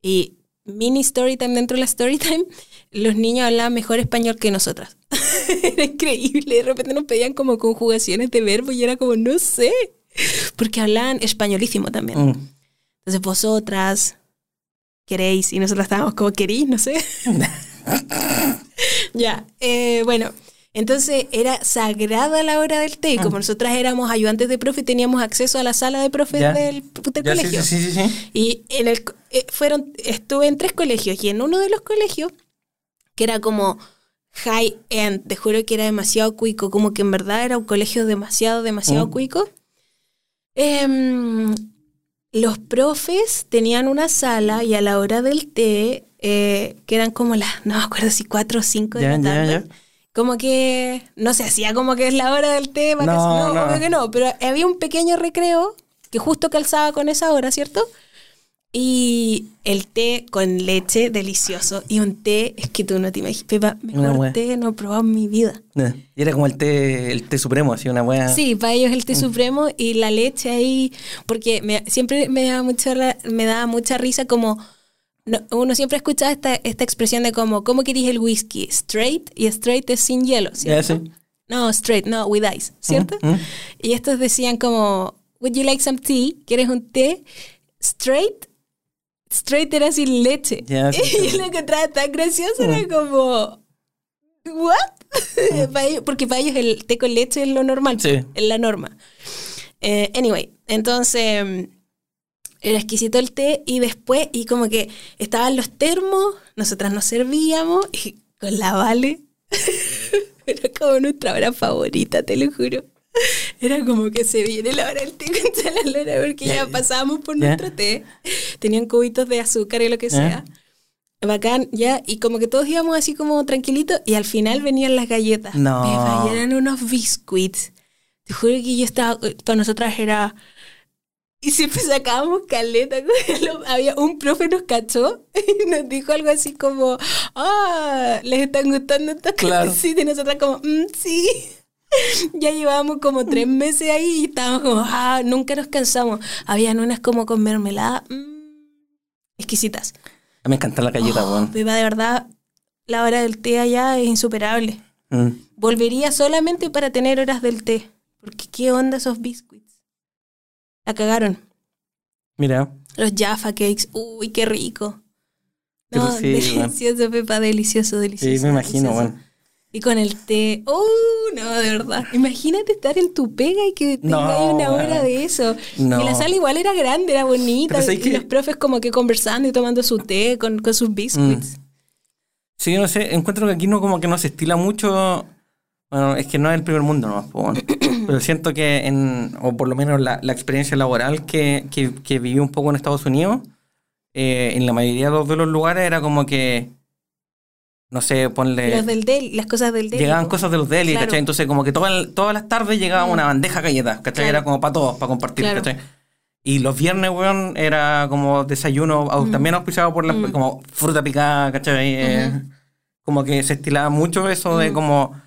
Speaker 4: Y mini story time dentro de la story time, los niños hablaban mejor español que nosotras. <laughs> era increíble. De repente nos pedían como conjugaciones de verbos y era como, no sé. Porque hablaban españolísimo también.
Speaker 3: Mm.
Speaker 4: Entonces vosotras queréis y nosotras estábamos como querís,
Speaker 3: <laughs>
Speaker 4: no sé. ya, eh, bueno. Entonces era sagrada la hora del té y
Speaker 3: Ah.
Speaker 4: como nosotras éramos ayudantes de profe teníamos acceso a la sala de profes
Speaker 3: Ya.
Speaker 4: del, del
Speaker 3: Ya, sí,
Speaker 4: colegio.
Speaker 3: sí, sí, sí, sí.
Speaker 4: Y en el, co- eh, fueron, estuve en tres colegios y en uno de los colegios, que era como high end, te juro que era demasiado cuico, como que en verdad era un colegio demasiado, demasiado
Speaker 3: Mm.
Speaker 4: cuico. em, los profes tenían una sala y a la hora del té, eh, que eran como las, no me acuerdo si cuatro o cinco de
Speaker 3: Ya,
Speaker 4: la
Speaker 3: ya,
Speaker 4: tarde.
Speaker 3: ya.
Speaker 4: Como que no se hacía como que es la hora del té, vacaciones,
Speaker 3: No,
Speaker 4: no,
Speaker 3: no.
Speaker 4: obvio que no, pero había un pequeño recreo que justo calzaba con esa hora, ¿cierto? Y el té con leche, delicioso. Y un té, es que tú no te imaginas, Pepa,
Speaker 3: Una
Speaker 4: mejor
Speaker 3: wea.
Speaker 4: té no he probado en mi vida.
Speaker 3: Ya. Y era como el té, el té supremo, así una weá.
Speaker 4: Sí, para ellos
Speaker 3: Mm.
Speaker 4: el té supremo y la leche ahí, porque me- siempre me da mucha, ra- me da mucha risa como, no, uno siempre escucha esta, esta expresión de como, ¿cómo querís el whisky? Straight, y straight es sin hielo,
Speaker 3: Ya,
Speaker 4: ¿cierto?
Speaker 3: sí.
Speaker 4: No, straight, no, with ice, ¿cierto?
Speaker 3: Mm, mm.
Speaker 4: Y estos decían como, would you like some tea? ¿Quieres un té? Straight, straight era sin leche.
Speaker 3: Ya, sí,
Speaker 4: <laughs> y yo lo encontraba tan gracioso, era como, what? Pa' ellos- Porque <laughs> para ellos el té con leche es lo normal,
Speaker 3: Sí.
Speaker 4: es la norma. Eh, anyway, entonces mm, era exquisito el té y después, y como que estaban los termos, nosotras nos servíamos y con la Vale <laughs> era como nuestra hora favorita, te lo juro. Era como que se viene la hora del té contra la lora porque ya pasábamos por
Speaker 3: Ya.
Speaker 4: nuestro té. Tenían cubitos de azúcar y lo que sea. Bacán, ya. Y como que todos íbamos así como tranquilitos y al final venían las galletas.
Speaker 3: No.
Speaker 4: Pepa, y eran unos biscuits. Te juro que yo estaba, eh, para nosotras era... Y siempre sacábamos caleta. Lo- Había un profe nos cachó <laughs> y nos dijo algo así como, ah, les están gustando estas
Speaker 3: Claro.
Speaker 4: cosas. Y nosotras como, "Mm, sí. <laughs> Ya llevábamos como tres meses ahí y estábamos como, ah, nunca nos cansamos. Habían unas como con mermelada, mm, exquisitas.
Speaker 3: A mí me encanta la galleta, weón.
Speaker 4: Beba, Pues de verdad, la hora del té allá es insuperable.
Speaker 3: Mm.
Speaker 4: Volvería solamente para tener horas del té. Porque qué onda esos biscuits. La cagaron.
Speaker 3: Mira,
Speaker 4: Los Jaffa Cakes, uy, qué rico.
Speaker 3: Qué
Speaker 4: No,
Speaker 3: rico, sí, bueno.
Speaker 4: delicioso, <laughs> Pepa, delicioso, delicioso.
Speaker 3: sí, me imagino,
Speaker 4: delicioso.
Speaker 3: weón.
Speaker 4: Y con el té, uh, no, de verdad. Imagínate estar en tu pega y que
Speaker 3: No,
Speaker 4: tengas una
Speaker 3: bueno.
Speaker 4: hora de eso.
Speaker 3: No.
Speaker 4: Y la sala igual era grande, era bonita.
Speaker 3: Pero
Speaker 4: Y
Speaker 3: ¿sabes qué? Mm.
Speaker 4: los profes como que conversando y tomando su té con, con sus biscuits.
Speaker 3: Sí, yo no sé, encuentro que aquí no como que no se estila mucho. Bueno, es que no es el primer mundo nomás, po, <coughs> bueno. pero siento que en, o por lo menos la, la experiencia laboral que, que, que viví un poco en Estados Unidos, eh, en la mayoría de los, de los lugares era como que, no sé, ponle...
Speaker 4: Los del deli, las cosas del deli.
Speaker 3: Eh, Llegaban
Speaker 4: ¿no?
Speaker 3: cosas de los delis,
Speaker 4: Claro. Mm.
Speaker 3: ¿cachai? Entonces, como que todas todas las tardes llegaba una bandeja de galletas, ¿cachai?
Speaker 4: Claro.
Speaker 3: Era como para todos, para compartir,
Speaker 4: Claro.
Speaker 3: ¿cachai? Y los viernes, weón, era como desayuno, au-
Speaker 4: Mm.
Speaker 3: también auspiciado por las, como fruta picada, ¿cachai? Eh, como que se estilaba mucho eso
Speaker 4: Mm.
Speaker 3: de como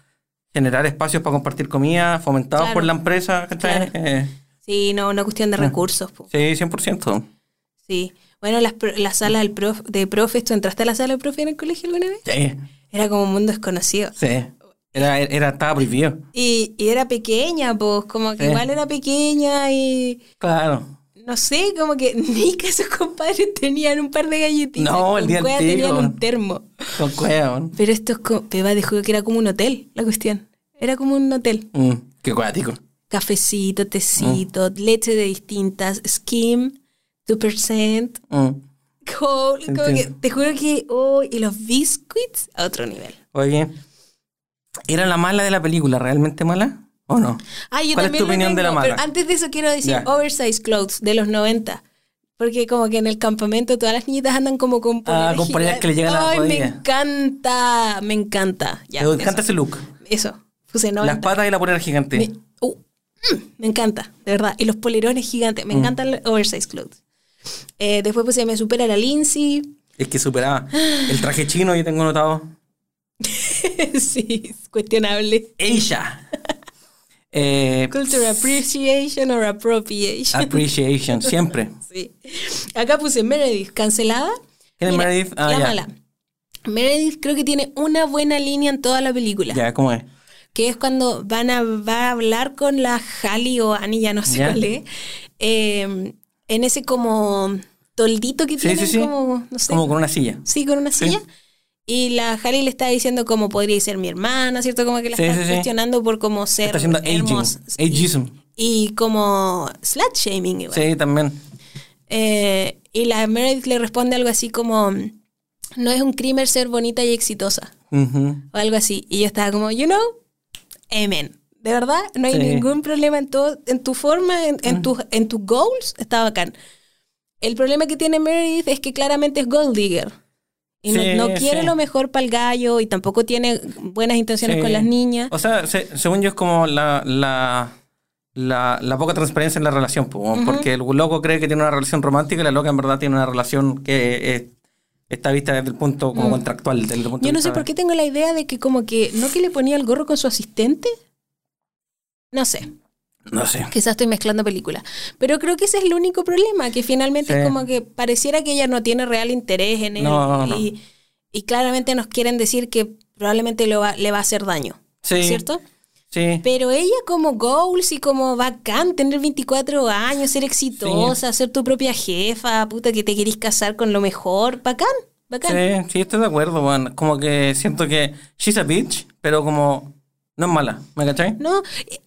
Speaker 3: generar espacios para compartir comida, fomentados
Speaker 4: Claro.
Speaker 3: por la empresa, ¿cachai?
Speaker 4: Claro.
Speaker 3: Eh,
Speaker 4: Sí, no, una cuestión
Speaker 3: Ah.
Speaker 4: de recursos. po.
Speaker 3: sí, 100%.
Speaker 4: Sí. Bueno, las, pro- la sala del prof, de profes, ¿tú entraste a la sala de profes en el colegio alguna vez?
Speaker 3: Sí,
Speaker 4: Era como un mundo desconocido.
Speaker 3: sí. Era, era, estaba prohibido.
Speaker 4: Y, y era pequeña, pues, como que
Speaker 3: Sí.
Speaker 4: igual era pequeña y
Speaker 3: Claro.
Speaker 4: no sé, como que <laughs> ni que sus compadres tenían un par de galletitas.
Speaker 3: No, el
Speaker 4: con
Speaker 3: día
Speaker 4: cueva
Speaker 3: antiguo.
Speaker 4: tenían un termo.
Speaker 3: Con cueva, weón.
Speaker 4: Pero esto es como, Peba dijo que era como un hotel, la cuestión. Era como un hotel.
Speaker 3: Mm, qué cuático.
Speaker 4: Cafecito,
Speaker 3: Ah.
Speaker 4: tecito, leche de distintas, skim, 2%,
Speaker 3: Mm.
Speaker 4: cold. Como que,
Speaker 3: Entiendo.
Speaker 4: te juro que, oh, y los biscuits a otro nivel.
Speaker 3: Oye, ¿era la mala de la película realmente mala o no?
Speaker 4: Ah, yo
Speaker 3: ¿Cuál es
Speaker 4: también
Speaker 3: tu
Speaker 4: lo
Speaker 3: opinión de la
Speaker 4: tengo,
Speaker 3: mala?
Speaker 4: pero antes de eso quiero decir
Speaker 3: Ya.
Speaker 4: oversized clothes de los 90. Porque como que en el campamento todas las niñitas andan como con
Speaker 3: Ah, con poleras
Speaker 4: gigantes.
Speaker 3: que le llegan a la
Speaker 4: Ay, me
Speaker 3: rodilla.
Speaker 4: encanta, me encanta. Ya,
Speaker 3: Me encanta ese
Speaker 4: eso,
Speaker 3: look.
Speaker 4: eso, puse
Speaker 3: Las
Speaker 4: 90.
Speaker 3: patas y la polera gigante.
Speaker 4: Me- Uh, mm, me encanta, de verdad. Y los polerones gigantes.
Speaker 3: Mm.
Speaker 4: Me encantan los oversized clothes. Eh, después puse Me Supera la Lindsay. <laughs>
Speaker 3: Es que superaba. El traje chino yo tengo notado.
Speaker 4: sí, es cuestionable.
Speaker 3: Ella. Eh,
Speaker 4: Culture appreciation or appropriation.
Speaker 3: Ah, appreciation,
Speaker 4: <laughs>
Speaker 3: siempre.
Speaker 4: Sí. Acá puse Meredith, cancelada.
Speaker 3: ¿Quién es
Speaker 4: Mira,
Speaker 3: Meredith? Ah, ya.
Speaker 4: llámala. Meredith creo que tiene una buena línea en toda la película.
Speaker 3: Ya, ¿cómo es?
Speaker 4: que es cuando van a, va a hablar con la Hallie o Annie, ya no sé
Speaker 3: Ya.
Speaker 4: cuál es, eh, en ese como toldito que
Speaker 3: Sí,
Speaker 4: tienen,
Speaker 3: sí, sí.
Speaker 4: como, no sé,
Speaker 3: Como con una silla.
Speaker 4: sí, con una silla. Y la Hallie le está diciendo como podría ser mi hermana, ¿cierto? Como que la
Speaker 3: Sí,
Speaker 4: está
Speaker 3: sí, sí.
Speaker 4: cuestionando por como ser
Speaker 3: Está haciendo aging.
Speaker 4: hermosa.
Speaker 3: Ageism.
Speaker 4: Y como slut shaming igual.
Speaker 3: Sí, también.
Speaker 4: Eh, y la Meredith le responde algo así como, no es un crimen ser bonita y exitosa
Speaker 3: Ujú.
Speaker 4: o algo así. Y yo estaba como, you know, amen. De verdad, no hay
Speaker 3: Sí. Mm.
Speaker 4: ningún problema en todo, en tu forma, en, en tus en tus goals, está bacán. El problema que tiene Meredith es que claramente es gold digger. Y no-
Speaker 3: Sí,
Speaker 4: no, quiere
Speaker 3: sí.
Speaker 4: lo mejor para el gallo y tampoco tiene buenas intenciones
Speaker 3: Sí.
Speaker 4: con las niñas.
Speaker 3: O sea, se- según yo es como la, la, la, la poca transparencia en la relación, po, porque el loco cree que tiene una relación romántica y la loca en verdad tiene una relación que eh, está vista desde el punto como contractual. Desde el punto de
Speaker 4: Mm. Yo no
Speaker 3: vista
Speaker 4: sé por
Speaker 3: de-
Speaker 4: qué tengo la idea de que como que, ¿no que le ponía el gorro con su asistente? No sé.
Speaker 3: No sé.
Speaker 4: Quizás estoy mezclando películas. Pero creo que ese es el único problema, que finalmente
Speaker 3: Sí.
Speaker 4: es como que pareciera que ella no tiene real interés en él.
Speaker 3: No, no.
Speaker 4: Y, y claramente nos quieren decir que probablemente lo va- le va a hacer daño,
Speaker 3: Sí,
Speaker 4: ¿cierto?
Speaker 3: Sí.
Speaker 4: Pero ella como goals y como bacán, tener 24 años, ser exitosa, ser tu propia jefa, puta que te querís casar con lo mejor, bacán, bacán.
Speaker 3: Sí, sí, estoy de acuerdo, weón. Como que siento que she's a bitch, pero como no es mala, ¿me cachai?
Speaker 4: No, eh,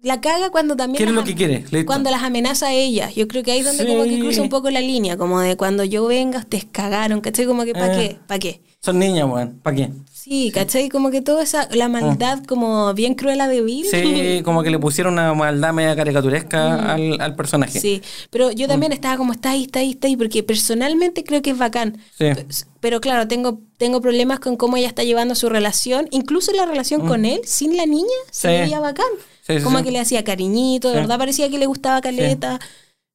Speaker 4: la caga cuando también...
Speaker 3: Quiere
Speaker 4: las
Speaker 3: lo que
Speaker 4: am-
Speaker 3: quiere, listo.
Speaker 4: Cuando las amenaza a ellas. Yo creo que ahí es donde como que
Speaker 3: Sí.
Speaker 4: cruza un poco la línea, como de cuando yo venga, ustedes cagaron, ¿cachai? Como que, ¿para
Speaker 3: Ah.
Speaker 4: qué? ¿Para qué?
Speaker 3: Son niñas, weón. ¿Para qué?
Speaker 4: Sí, ¿cachai? Como que toda esa, la maldad como bien cruela de Bill. <laughs>
Speaker 3: Sí, como que le pusieron una maldad media caricaturesca al, al personaje.
Speaker 4: Mm. Sí, pero yo
Speaker 3: Mm.
Speaker 4: también estaba como, está ahí, está ahí, está ahí, porque personalmente creo que es bacán.
Speaker 3: Sí.
Speaker 4: P- Pero claro, tengo, tengo problemas con cómo ella está llevando su relación, incluso la relación con él, sin la niña, se
Speaker 3: Mm. Sí.
Speaker 4: veía bacán.
Speaker 3: Sí, sí,
Speaker 4: como
Speaker 3: sí.
Speaker 4: que le hacía cariñito, de
Speaker 3: Sí.
Speaker 4: verdad parecía que le gustaba caleta.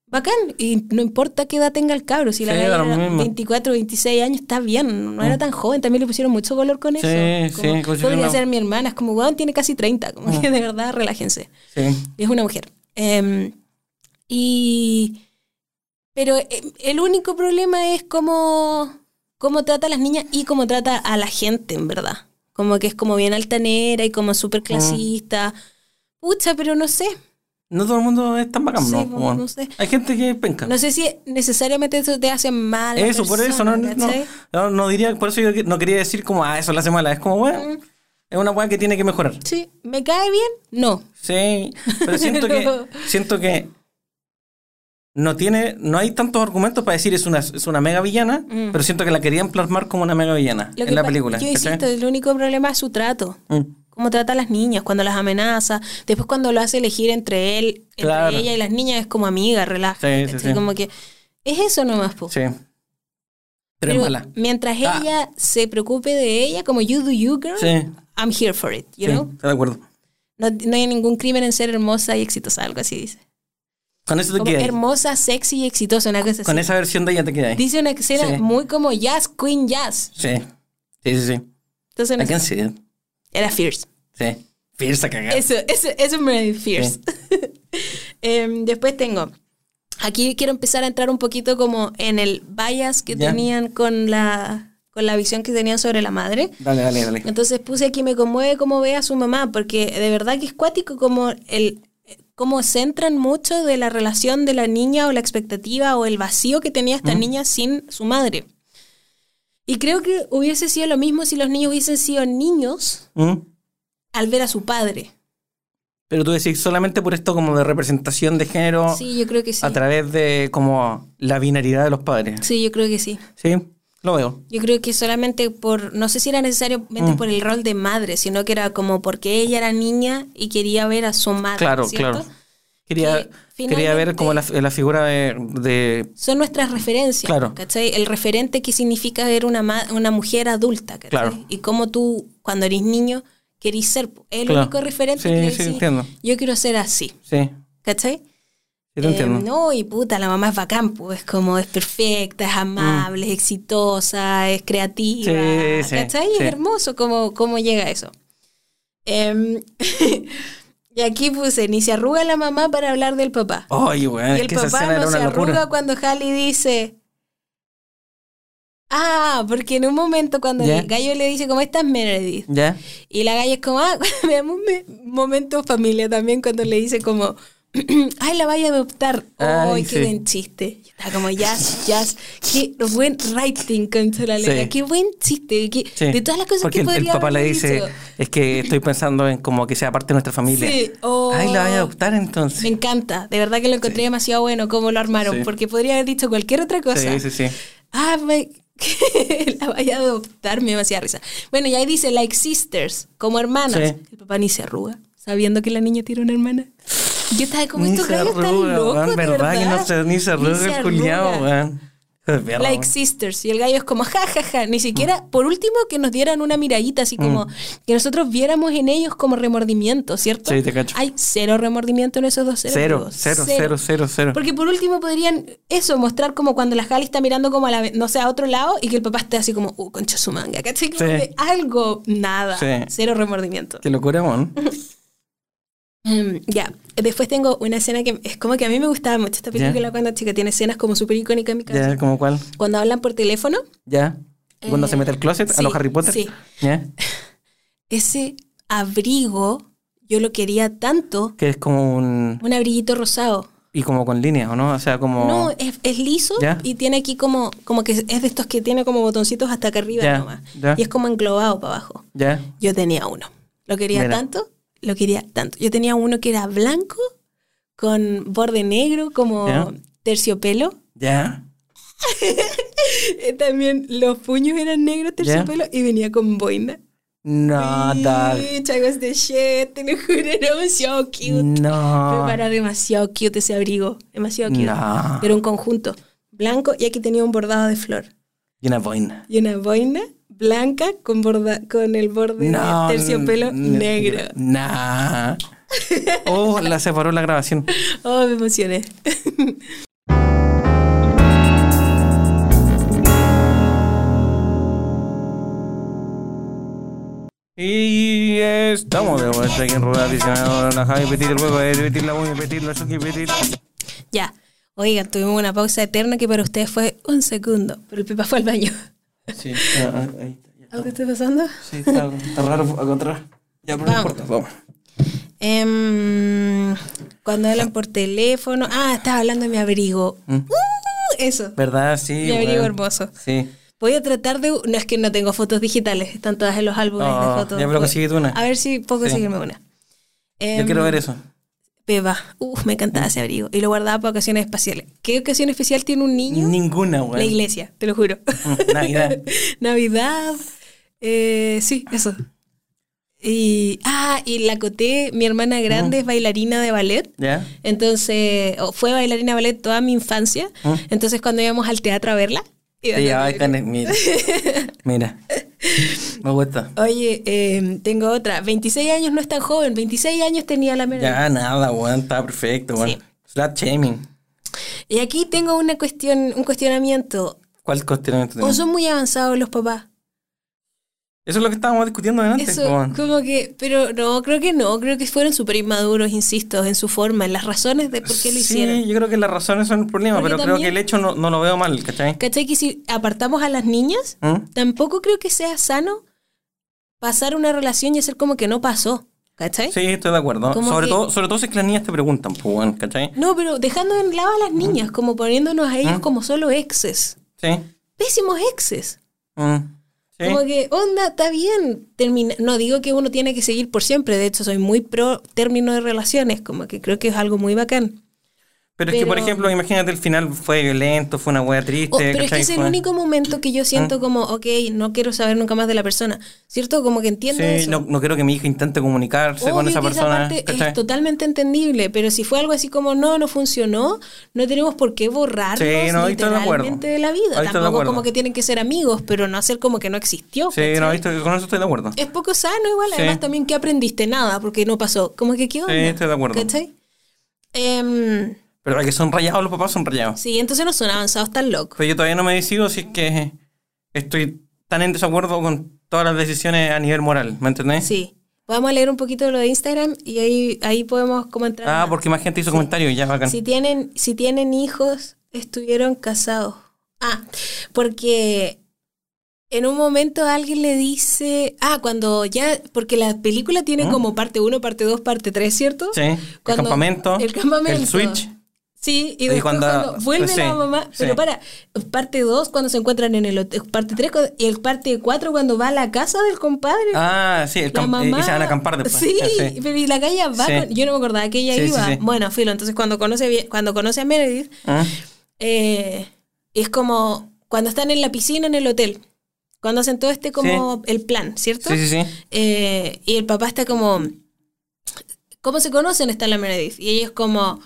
Speaker 4: Bacán, y no importa qué edad tenga el cabro, si la
Speaker 3: Sí,
Speaker 4: galla
Speaker 3: da lo
Speaker 4: era
Speaker 3: mismo. Mm.
Speaker 4: 24, 26 años, está bien, no era tan joven, también le pusieron mucho color con
Speaker 3: Sí,
Speaker 4: eso. Como,
Speaker 3: sí, como si
Speaker 4: podría
Speaker 3: fuera una- Mm.
Speaker 4: ser mi hermana, es como, weón, tiene casi 30, como que de verdad, relájense.
Speaker 3: sí.
Speaker 4: Es una mujer. Em, y. Pero em, el único problema es cómo, cómo trata a las niñas y cómo trata a la gente, en verdad. Como que es como bien altanera y como súper clasista. Pucha, pero no sé.
Speaker 3: No todo el mundo es tan bacán,
Speaker 4: Sí,
Speaker 3: ¿no?
Speaker 4: pues,
Speaker 3: Bueno,
Speaker 4: no sé.
Speaker 3: Hay gente que es penca.
Speaker 4: No sé si necesariamente eso te hace mal.
Speaker 3: eso, por eso, no, no, no- no diría, por eso yo que- no quería decir como, ah, eso la hace mala. Es como, bueno,
Speaker 4: Mm.
Speaker 3: es una weá que tiene que mejorar.
Speaker 4: Sí, ¿me cae bien? No.
Speaker 3: Sí, pero siento
Speaker 4: <laughs>
Speaker 3: que, siento que no tiene, no hay tantos argumentos para decir es una, es una mega villana,
Speaker 4: Mm.
Speaker 3: pero siento que la querían plasmar como una mega villana
Speaker 4: Lo
Speaker 3: en
Speaker 4: que
Speaker 3: la
Speaker 4: pa-
Speaker 3: película.
Speaker 4: Yo
Speaker 3: ¿cachai?
Speaker 4: insisto, el único problema es su trato.
Speaker 3: Mm.
Speaker 4: cómo trata a las niñas, cuando las amenaza, después cuando lo hace elegir entre él, entre
Speaker 3: Claro.
Speaker 4: ella y las niñas, es como amiga, relaja.
Speaker 3: Sí, sí, sí.
Speaker 4: Como que es eso nomás, po.
Speaker 3: Sí. Pero, es
Speaker 4: Pero
Speaker 3: mala.
Speaker 4: mientras
Speaker 3: Ah.
Speaker 4: ella se preocupe de ella, como you do you, girl,
Speaker 3: Sí,
Speaker 4: I'm here for it, you
Speaker 3: sí,
Speaker 4: know?
Speaker 3: estoy de acuerdo.
Speaker 4: No, no hay ningún crimen en ser hermosa y exitosa, algo así dice.
Speaker 3: Con eso te
Speaker 4: Como
Speaker 3: quedas.
Speaker 4: hermosa, sexy y exitosa, una cosa
Speaker 3: Con
Speaker 4: así.
Speaker 3: esa versión de ella te quedas. Sí.
Speaker 4: Dice una escena
Speaker 3: Sí.
Speaker 4: muy como jazz, queen jazz.
Speaker 3: Sí, sí, sí.
Speaker 4: Entonces, no
Speaker 3: I can
Speaker 4: sé,
Speaker 3: see it.
Speaker 4: era fierce.
Speaker 3: Sí. Fierce a cagar.
Speaker 4: Eso, eso, eso me fierce. <laughs> Em, después tengo. Aquí quiero empezar a entrar un poquito como en el bias que
Speaker 3: Ya.
Speaker 4: tenían con la, con la visión que tenían sobre la madre.
Speaker 3: Dale, dale, dale.
Speaker 4: Entonces puse aquí me conmueve cómo ve a su mamá, porque de verdad que es cuático como el cómo centran mucho de la relación de la niña o la expectativa o el vacío que tenía esta niña sin su madre. Y creo que hubiese sido lo mismo si los niños hubiesen sido niños
Speaker 3: Mm.
Speaker 4: al ver a su padre.
Speaker 3: Pero tú decís solamente por esto como de representación de género
Speaker 4: Sí, yo creo que sí.
Speaker 3: a través de como la binaridad de los padres.
Speaker 4: Sí, yo creo que sí.
Speaker 3: Sí, lo veo.
Speaker 4: Yo creo que solamente por, no sé si era necesariamente
Speaker 3: Mm.
Speaker 4: por el rol de madre, sino que era como porque ella era niña y quería ver a su madre.
Speaker 3: Claro,
Speaker 4: ¿cierto?
Speaker 3: claro. Quería,
Speaker 4: Que
Speaker 3: quería ver como la, la figura de, de-
Speaker 4: Son nuestras referencias,
Speaker 3: Claro.
Speaker 4: ¿cachai? El referente que significa ver una, ma- una mujer adulta, ¿cachai?
Speaker 3: Claro.
Speaker 4: Y cómo tú, cuando eres niño, querís ser. po. Es el
Speaker 3: Claro.
Speaker 4: único referente
Speaker 3: Sí,
Speaker 4: que le
Speaker 3: sí,
Speaker 4: decís,
Speaker 3: entiendo.
Speaker 4: yo quiero ser así,
Speaker 3: Sí,
Speaker 4: ¿cachai?
Speaker 3: sí lo
Speaker 4: Eh,
Speaker 3: entiendo.
Speaker 4: no, y puta, la mamá es bacán, pues es como es perfecta, es amable, es exitosa, es creativa.
Speaker 3: Mm. Sí, sí,
Speaker 4: ¿Cachai?
Speaker 3: sí.
Speaker 4: Es hermoso cómo, cómo llega eso. Em, <laughs> y aquí puse, ni se arruga la mamá para hablar del papá.
Speaker 3: Oye, weón,
Speaker 4: y
Speaker 3: Oh, es
Speaker 4: el
Speaker 3: que esa
Speaker 4: papá
Speaker 3: escena era
Speaker 4: no se
Speaker 3: una locura.
Speaker 4: arruga cuando Halley dice... Ah, porque en un momento cuando
Speaker 3: Ya.
Speaker 4: el gallo le dice, ¿cómo estás, Meredith?
Speaker 3: ¿Ya?
Speaker 4: Y la galla es como, ah, <laughs> me da un me- momento familia también cuando le dice como, <clears throat> ay, la vaya a adoptar.
Speaker 3: Ay,
Speaker 4: Ay, qué
Speaker 3: sí.
Speaker 4: buen chiste. Yo estaba como, jazz, jazz, qué buen writing contra la
Speaker 3: Sí.
Speaker 4: letra, qué buen chiste. qué-
Speaker 3: Sí.
Speaker 4: De todas las cosas
Speaker 3: Porque
Speaker 4: que
Speaker 3: el-
Speaker 4: podría
Speaker 3: el papá le
Speaker 4: haberle
Speaker 3: dice,
Speaker 4: dicho.
Speaker 3: es que estoy pensando en como que sea parte de nuestra familia.
Speaker 4: Sí, oh.
Speaker 3: Ay, la vaya a adoptar entonces.
Speaker 4: Me encanta, de verdad que lo encontré demasiado bueno cómo lo armaron,
Speaker 3: Sí.
Speaker 4: porque podría haber dicho cualquier otra cosa.
Speaker 3: Sí, sí, sí.
Speaker 4: Ah, me- <laughs> la vaya a adoptar, me hacía risa. Bueno, y ahí dice, like sisters, como hermanas.
Speaker 3: Sí.
Speaker 4: El papá ni se arruga, sabiendo que la niña tiene una hermana. Yo estaba como,
Speaker 3: Ni
Speaker 4: estos
Speaker 3: se
Speaker 4: gallos están
Speaker 3: arruga,
Speaker 4: locos,
Speaker 3: weón,
Speaker 4: de
Speaker 3: verdad,
Speaker 4: verdad.
Speaker 3: que no se, ni se arruga el culiao, ah, weón. Hijo de perra,
Speaker 4: Like
Speaker 3: weón.
Speaker 4: sisters. Y el gallo es como, ja, ja, ja. Ni siquiera,
Speaker 3: Mm.
Speaker 4: por último, que nos dieran una miradita, así como, que nosotros viéramos en ellos como remordimiento, ¿cierto?
Speaker 3: Sí, te cacho.
Speaker 4: Hay cero remordimiento en esos dos ceros.
Speaker 3: Cero,
Speaker 4: digo,
Speaker 3: cero, cero, cero, cero.
Speaker 4: porque por último podrían eso, mostrar como cuando la Jali está mirando como a la, no sé, a otro lado y que el papá esté así como, uh, concha su manga, ¿cachai? Como
Speaker 3: Sí.
Speaker 4: que algo, nada,
Speaker 3: Sí.
Speaker 4: cero remordimiento.
Speaker 3: Qué locura, weón.
Speaker 4: Mm, ya, después tengo una escena que es como que a mí me gustaba mucho esta película
Speaker 3: Ya.
Speaker 4: cuando chica tiene escenas como súper icónicas en mi casa.
Speaker 3: ¿Ya? ¿Cómo cuál?
Speaker 4: Cuando hablan por teléfono.
Speaker 3: ¿Ya? ¿Y Cuando se mete al closet a
Speaker 4: Eh, sí,
Speaker 3: los Harry Potter.
Speaker 4: sí.
Speaker 3: ¿Ya?
Speaker 4: Ese abrigo yo lo quería tanto,
Speaker 3: Que es como un...
Speaker 4: un abriguito rosado.
Speaker 3: Y como con líneas, ¿o no? O sea, como...
Speaker 4: No, es, es liso
Speaker 3: Ya.
Speaker 4: y tiene aquí como, como que es de estos que tiene como botoncitos hasta acá arriba
Speaker 3: Ya,
Speaker 4: nomás.
Speaker 3: ya.
Speaker 4: Y es como englobado para abajo.
Speaker 3: ¿Ya?
Speaker 4: Yo tenía uno. Lo quería
Speaker 3: Mira.
Speaker 4: tanto, lo quería tanto. Yo tenía uno que era blanco, con borde negro, como
Speaker 3: Ya.
Speaker 4: terciopelo. <laughs>
Speaker 3: ¿Ya?
Speaker 4: Eh, También los puños eran negros, terciopelo, y venía con boina.
Speaker 3: No, dog.
Speaker 4: Sí, chagos de shit, te lo juro, era demasiado cute.
Speaker 3: No.
Speaker 4: Pero era demasiado cute ese abrigo, demasiado cute.
Speaker 3: No.
Speaker 4: Era un conjunto blanco y aquí tenía un bordado de flor.
Speaker 3: Y una boina.
Speaker 4: Y una boina blanca con, borda, con el borde
Speaker 3: No.
Speaker 4: de terciopelo
Speaker 3: n-
Speaker 4: negro. <laughs>
Speaker 3: Nah. Oh, la separó la grabación.
Speaker 4: Oh, me emocioné. <laughs>
Speaker 3: Y estamos de vuelta aquí en Rueda Aficionado. La Javi Petit, el huevo, el Petit, la Uni, Petit, la Suki, Petit.
Speaker 4: ya. Oigan, tuvimos una pausa eterna que para ustedes fue un segundo, pero el Pepa fue al baño.
Speaker 3: Sí, ah, ah, ahí está. ya.
Speaker 4: ¿Algo está pasando?
Speaker 3: Sí, está, está raro encontrar. Ya, pero no
Speaker 4: Vamos.
Speaker 3: importa, vamos.
Speaker 4: Em, cuando hablan por teléfono. Ah, estaba hablando de mi abrigo. Uh, eso.
Speaker 3: ¿Verdad? Mm. Sí.
Speaker 4: Mi abrigo
Speaker 3: weón.
Speaker 4: hermoso.
Speaker 3: Sí.
Speaker 4: Voy a tratar de. No es que no tengo fotos digitales, están todas en los álbumes
Speaker 3: Oh,
Speaker 4: de fotos.
Speaker 3: ya, pero consíguete una.
Speaker 4: A ver si puedo
Speaker 3: Sí.
Speaker 4: conseguirme una.
Speaker 3: Yo
Speaker 4: Em,
Speaker 3: quiero ver eso.
Speaker 4: Beba. Uf, me encantaba ese abrigo. Y lo guardaba para ocasiones especiales. ¿Qué ocasión especial tiene un niño?
Speaker 3: Ninguna, weón.
Speaker 4: La iglesia, te lo juro.
Speaker 3: Mm, Navidad.
Speaker 4: <laughs> Navidad. eh, sí, eso. Y, ah, y la Coté, mi hermana grande, es bailarina de ballet.
Speaker 3: Mm. ¿Ya?
Speaker 4: Entonces, o fue bailarina de ballet toda mi infancia.
Speaker 3: Mm.
Speaker 4: Entonces, cuando íbamos al teatro a verla. iba
Speaker 3: Sí,
Speaker 4: con
Speaker 3: ahí
Speaker 4: mi-
Speaker 3: está. Mira. Mira. Me gusta.
Speaker 4: Oye, eh, tengo otra. 26 años no es tan joven. 26 años tenía la mera.
Speaker 3: Ya, nada, weón. Está perfecto, weón.
Speaker 4: Sí.
Speaker 3: Slut shaming.
Speaker 4: Y aquí tengo una cuestión, un cuestionamiento.
Speaker 3: ¿Cuál cuestionamiento
Speaker 4: ¿O
Speaker 3: tenemos?
Speaker 4: son muy avanzados los papás?
Speaker 3: Eso es lo que estábamos discutiendo antes,
Speaker 4: Eso,
Speaker 3: weón.
Speaker 4: como que, pero no, creo que no, creo que fueron súper inmaduros, insisto, en su forma, en las razones de por qué
Speaker 3: Sí,
Speaker 4: lo hicieron.
Speaker 3: yo creo que las razones son el problema,
Speaker 4: Porque
Speaker 3: pero creo que
Speaker 4: también-
Speaker 3: el hecho no, no lo veo mal, ¿cachai?
Speaker 4: ¿Cachai? Que si apartamos a las niñas,
Speaker 3: ¿Mm?
Speaker 4: tampoco creo que sea sano pasar una relación y hacer como que no pasó, ¿cachai?
Speaker 3: Sí, estoy de acuerdo.
Speaker 4: Como
Speaker 3: Sobre,
Speaker 4: que-
Speaker 3: todo, sobre todo si es que las niñas te preguntan, pues, weón, ¿cachai?
Speaker 4: No, pero dejando en lado a las niñas, como poniéndonos a ellos
Speaker 3: Mm.
Speaker 4: como solo exes.
Speaker 3: Sí.
Speaker 4: Pésimos exes.
Speaker 3: Mm. Sí.
Speaker 4: Como que, onda, está bien. Termina no digo que uno tiene que seguir por siempre. De hecho, soy muy pro término de relaciones. Como que creo que es algo muy bacán.
Speaker 3: Pero es que, por
Speaker 4: Pero-
Speaker 3: ejemplo, imagínate, el final fue violento, fue una wea triste.
Speaker 4: Oh, pero es que
Speaker 3: ¿cachai?
Speaker 4: es el
Speaker 3: Fue- Ah.
Speaker 4: único momento que yo siento como, ok, no quiero saber nunca más de la persona. ¿Cierto? Como que entiendo
Speaker 3: Sí,
Speaker 4: eso.
Speaker 3: no, no quiero que mi hijo intente comunicarse con
Speaker 4: Obvio
Speaker 3: esa
Speaker 4: que esa
Speaker 3: persona.
Speaker 4: parte
Speaker 3: ¿cachai?
Speaker 4: es totalmente entendible, pero si fue algo así como no, no funcionó, no tenemos por qué borrarnos
Speaker 3: Sí, no, ahí estoy de acuerdo.
Speaker 4: literalmente de la vida.
Speaker 3: Ahí estoy de
Speaker 4: Tampoco
Speaker 3: acuerdo.
Speaker 4: como que tienen que ser amigos, pero no hacer como que no existió.
Speaker 3: Sí,
Speaker 4: ¿cachai?
Speaker 3: no, esto- con eso estoy de acuerdo.
Speaker 4: Es poco sano igual,
Speaker 3: Sí.
Speaker 4: además también que aprendiste nada, porque no pasó. Como que qué onda.
Speaker 3: estoy de acuerdo.
Speaker 4: ¿Cachai? Em,
Speaker 3: Pero la que son rayados, los papás son rayados.
Speaker 4: sí, entonces no son avanzados tan locos.
Speaker 3: Pero yo todavía no me decido si es que estoy tan en desacuerdo con todas las decisiones a nivel moral, ¿me entendés?
Speaker 4: Sí. Vamos a leer un poquito lo de Instagram y ahí, ahí podemos como entrar.
Speaker 3: Ah,
Speaker 4: más.
Speaker 3: porque más gente hizo comentarios, ya bacán.
Speaker 4: Si tienen, si tienen hijos, estuvieron casados. Ah, porque en un momento alguien le dice, ah, cuando ya, porque la película
Speaker 3: ¿Ah?
Speaker 4: tiene como parte 1, parte 2, parte 3, ¿cierto?
Speaker 3: Sí, el
Speaker 4: Cuando-
Speaker 3: campamento,
Speaker 4: el campamento.
Speaker 3: el switch.
Speaker 4: Sí, y
Speaker 3: Y
Speaker 4: después cuando,
Speaker 3: cuando-
Speaker 4: vuelve
Speaker 3: pues sí,
Speaker 4: la mamá,
Speaker 3: sí.
Speaker 4: pero para, parte 2 cuando se encuentran en el hotel, parte 3 y el parte 4 cuando va a la casa del compadre.
Speaker 3: Ah, sí, el
Speaker 4: La
Speaker 3: camp-
Speaker 4: mamá.
Speaker 3: eh, y se van a acampar después.
Speaker 4: Sí,
Speaker 3: Ya,
Speaker 4: pero y la Gaia va.
Speaker 3: Sí.
Speaker 4: con- yo no me acordaba que ella
Speaker 3: Sí, sí,
Speaker 4: iba.
Speaker 3: sí.
Speaker 4: Bueno, filo. Entonces, cuando conoce, bien- cuando conoce a Meredith,
Speaker 3: Ah,
Speaker 4: eh, es como cuando están en la piscina en el hotel. Cuando hacen todo este como el plan, ¿cierto?
Speaker 3: Sí, sí, sí.
Speaker 4: Eh, y el papá está como. ¿Cómo se conocen? Está la Meredith. Y ella es como.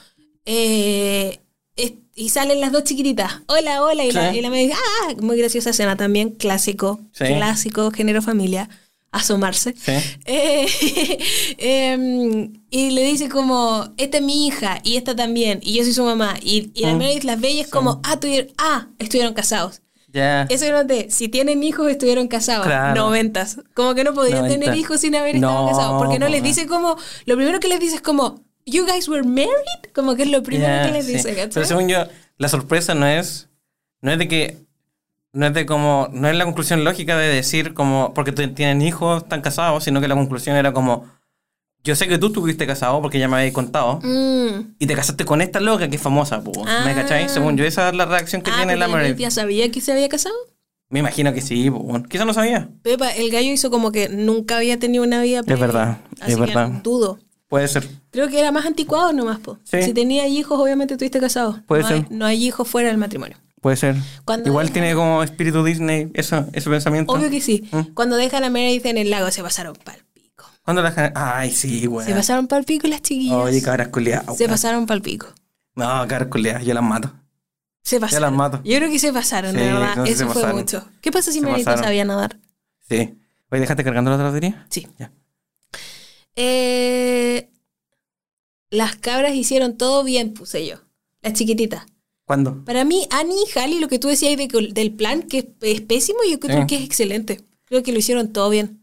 Speaker 4: eh, es- y salen las dos chiquititas. Hola, hola. Y, la,
Speaker 3: Sí.
Speaker 4: y la Meredith. ¡Ah! Muy graciosa escena también. Clásico.
Speaker 3: Sí.
Speaker 4: Clásico, género familia. Asomarse.
Speaker 3: sí.
Speaker 4: Eh, <laughs> em, y le dice como, esta es mi hija y esta también, y yo soy su mamá. Y, y la
Speaker 3: Mm.
Speaker 4: Meredith las ve y es como, ah, tuvieron, ah, estuvieron casados.
Speaker 3: Ya.
Speaker 4: Eso era de, si tienen hijos, estuvieron casados.
Speaker 3: Claro.
Speaker 4: Noventas. Como que no podían
Speaker 3: Noventa.
Speaker 4: tener hijos sin haber estado
Speaker 3: No,
Speaker 4: casados. Porque no les
Speaker 3: mamá.
Speaker 4: dice como, lo primero que les dice es como, you guys were married. Como que es lo primero
Speaker 3: Ya,
Speaker 4: que les
Speaker 3: sí.
Speaker 4: dice, ¿cachai?
Speaker 3: Pero según yo, la sorpresa no es. No es de que. No es de como. No es la conclusión lógica de decir como. Porque t- tienen hijos, están casados, sino que la conclusión era como. Yo sé que tú estuviste casado porque ya me habéis contado.
Speaker 4: Mm.
Speaker 3: Y te casaste con esta loca que es famosa, po,
Speaker 4: Ah.
Speaker 3: ¿me cachai? Según yo, esa es la reacción que
Speaker 4: Ah,
Speaker 3: tiene
Speaker 4: porque
Speaker 3: la Meredith.
Speaker 4: ya sabía que se había casado.
Speaker 3: Me imagino que sí, po, bueno. quizá no sabía.
Speaker 4: Pepa, el gallo hizo como que nunca había tenido una vida previa.
Speaker 3: verdad, es
Speaker 4: Así que
Speaker 3: verdad.
Speaker 4: dudo.
Speaker 3: Puede ser.
Speaker 4: Creo que era más anticuado nomás, po.
Speaker 3: Sí.
Speaker 4: Si tenías hijos, obviamente tuviste casado.
Speaker 3: Puede
Speaker 4: no
Speaker 3: ser.
Speaker 4: Hay, no hay hijos fuera del matrimonio.
Speaker 3: Puede ser.
Speaker 4: Cuando-
Speaker 3: Igual tiene como espíritu Disney eso, ese pensamiento.
Speaker 4: Obvio que sí.
Speaker 3: Mm.
Speaker 4: Cuando dejan a Meredith en el lago, se pasaron pal pico.
Speaker 3: Cuando la gen- Ay, sí, güey.
Speaker 4: Se pasaron pal pico las chiquillas.
Speaker 3: Oye, cabras culiadas.
Speaker 4: se
Speaker 3: weón.
Speaker 4: pasaron pal pico.
Speaker 3: No, cabras culiadas, yo las mato.
Speaker 4: Se pasaron.
Speaker 3: las mato.
Speaker 4: Yo creo que se pasaron, de
Speaker 3: Sí,
Speaker 4: verdad.
Speaker 3: creo que
Speaker 4: Eso
Speaker 3: se
Speaker 4: fue
Speaker 3: pasaron.
Speaker 4: mucho. ¿Qué pasa si
Speaker 3: Se
Speaker 4: Meredith no
Speaker 3: pasaron.
Speaker 4: sabía nadar?
Speaker 3: Sí. Oye, déjate cargando la otra batería.
Speaker 4: Sí.
Speaker 3: Ya.
Speaker 4: Eh, las cabras hicieron todo bien, puse yo. Las chiquititas.
Speaker 3: ¿Cuándo?
Speaker 4: Para mí, Annie y Halley, lo que tú decías de que- del plan, que es, es pésimo, yo creo
Speaker 3: Sí.
Speaker 4: que es excelente. Creo que lo hicieron todo bien.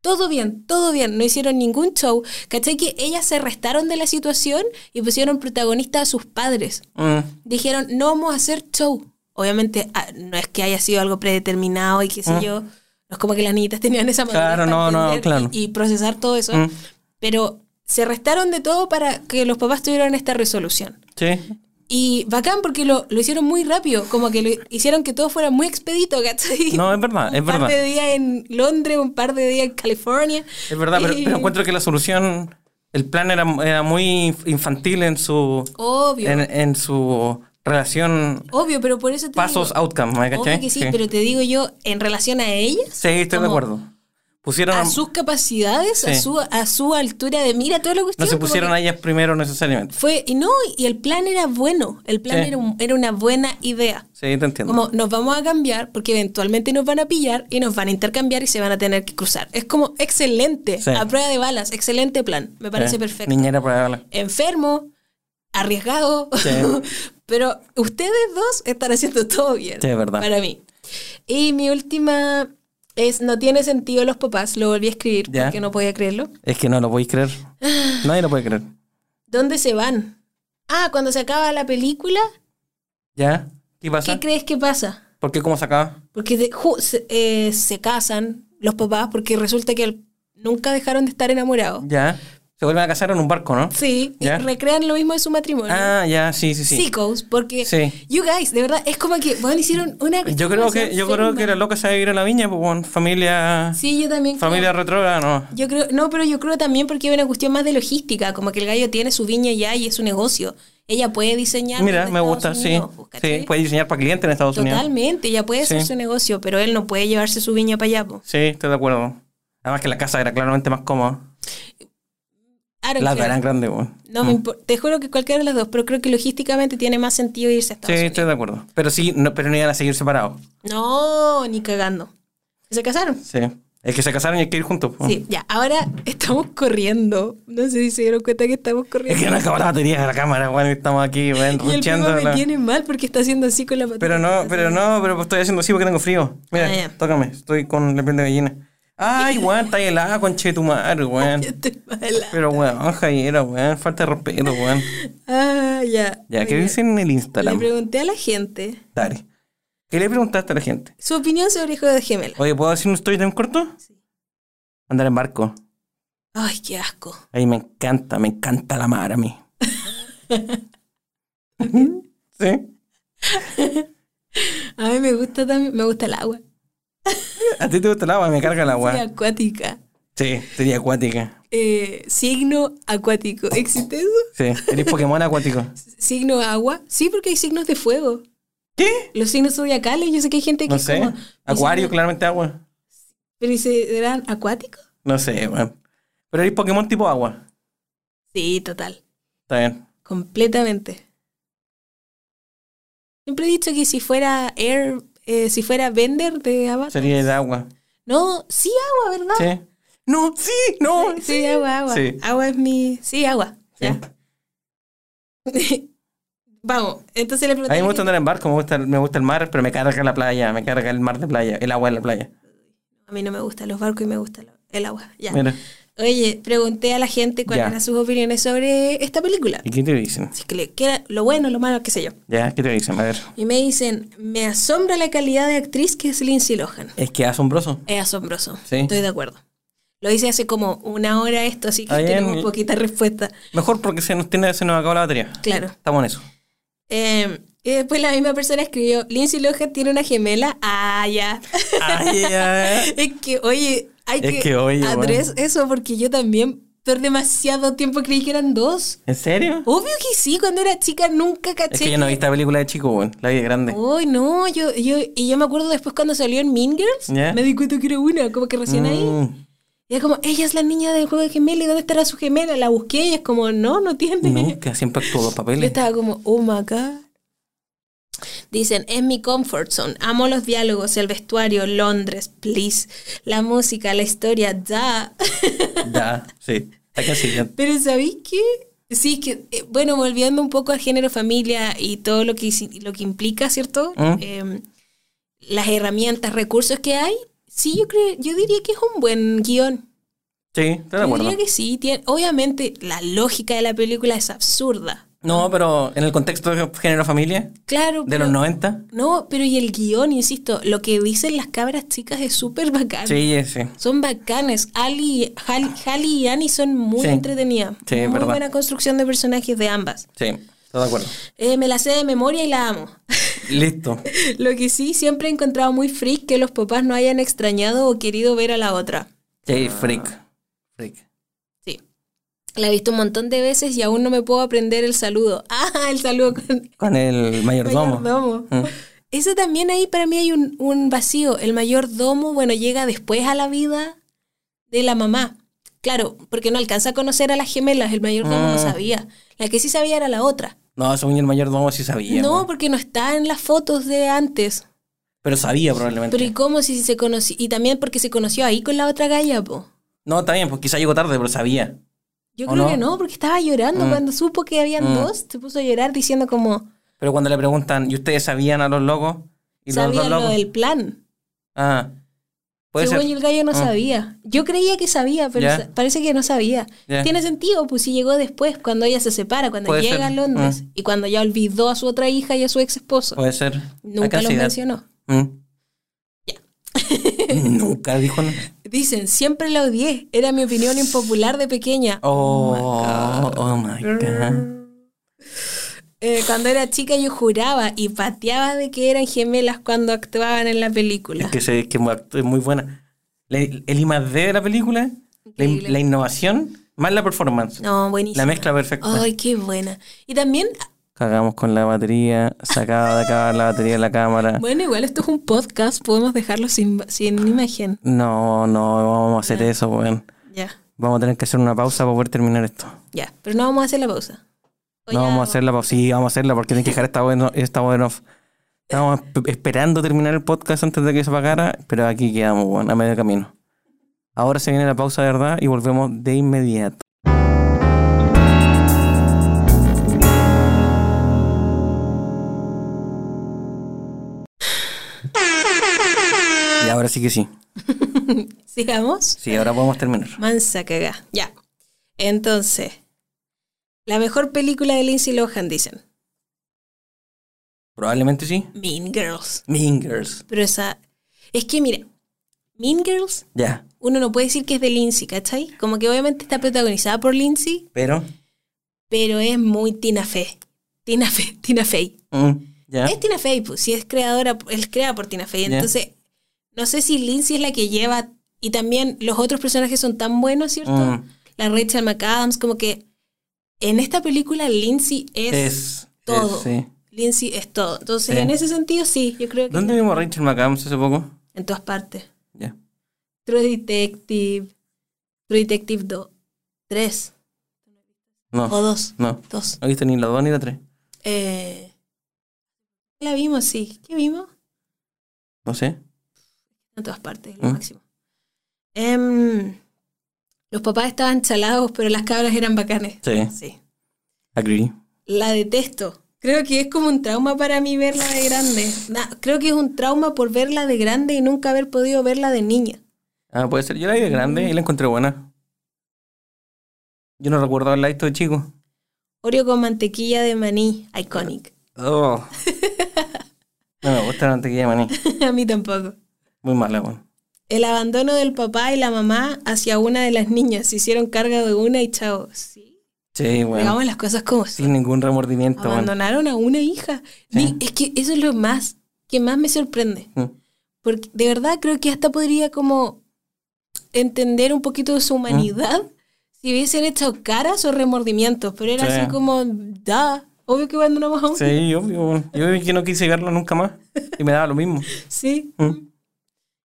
Speaker 4: Todo bien, todo bien. No hicieron ningún show. ¿Cachai? Que ellas se restaron de la situación y pusieron protagonista a sus padres.
Speaker 3: Mm,
Speaker 4: Dijeron, no vamos a hacer show. Obviamente, ah, no es que haya sido algo predeterminado y qué sé
Speaker 3: Mm.
Speaker 4: yo. No es como que las niñitas tenían esa manera
Speaker 3: Claro, no, no, claro.
Speaker 4: y, y procesar todo eso.
Speaker 3: mm,
Speaker 4: Pero se restaron de todo para que los papás tuvieran esta resolución.
Speaker 3: sí.
Speaker 4: Y bacán porque lo, lo hicieron muy rápido, como que lo hicieron que todo fuera muy expedito, ¿cachai?
Speaker 3: No, es verdad, es
Speaker 4: un par
Speaker 3: verdad.
Speaker 4: de días en Londres, un par de días en California.
Speaker 3: Es verdad, pero,
Speaker 4: Y-
Speaker 3: pero encuentro que la solución, el plan era, era muy infantil en su,
Speaker 4: Obvio,
Speaker 3: en, en su relación
Speaker 4: obvio, pero por eso te
Speaker 3: pasos
Speaker 4: digo,
Speaker 3: outcome, ¿me
Speaker 4: obvio
Speaker 3: cachai?
Speaker 4: que sí, pero te digo yo, en relación a ellas,
Speaker 3: Sí, estoy de
Speaker 4: como
Speaker 3: acuerdo. Pusieron
Speaker 4: a sus capacidades, a,
Speaker 3: Sí.
Speaker 4: su, a su altura de mira, toda la
Speaker 3: no
Speaker 4: cuestión.
Speaker 3: se
Speaker 4: como
Speaker 3: pusieron
Speaker 4: que
Speaker 3: a ellas primero necesariamente.
Speaker 4: Fue, y no, y el plan era bueno, el plan
Speaker 3: Sí.
Speaker 4: era, un- era una buena idea.
Speaker 3: Sí, te entiendo.
Speaker 4: Como nos vamos a cambiar porque eventualmente nos van a pillar y nos van a intercambiar y se van a tener que cruzar. Es como excelente,
Speaker 3: Sí.
Speaker 4: a prueba de balas, excelente plan. Me parece
Speaker 3: Sí.
Speaker 4: perfecto.
Speaker 3: Niñera para hablar.
Speaker 4: Enfermo, arriesgado,
Speaker 3: Sí.
Speaker 4: <laughs> pero ustedes dos están haciendo todo bien.
Speaker 3: Sí, es verdad.
Speaker 4: Para mí. Y mi última es, no tiene sentido los papás, lo volví a escribir
Speaker 3: Ya.
Speaker 4: porque no podía creerlo.
Speaker 3: Es que no lo podéis creer. Nadie lo puede creer.
Speaker 4: ¿Dónde se van? Ah, cuando se acaba la película,
Speaker 3: ¿Ya? ¿Qué
Speaker 4: ¿qué
Speaker 3: pasa?
Speaker 4: crees que pasa?
Speaker 3: ¿Por qué cómo se acaba?
Speaker 4: Porque de- ju- se, eh, se casan los papás porque resulta que el- nunca dejaron de estar enamorados.
Speaker 3: Ya. Se vuelven a casar en un barco, ¿no?
Speaker 4: Sí, y
Speaker 3: ¿Ya?
Speaker 4: recrean lo mismo de su matrimonio.
Speaker 3: Ah, ya, sí, sí, sí.
Speaker 4: Psicos, porque
Speaker 3: Sí.
Speaker 4: you guys, de verdad, es como que bueno, hicieron una
Speaker 3: Yo creo que yo creo que la loca se va a vivir a la viña, pues, bueno, familia
Speaker 4: Sí, yo también creo.
Speaker 3: familia retrógrada, no.
Speaker 4: Yo creo, no, pero yo creo también porque hay una cuestión más de logística, como que el gallo tiene su viña ya y es su negocio. Ella puede diseñar.
Speaker 3: Mira,
Speaker 4: desde
Speaker 3: me
Speaker 4: Estados
Speaker 3: gusta, sí.
Speaker 4: Unidos, pues, ¿cachai?
Speaker 3: Sí, puede diseñar para clientes en Estados Unidos.
Speaker 4: Totalmente, ella puede hacer
Speaker 3: Sí.
Speaker 4: su negocio, pero él no puede llevarse su viña para allá. pues. po.
Speaker 3: Sí, estoy de acuerdo. Además que la casa era claramente más cómoda.
Speaker 4: I don't
Speaker 3: La
Speaker 4: care.
Speaker 3: eran grande, weón.
Speaker 4: No
Speaker 3: Mm.
Speaker 4: me impor- te juro que cualquiera de las dos, pero creo que logísticamente tiene más sentido irse a
Speaker 3: Sí,
Speaker 4: Estados
Speaker 3: estoy
Speaker 4: Unidos.
Speaker 3: de acuerdo. Pero sí, no, pero no iban a seguir separados.
Speaker 4: No, ni cagando. ¿Se casaron?
Speaker 3: Sí. Es que se casaron y hay que ir juntos. pues. po.
Speaker 4: Sí, ya. Ahora estamos corriendo. No sé si se dieron cuenta que estamos
Speaker 3: Es
Speaker 4: corriendo.
Speaker 3: que no acabó la batería de la cámara, weón. y Estamos aquí, weón,
Speaker 4: <laughs> Y el
Speaker 3: rucheando
Speaker 4: primo me
Speaker 3: la-
Speaker 4: tiene mal porque está haciendo así con la patita.
Speaker 3: Pero no, pero no, pero pues estoy haciendo así porque tengo frío. Mira,
Speaker 4: Ah, ya.
Speaker 3: tócame, estoy con la piel de gallina. Ay, weón, está helada, conche de tu madre, weón.
Speaker 4: Estoy mala.
Speaker 3: Pero weón, Jaira, weón, falta de respeto, weón.
Speaker 4: Ah, ya.
Speaker 3: Ya, ¿qué
Speaker 4: Mira,
Speaker 3: dicen en el
Speaker 4: Le
Speaker 3: Instagram?
Speaker 4: pregunté a la gente
Speaker 3: Dale. ¿Qué le preguntaste a la gente?
Speaker 4: su opinión sobre Hijo de Gemela.
Speaker 3: Oye, ¿puedo hacer un story time corto?
Speaker 4: Sí.
Speaker 3: Andar en barco.
Speaker 4: Ay, qué asco.
Speaker 3: Ay, me encanta, me encanta la mar a
Speaker 4: <laughs>
Speaker 3: mí. ¿Sí?
Speaker 4: A mí me gusta también, me gusta el agua.
Speaker 3: ¿A ti te gusta el agua? Me carga el
Speaker 4: Soy
Speaker 3: agua.
Speaker 4: acuática.
Speaker 3: Sí, sería acuática.
Speaker 4: Eh, signo acuático. ¿Existe eso?
Speaker 3: Sí, eres Pokémon
Speaker 4: <laughs>
Speaker 3: acuático.
Speaker 4: Signo agua. Sí, porque hay signos de fuego.
Speaker 3: ¿Qué?
Speaker 4: Los signos zodiacales, yo sé que hay gente que
Speaker 3: No
Speaker 4: es
Speaker 3: sé.
Speaker 4: como-
Speaker 3: Acuario,
Speaker 4: signo-
Speaker 3: claramente agua.
Speaker 4: ¿Pero y se eran acuáticos?
Speaker 3: No sé, weón. Pero eres Pokémon tipo agua.
Speaker 4: Sí, total.
Speaker 3: Está bien.
Speaker 4: Completamente. Siempre he dicho que si fuera Air, eh, si fuera Bender de Avatar.
Speaker 3: Sería el agua.
Speaker 4: No, sí agua, ¿verdad? Oh,
Speaker 3: Sí. No, sí, no.
Speaker 4: Sí, agua, agua.
Speaker 3: Sí.
Speaker 4: Agua es mi. Sí, agua.
Speaker 3: Sí.
Speaker 4: Ya. Vamos, entonces le
Speaker 3: A
Speaker 4: pregunté.
Speaker 3: mí me gusta andar en barco, me gusta, el- me gusta el mar, pero me carga la playa, me carga el mar de playa, el agua de la playa.
Speaker 4: A mí no me gustan los barcos y me gusta lo- el agua. Ya.
Speaker 3: Mira.
Speaker 4: Oye, pregunté a la gente cuáles
Speaker 3: Ya.
Speaker 4: eran sus opiniones sobre esta película.
Speaker 3: ¿Y qué te dicen?
Speaker 4: Si es que le- que era lo bueno, lo malo, qué sé yo.
Speaker 3: Ya, ¿qué te dicen? A ver.
Speaker 4: Y me dicen, me asombra la calidad de actriz que es Lindsay Lohan.
Speaker 3: Es que es asombroso.
Speaker 4: Es asombroso.
Speaker 3: Sí.
Speaker 4: Estoy de acuerdo. Lo hice hace como una hora esto, así que
Speaker 3: Está bien.
Speaker 4: tenemos poquita respuesta.
Speaker 3: Mejor porque se nos, tiene, se nos acabó la batería.
Speaker 4: Claro.
Speaker 3: Estamos en eso.
Speaker 4: Eh, y después la misma persona escribió, Lindsay Lohan tiene una gemela. Ah, ya. <laughs>
Speaker 3: Ay, ay, ay.
Speaker 4: es que, oye, hay
Speaker 3: Es
Speaker 4: que,
Speaker 3: que, oye,
Speaker 4: Andrés, eso porque yo también por demasiado tiempo creí que eran dos.
Speaker 3: ¿En serio?
Speaker 4: Obvio que sí, cuando era chica nunca caché.
Speaker 3: Es que yo no vi esta película de chico, weón. La vi de grande.
Speaker 4: Uy, no, yo, yo, y yo me acuerdo después cuando salió en Mean Girls,
Speaker 3: Ya.
Speaker 4: me di cuenta que era una, como que recién ahí.
Speaker 3: Mm,
Speaker 4: Y es como, ella es la niña del juego de gemela, ¿y dónde estará su gemela? La busqué y es como, no, no tiene.
Speaker 3: nunca, siempre actúo los
Speaker 4: Yo
Speaker 3: papeles.
Speaker 4: estaba como, oh my god. Dicen, es mi comfort zone. Amo los diálogos, el vestuario, Londres, please. La música, la historia, da. <laughs>
Speaker 3: Ya, sí. Está casi ya.
Speaker 4: Pero ¿sabéis qué? Sí, es que, eh, bueno, volviendo un poco al género familia y todo lo que, hici- lo que implica, ¿cierto?
Speaker 3: Mm.
Speaker 4: Eh, las herramientas, recursos que hay, sí, yo creo, yo diría que es un buen guión.
Speaker 3: Sí, estoy de
Speaker 4: Yo
Speaker 3: acuerdo.
Speaker 4: diría que sí. tiene- obviamente, la lógica de la película es absurda.
Speaker 3: No, pero en el contexto de género familia,
Speaker 4: Claro,
Speaker 3: de
Speaker 4: pero-
Speaker 3: los 90.
Speaker 4: No, pero y el guión, insisto, lo que dicen las cabras chicas es súper bacán.
Speaker 3: Sí, sí.
Speaker 4: Son bacanes. Ali, Hal- Hallie y Annie son muy
Speaker 3: Sí.
Speaker 4: entretenidas.
Speaker 3: Sí,
Speaker 4: muy
Speaker 3: verdad.
Speaker 4: buena construcción de personajes de ambas.
Speaker 3: Sí, estoy de acuerdo.
Speaker 4: Eh, me la sé de memoria y la amo. <laughs>
Speaker 3: Listo.
Speaker 4: Lo que sí, siempre he encontrado muy freak que los papás no hayan extrañado o querido ver a la otra.
Speaker 3: Sí, freak. Freak.
Speaker 4: Sí. La he visto un montón de veces y aún no me puedo aprender el saludo. <laughs> Ah, el saludo con
Speaker 3: Con el mayordomo.
Speaker 4: mayordomo.
Speaker 3: Mm.
Speaker 4: Eso también ahí para mí hay un, un vacío. El mayordomo, bueno, llega después a la vida de la mamá. Claro, porque no alcanza a conocer a las gemelas, el mayordomo no
Speaker 3: Mm.
Speaker 4: sabía. La que sí sabía era la otra.
Speaker 3: No, según yo, el mayordomo sí sabía.
Speaker 4: no,
Speaker 3: weón.
Speaker 4: porque no está en las fotos de antes.
Speaker 3: Pero sabía probablemente.
Speaker 4: Pero ¿y cómo si se conoció? Y también porque se conoció ahí con la otra galla, po.
Speaker 3: No, está bien, pues quizá llegó tarde, pero sabía.
Speaker 4: Yo
Speaker 3: ¿O
Speaker 4: creo
Speaker 3: no?
Speaker 4: que no, porque estaba llorando
Speaker 3: Mm.
Speaker 4: cuando supo que habían
Speaker 3: Mm.
Speaker 4: dos. Se puso a llorar diciendo como,
Speaker 3: Pero cuando le preguntan, ¿y ustedes sabían a los locos? ¿Y los
Speaker 4: sabía
Speaker 3: dos
Speaker 4: lo
Speaker 3: locos?
Speaker 4: del plan.
Speaker 3: Ah. Puede
Speaker 4: Según
Speaker 3: ser.
Speaker 4: yo, el gallo no
Speaker 3: Mm.
Speaker 4: sabía. Yo creía que sabía, pero
Speaker 3: Ya.
Speaker 4: sa- parece que no sabía.
Speaker 3: Ya.
Speaker 4: Tiene sentido, pues si llegó después, cuando ella se separa, cuando
Speaker 3: Puede
Speaker 4: llega
Speaker 3: ser. Ah.
Speaker 4: a Londres y cuando ya olvidó a su otra hija y a su ex esposo.
Speaker 3: Puede ser.
Speaker 4: Nunca los
Speaker 3: Acasidad.
Speaker 4: mencionó.
Speaker 3: Mm. <laughs> Nunca dijo nada.
Speaker 4: Dicen, siempre la odié. Era mi opinión impopular de pequeña.
Speaker 3: Oh, oh my god.
Speaker 4: Eh, cuando era chica yo juraba y pateaba de que eran gemelas cuando actuaban en la película.
Speaker 3: Es que, se- que es muy buena. La- el I más D de la película, la, in-
Speaker 4: Increíble.
Speaker 3: la innovación, más la performance.
Speaker 4: No, buenísimo.
Speaker 3: la mezcla perfecta.
Speaker 4: Ay, qué buena. Y también
Speaker 3: Cagamos con la batería, se acaba de acabar la batería de la cámara.
Speaker 4: Bueno, igual esto es un podcast, podemos dejarlo sin, sin imagen.
Speaker 3: No, no, vamos a hacer eso, weón.
Speaker 4: Ya,
Speaker 3: Vamos a tener que hacer una pausa para poder terminar esto.
Speaker 4: ya. Pero no vamos a hacer la pausa. O
Speaker 3: No
Speaker 4: ya
Speaker 3: vamos a hacerla, pausa. sí, vamos a hacerla porque tienes que dejar esta bueno, esta bueno. Estábamos esp- esperando terminar el podcast antes de que se apagara, pero aquí quedamos, weón, a medio camino. Ahora se viene la pausa de verdad y volvemos de inmediato. Y ahora sí que sí.
Speaker 4: Sigamos.
Speaker 3: Sí, ahora podemos terminar.
Speaker 4: Mansa cagá. Ya. Entonces, la mejor película de Lindsay Lohan, dicen.
Speaker 3: Probablemente sí.
Speaker 4: Mean Girls.
Speaker 3: Mingers.
Speaker 4: Pero esa. Es que, mira, Mean Girls,
Speaker 3: Ya.
Speaker 4: uno no puede decir que es de Lindsay, ¿cachai? Como que obviamente está protagonizada por Lindsay,
Speaker 3: Pero.
Speaker 4: pero es muy Tina Fey. Tina Fey, <laughs> Tina Fey.
Speaker 3: mm, ya.
Speaker 4: Es Tina Fey, pues, si es creadora, es creada por Tina Fey.
Speaker 3: Ya.
Speaker 4: Entonces, no sé si Lindsay es la que lleva, y también los otros personajes son tan buenos, ¿cierto?
Speaker 3: Mm,
Speaker 4: La Rachel McAdams, como que en esta película Lindsay es,
Speaker 3: es.
Speaker 4: todo.
Speaker 3: es, sí.
Speaker 4: Lindsay es todo. Entonces,
Speaker 3: Sí.
Speaker 4: en ese sentido, sí, yo creo que
Speaker 3: ¿Dónde vimos a Rachel McAdams hace poco?
Speaker 4: en todas partes.
Speaker 3: Ya.
Speaker 4: True Detective, True Detective 2, 3 o
Speaker 3: No.
Speaker 4: 2,
Speaker 3: No.
Speaker 4: 2.
Speaker 3: No viste ni la 2 ni la 3.
Speaker 4: Eh, la vimos, sí. ¿Qué vimos?
Speaker 3: No sé.
Speaker 4: En todas partes, lo
Speaker 3: ¿Mm?
Speaker 4: máximo. Em, los papás estaban chalados, pero las cabras eran bacanes.
Speaker 3: Sí.
Speaker 4: Sí.
Speaker 3: Agree.
Speaker 4: La detesto. Creo que es como un trauma para mí verla de grande. Na- creo que es un trauma por verla de grande y nunca haber podido verla de niña.
Speaker 3: Ah, puede ser. Yo la vi de grande y la encontré buena. Yo no recuerdo haberla visto de chico.
Speaker 4: Oreo con mantequilla de maní, iconic. <laughs>
Speaker 3: Oh. No me gusta la mantequilla de maní.
Speaker 4: A mí tampoco.
Speaker 3: Muy mala, weón.
Speaker 4: El abandono del papá y la mamá hacia una de las niñas. Se hicieron carga de una y chao. Sí.
Speaker 3: Sí, weón.
Speaker 4: Digamos las cosas como son.
Speaker 3: Sin ningún remordimiento, weón.
Speaker 4: Abandonaron a una hija.
Speaker 3: Sí. Mm.
Speaker 4: Ni- Es que eso es lo más que más me sorprende. Porque de verdad creo que hasta podría como entender un poquito de
Speaker 3: Mm.
Speaker 4: su humanidad si hubiesen hecho caras o remordimientos. Pero era
Speaker 3: Sí.
Speaker 4: así como, da, obvio que abandonamos a un
Speaker 3: Sí, obvio. weón. Yo vi que no quise verlo nunca más. Y me daba lo
Speaker 4: <laughs>
Speaker 3: mismo.
Speaker 4: Sí.
Speaker 3: Mm.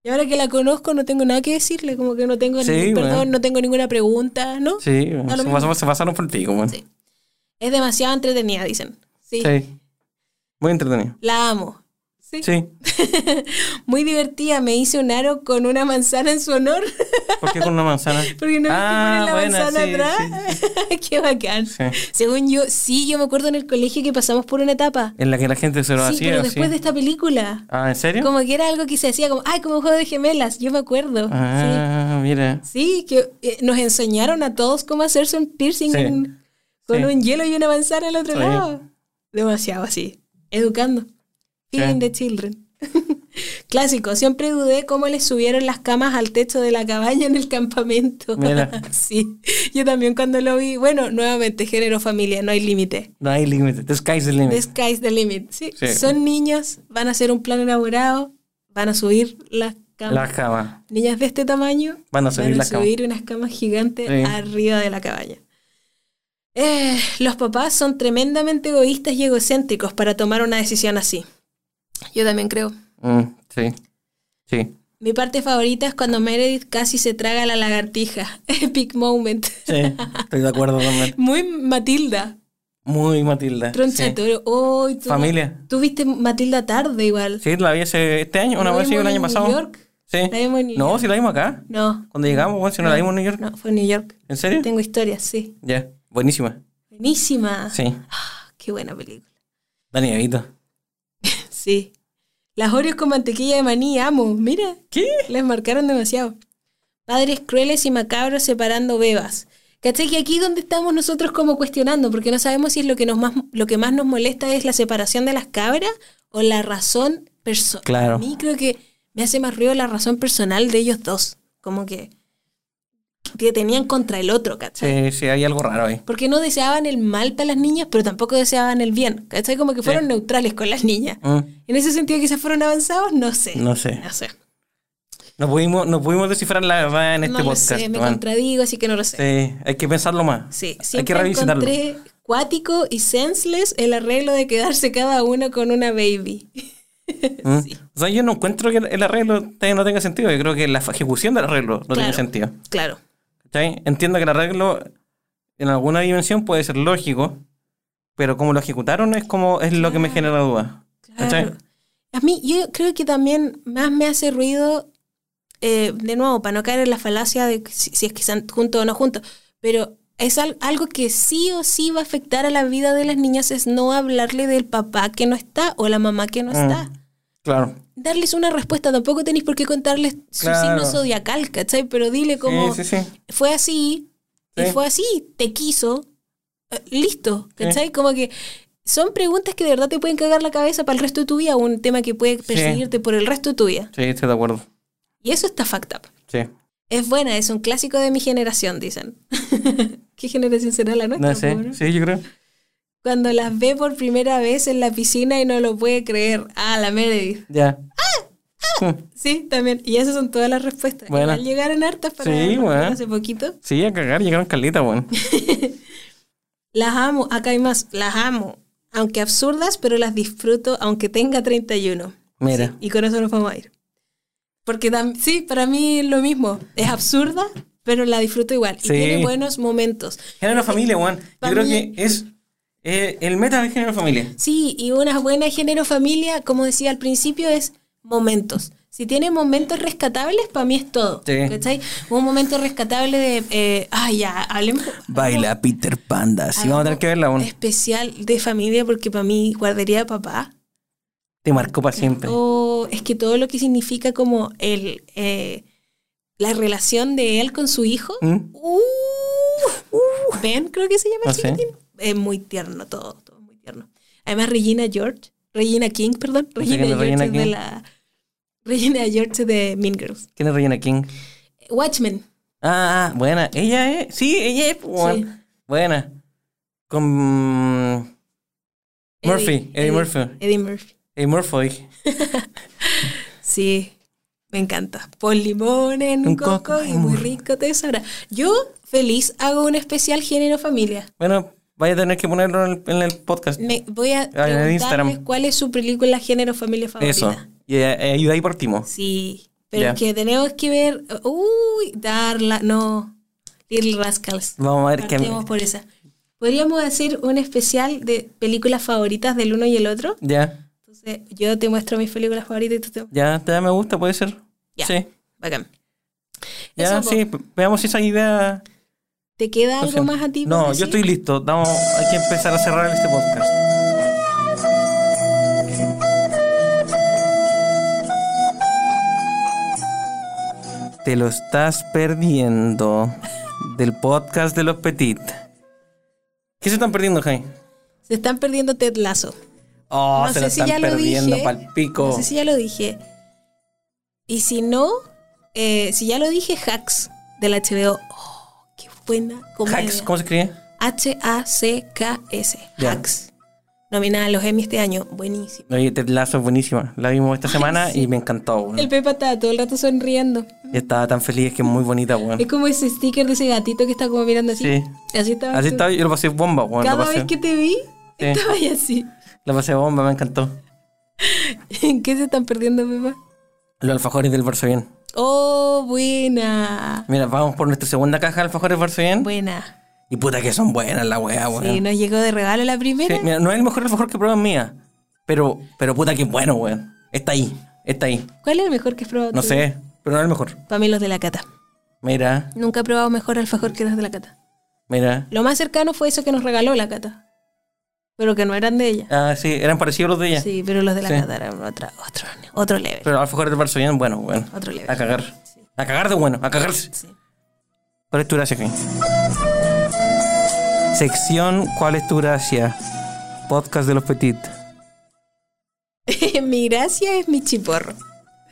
Speaker 4: Y ahora que la conozco no tengo nada que decirle, como que no tengo
Speaker 3: Sí,
Speaker 4: ningún
Speaker 3: bueno.
Speaker 4: perdón, no tengo ninguna pregunta, ¿no?
Speaker 3: Sí, weón.
Speaker 4: Da lo
Speaker 3: Se,
Speaker 4: mismo.
Speaker 3: pas- se pasaron por el pico, weón.
Speaker 4: Sí. Es demasiado entretenida, dicen. Sí.
Speaker 3: Sí. Muy entretenido.
Speaker 4: La amo. Sí.
Speaker 3: Sí.
Speaker 4: Muy divertida, me hice un aro con una manzana en su honor,
Speaker 3: ¿Por qué con una manzana?
Speaker 4: <laughs> porque no
Speaker 3: Ah,
Speaker 4: me ponen la
Speaker 3: buena,
Speaker 4: manzana
Speaker 3: sí,
Speaker 4: atrás. <laughs> Qué bacán.
Speaker 3: Sí.
Speaker 4: Según yo, sí, yo me acuerdo en el colegio que pasamos por una etapa.
Speaker 3: En la que la gente se lo
Speaker 4: sí,
Speaker 3: hacía.
Speaker 4: pero
Speaker 3: así.
Speaker 4: después de esta película.
Speaker 3: Ah, ¿en serio?
Speaker 4: Como que era algo que se hacía como, ay, como un juego de gemelas, yo me acuerdo.
Speaker 3: Ah, mira.
Speaker 4: Sí, sí, que eh, nos enseñaron a todos cómo hacerse un piercing
Speaker 3: Sí.
Speaker 4: en- con
Speaker 3: Sí.
Speaker 4: un hielo y una manzana al otro
Speaker 3: Sí.
Speaker 4: lado. Demasiado así, educando. Feeding the children. <laughs> Clásico, siempre dudé cómo les subieron las camas al techo de la cabaña en el campamento.
Speaker 3: Mira.
Speaker 4: <laughs> sí, yo también cuando lo vi, bueno, nuevamente, género familia, no hay límite.
Speaker 3: No hay límite. The sky's the limit.
Speaker 4: The sky's the limit. Sí.
Speaker 3: Sí.
Speaker 4: Son niños, van a hacer un plan elaborado, van a subir las camas.
Speaker 3: La cama.
Speaker 4: Niñas de este tamaño
Speaker 3: Van a subir la cama.
Speaker 4: subir unas camas gigantes
Speaker 3: Sí.
Speaker 4: arriba de la cabaña. Eh, los papás son tremendamente egoístas y egocéntricos para tomar una decisión así. Yo también creo.
Speaker 3: Mm, sí. Sí.
Speaker 4: Mi parte favorita es cuando Meredith casi se traga la lagartija. <laughs> Epic moment.
Speaker 3: Sí. Estoy de acuerdo también.
Speaker 4: Muy Matilda.
Speaker 3: Muy Matilda. sí.
Speaker 4: Tronchatoro. Oh, tú,
Speaker 3: Familia.
Speaker 4: Tú viste Matilda tarde igual.
Speaker 3: Sí, la vi hace este año, una
Speaker 4: ¿La
Speaker 3: vez sí,
Speaker 4: vimos
Speaker 3: el año
Speaker 4: en
Speaker 3: pasado.
Speaker 4: New York?
Speaker 3: Sí.
Speaker 4: ¿La vimos en New
Speaker 3: no,
Speaker 4: York? Ah.
Speaker 3: sí la vimos acá.
Speaker 4: No,
Speaker 3: Cuando llegamos, bueno, si no la vimos en New York.
Speaker 4: no, fue en New York.
Speaker 3: ¿En serio?
Speaker 4: Tengo historias, sí.
Speaker 3: Ya. Buenísima.
Speaker 4: Buenísima.
Speaker 3: Sí.
Speaker 4: Ah, qué buena película.
Speaker 3: Dani Evito.
Speaker 4: Sí. Las Oreos con mantequilla de maní, amo. Mira,
Speaker 3: ¿Qué?
Speaker 4: les marcaron demasiado. Padres crueles y macabros separando bebas. ¿Cachai? Que aquí donde estamos nosotros como cuestionando, porque no sabemos si es lo que, nos más, lo que más nos molesta es la separación de las cabras o la razón personal.
Speaker 3: Claro.
Speaker 4: A mí creo que me hace más ruido la razón personal de ellos dos. Como que, que tenían contra el otro, ¿cachai?
Speaker 3: Sí, sí, hay algo raro ahí.
Speaker 4: Porque no deseaban el mal para las niñas, pero tampoco deseaban el bien. ¿Cachai? Como que fueron neutrales con las niñas.
Speaker 3: Mm,
Speaker 4: En ese sentido quizás fueron avanzados, no sé.
Speaker 3: no sé.
Speaker 4: No sé.
Speaker 3: No pudimos, no pudimos descifrar la verdad en este
Speaker 4: no lo
Speaker 3: podcast.
Speaker 4: sé, me
Speaker 3: man.
Speaker 4: contradigo, así que no lo sé.
Speaker 3: Sí, hay que pensarlo más.
Speaker 4: Sí,
Speaker 3: hay que
Speaker 4: siempre
Speaker 3: revisitarlo.
Speaker 4: encontré cuático y senseless el arreglo de quedarse cada uno con una baby.
Speaker 3: ¿Mm? O sea, yo no encuentro que el- el arreglo te- no tenga sentido. Yo creo que la ejecución del arreglo no tiene
Speaker 4: Claro.
Speaker 3: sentido.
Speaker 4: Claro.
Speaker 3: ¿Cachai? Entiendo que el arreglo en alguna dimensión puede ser lógico, pero como lo ejecutaron es como es lo que me genera duda. ¿Cachai?
Speaker 4: Claro. A mí, yo creo que también más me hace ruido, eh, de nuevo, para no caer en la falacia de que si, si es que están juntos o no juntos, pero es al- algo que sí o sí va a afectar a la vida de las niñas, es no hablarle del papá que no está o la mamá que no está.
Speaker 3: Mm, Claro.
Speaker 4: Darles una respuesta, tampoco tenéis por qué contarles su
Speaker 3: Claro.
Speaker 4: signo zodiacal, ¿cachai? Pero dile como,
Speaker 3: Sí, sí, sí.
Speaker 4: fue así, y
Speaker 3: Sí.
Speaker 4: fue así, te quiso, eh, listo,
Speaker 3: Sí.
Speaker 4: ¿cachai? Como que son preguntas que de verdad te pueden cagar la cabeza para el resto de tu vida, un tema que puede perseguirte por el resto de tu vida.
Speaker 3: Sí, estoy de acuerdo.
Speaker 4: Y eso está fucked up.
Speaker 3: Sí.
Speaker 4: Es buena, es un clásico de mi generación, dicen. <laughs> ¿Qué generación será la nuestra?
Speaker 3: No sé.
Speaker 4: pobre?
Speaker 3: Sí, yo creo.
Speaker 4: Cuando las ve por primera vez en la piscina y no lo puede creer. Ah, la Meredith.
Speaker 3: Ya. Hmm.
Speaker 4: Sí, también. Y esas son todas las respuestas.
Speaker 3: Buena.
Speaker 4: Igual llegaron hartas para
Speaker 3: Sí,
Speaker 4: para
Speaker 3: buena.
Speaker 4: hace poquito.
Speaker 3: Sí, a cagar, llegaron calita, weón.
Speaker 4: Las amo, acá hay más, las amo. Aunque absurdas, pero las disfruto aunque tenga 31.
Speaker 3: Mira.
Speaker 4: Y con eso nos vamos a ir. Porque tam- sí, para mí es lo mismo. Es absurda, pero la disfruto igual.
Speaker 3: Sí.
Speaker 4: Y tiene buenos momentos.
Speaker 3: Género familia, weón. Yo creo que
Speaker 4: Familia.
Speaker 3: es eh, el meta de género familia.
Speaker 4: Sí, y una buena género familia, como decía al principio, es momentos. Si tiene momentos rescatables, para mí es todo.
Speaker 3: Sí.
Speaker 4: ¿Cachai? Un momento rescatable de. eh, ah, ya, hablemos.
Speaker 3: Baila Peter Panda. Sí,
Speaker 4: Algo
Speaker 3: vamos a tener que verla, weón.
Speaker 4: Especial de familia, porque para mí, guardería de papá.
Speaker 3: Te marcó para siempre.
Speaker 4: O es que todo lo que significa como el eh, la relación de él con su hijo.
Speaker 3: ¿Mm?
Speaker 4: Uh, Ben, creo que se llama
Speaker 3: Ah,
Speaker 4: el
Speaker 3: sí.
Speaker 4: chiquitín. Es muy tierno todo, todo muy tierno. Además, Regina George, Regina King, perdón,
Speaker 3: sé quién
Speaker 4: Regina
Speaker 3: es
Speaker 4: George
Speaker 3: Regina
Speaker 4: es de
Speaker 3: King.
Speaker 4: la Regina George de Mean Girls.
Speaker 3: ¿Quién es Regina King?
Speaker 4: Watchmen.
Speaker 3: Ah, ah, buena. Ella es. Sí, ella es. weón.
Speaker 4: Sí.
Speaker 3: Buena. Con. Murphy, Eddie Murphy.
Speaker 4: Eddie Murphy.
Speaker 3: Hey, Murphy.
Speaker 4: Sí, me encanta. Pon limón en un,
Speaker 3: Un
Speaker 4: coco,
Speaker 3: coco,
Speaker 4: y
Speaker 3: ay,
Speaker 4: muy
Speaker 3: muy
Speaker 4: rico te sabrá. Yo, feliz, hago un especial género familia.
Speaker 3: Bueno, vaya a tener que ponerlo en el, en el podcast.
Speaker 4: Me voy
Speaker 3: Ah, en
Speaker 4: a
Speaker 3: el
Speaker 4: preguntarles
Speaker 3: Instagram.
Speaker 4: cuál es su película género familia favorita.
Speaker 3: Eso. Y eh, eh, y de ahí partimos.
Speaker 4: Sí, pero
Speaker 3: Ya.
Speaker 4: es que tenemos que ver. Uy, Darla, no. Little Rascals.
Speaker 3: Vamos a ver qué.
Speaker 4: Partimos por esa. Podríamos hacer un especial de películas favoritas del uno y el otro.
Speaker 3: Ya,
Speaker 4: Entonces, yo te muestro mis películas favoritas y tú te.
Speaker 3: ya, te da me gusta, puede ser.
Speaker 4: Ya.
Speaker 3: Sí.
Speaker 4: Bacán.
Speaker 3: Ya,
Speaker 4: Eso, po.
Speaker 3: sí. Veamos si esa idea.
Speaker 4: ¿Te queda algo
Speaker 3: funciona.
Speaker 4: más a ti? por
Speaker 3: No, yo
Speaker 4: decir?
Speaker 3: estoy listo. Vamos, hay que empezar a cerrar este podcast. Te lo estás perdiendo del podcast de los Petit. ¿Qué se están perdiendo, Jai?
Speaker 4: Se están perdiendo Ted Lazo.
Speaker 3: Oh, se
Speaker 4: no sé
Speaker 3: lo
Speaker 4: si
Speaker 3: están
Speaker 4: ya lo
Speaker 3: perdiendo
Speaker 4: dije.
Speaker 3: pal pico.
Speaker 4: No sé si ya lo dije. Y si no, eh, si ya lo dije, Hacks de la HBO. Oh, qué buena comedia.
Speaker 3: Hacks, ¿cómo se escribe?
Speaker 4: H-A-C-K-S.
Speaker 3: Ya.
Speaker 4: Hacks. Nominada a los Emmy este año. Buenísimo.
Speaker 3: Oye, Ted Lasso es buenísima. La vimos esta semana
Speaker 4: sí.
Speaker 3: y me encantó, weón.
Speaker 4: El Pepa estaba todo el rato sonriendo.
Speaker 3: Y Estaba tan feliz que es muy bonita, weón.
Speaker 4: Es como ese sticker de ese gatito que está como mirando así.
Speaker 3: Ah. Sí.
Speaker 4: Así estaba.
Speaker 3: Así estaba, yo lo pasé bomba, weón. lo
Speaker 4: Cada
Speaker 3: pasé.
Speaker 4: vez que te vi,
Speaker 3: Sí.
Speaker 4: estaba ahí así. <laughs>
Speaker 3: La pasé bomba, me encantó.
Speaker 4: ¿En qué se están perdiendo, Pepa?
Speaker 3: Los alfajores del Barça bien.
Speaker 4: Oh, buena.
Speaker 3: Mira, vamos por nuestra segunda caja de alfajores Barça bien.
Speaker 4: Buena.
Speaker 3: Y puta que son buenas la weá, weón.
Speaker 4: Sí, nos llegó de regalo la primera.
Speaker 3: Sí, mira, no es el mejor alfajor que pruebas mía. Pero, pero puta que bueno, weón. Está ahí, está ahí.
Speaker 4: ¿Cuál es el mejor que has probado?
Speaker 3: No
Speaker 4: tú?
Speaker 3: sé, pero no es el mejor.
Speaker 4: Para mí los de la cata.
Speaker 3: Mira,
Speaker 4: Nunca he probado mejor alfajor que los de la cata.
Speaker 3: mira.
Speaker 4: Lo más cercano fue eso que nos regaló la cata. Pero que no eran de ella.
Speaker 3: Ah, sí, eran parecidos los de ella.
Speaker 4: Sí, pero los de la
Speaker 3: Sí.
Speaker 4: cata eran otra, otro, otro level.
Speaker 3: Pero los alfajores del Barça bien, bueno, weón.
Speaker 4: Otro level.
Speaker 3: A cagar.
Speaker 4: Sí.
Speaker 3: A cagar de bueno, a cagarse.
Speaker 4: Sí. <laughs>
Speaker 3: ¿Cuál es tu gracia, Jai? Sección ¿Cuál es tu gracia? Podcast de los Petit.
Speaker 4: mi gracia es mi chiporro.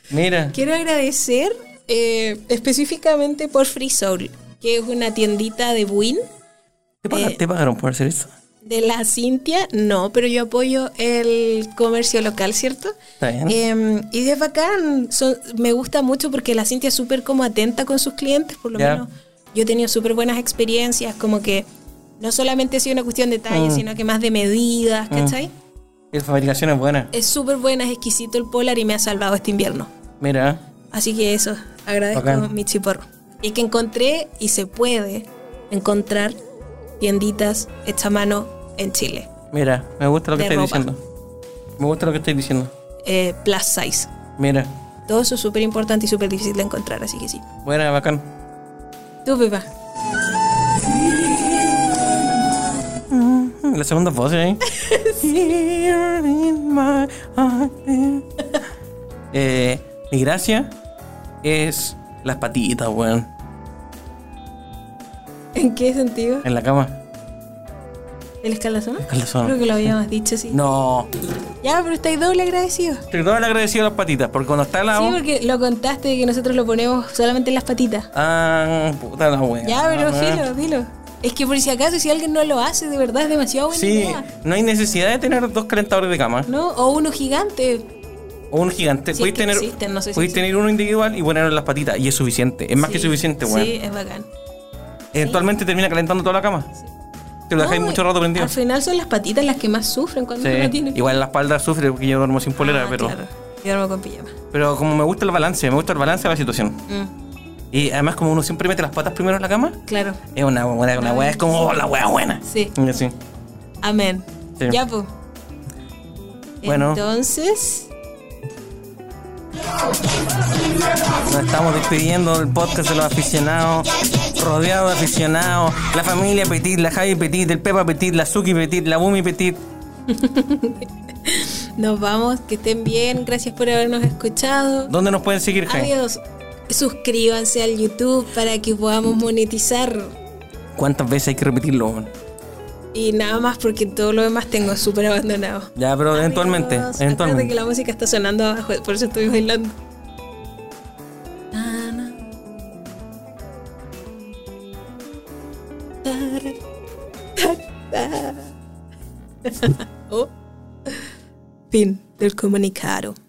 Speaker 3: Mira.
Speaker 4: Quiero agradecer eh, específicamente por Free Soul, que es una tiendita de Buin.
Speaker 3: ¿Te, paga-
Speaker 4: Eh,
Speaker 3: te pagaron por hacer esto?
Speaker 4: De la Cintia, no, pero yo apoyo el comercio local, ¿cierto?
Speaker 3: Está bien.
Speaker 4: Eh, y es bacán, son- me gusta mucho porque la Cintia es súper como atenta con sus clientes, por lo
Speaker 3: Ya.
Speaker 4: menos yo he tenido súper buenas experiencias, como que No solamente ha sido una cuestión de talla,
Speaker 3: Mm.
Speaker 4: sino que más de medidas, ¿cachai?
Speaker 3: Y la fabricación es buena.
Speaker 4: Es súper buena, es exquisito el polar y me ha salvado este invierno.
Speaker 3: Mira, ¿eh?
Speaker 4: Así que eso, agradezco
Speaker 3: Bacán.
Speaker 4: mi chiporro. Y que encontré y se puede encontrar tienditas hechas a mano en Chile.
Speaker 3: mira, me gusta lo que
Speaker 4: De
Speaker 3: estáis
Speaker 4: ropa.
Speaker 3: diciendo. Me gusta lo que estáis diciendo.
Speaker 4: eh, plus size.
Speaker 3: Mira,
Speaker 4: Todo eso es súper importante y súper difícil de encontrar, así que sí.
Speaker 3: buena, bacán.
Speaker 4: Tú, Pepa.
Speaker 3: La segunda voz,
Speaker 4: <laughs>
Speaker 3: ¿eh? Here in my heart. Eh, mi gracia es las patitas, weón,
Speaker 4: ¿En qué sentido?
Speaker 3: en la cama.
Speaker 4: ¿El escalazón?
Speaker 3: Calzón.
Speaker 4: Creo que lo habíamos dicho, sí.
Speaker 3: No,
Speaker 4: Ya, pero estáis doble agradecidos.
Speaker 3: estoy todo le agradecido a las patitas, porque cuando está al lado.
Speaker 4: Sí, porque lo contaste de que nosotros lo ponemos solamente en las patitas.
Speaker 3: Ah, puta la Ah, weón.
Speaker 4: Ya, pero dilo, dilo. Es que por si acaso, si alguien no lo hace, de verdad es demasiado buena
Speaker 3: Sí,
Speaker 4: idea.
Speaker 3: no hay necesidad de tener dos calentadores de cama.
Speaker 4: ¿No? O uno gigante.
Speaker 3: O un gigante.
Speaker 4: Si es
Speaker 3: podéis
Speaker 4: que
Speaker 3: tener,
Speaker 4: existen, no sé si
Speaker 3: podéis
Speaker 4: existen.
Speaker 3: tener uno individual y ponerlo en las patitas. Y es suficiente. Es más que
Speaker 4: Sí,
Speaker 3: suficiente, weón.
Speaker 4: Sí, es bacán.
Speaker 3: Eventualmente termina calentando toda la cama. Te lo dejáis
Speaker 4: No,
Speaker 3: mucho rato prendido.
Speaker 4: Al final son las patitas las que más sufren cuando
Speaker 3: Sí,
Speaker 4: uno tiene.
Speaker 3: Igual la espalda sufre porque yo duermo sin polera,
Speaker 4: Ah,
Speaker 3: pero,
Speaker 4: claro. Yo duermo con pijama.
Speaker 3: pero como me gusta el balance, me gusta el balance de la situación.
Speaker 4: Mm,
Speaker 3: Y además como uno siempre mete las patas primero en la cama,
Speaker 4: claro.
Speaker 3: es una buena, una wea, es como oh, la wea buena.
Speaker 4: Sí.
Speaker 3: Y así.
Speaker 4: Amén.
Speaker 3: Sí.
Speaker 4: Ya, pues.
Speaker 3: Bueno.
Speaker 4: Entonces,
Speaker 3: Nos estamos despidiendo del podcast de los aficionados, rodeado de aficionados, la familia Petit, la Javi Petit, el Pepa Petit, la Suki Petit, la Bumi Petit.
Speaker 4: nos vamos. Que estén bien. Gracias por habernos escuchado.
Speaker 3: ¿Dónde nos pueden seguir, Javi?
Speaker 4: Adiós. Suscríbanse al YouTube para que podamos monetizar.
Speaker 3: ¿Cuántas veces hay que repetirlo? weón?
Speaker 4: Y nada más porque todo lo demás tengo súper abandonado.
Speaker 3: Ya, pero eventualmente,
Speaker 4: Adiós. Acuérdate
Speaker 3: eventualmente.
Speaker 4: que la música está sonando abajo, por eso estoy bailando. <laughs> Oh. Fin del comunicado.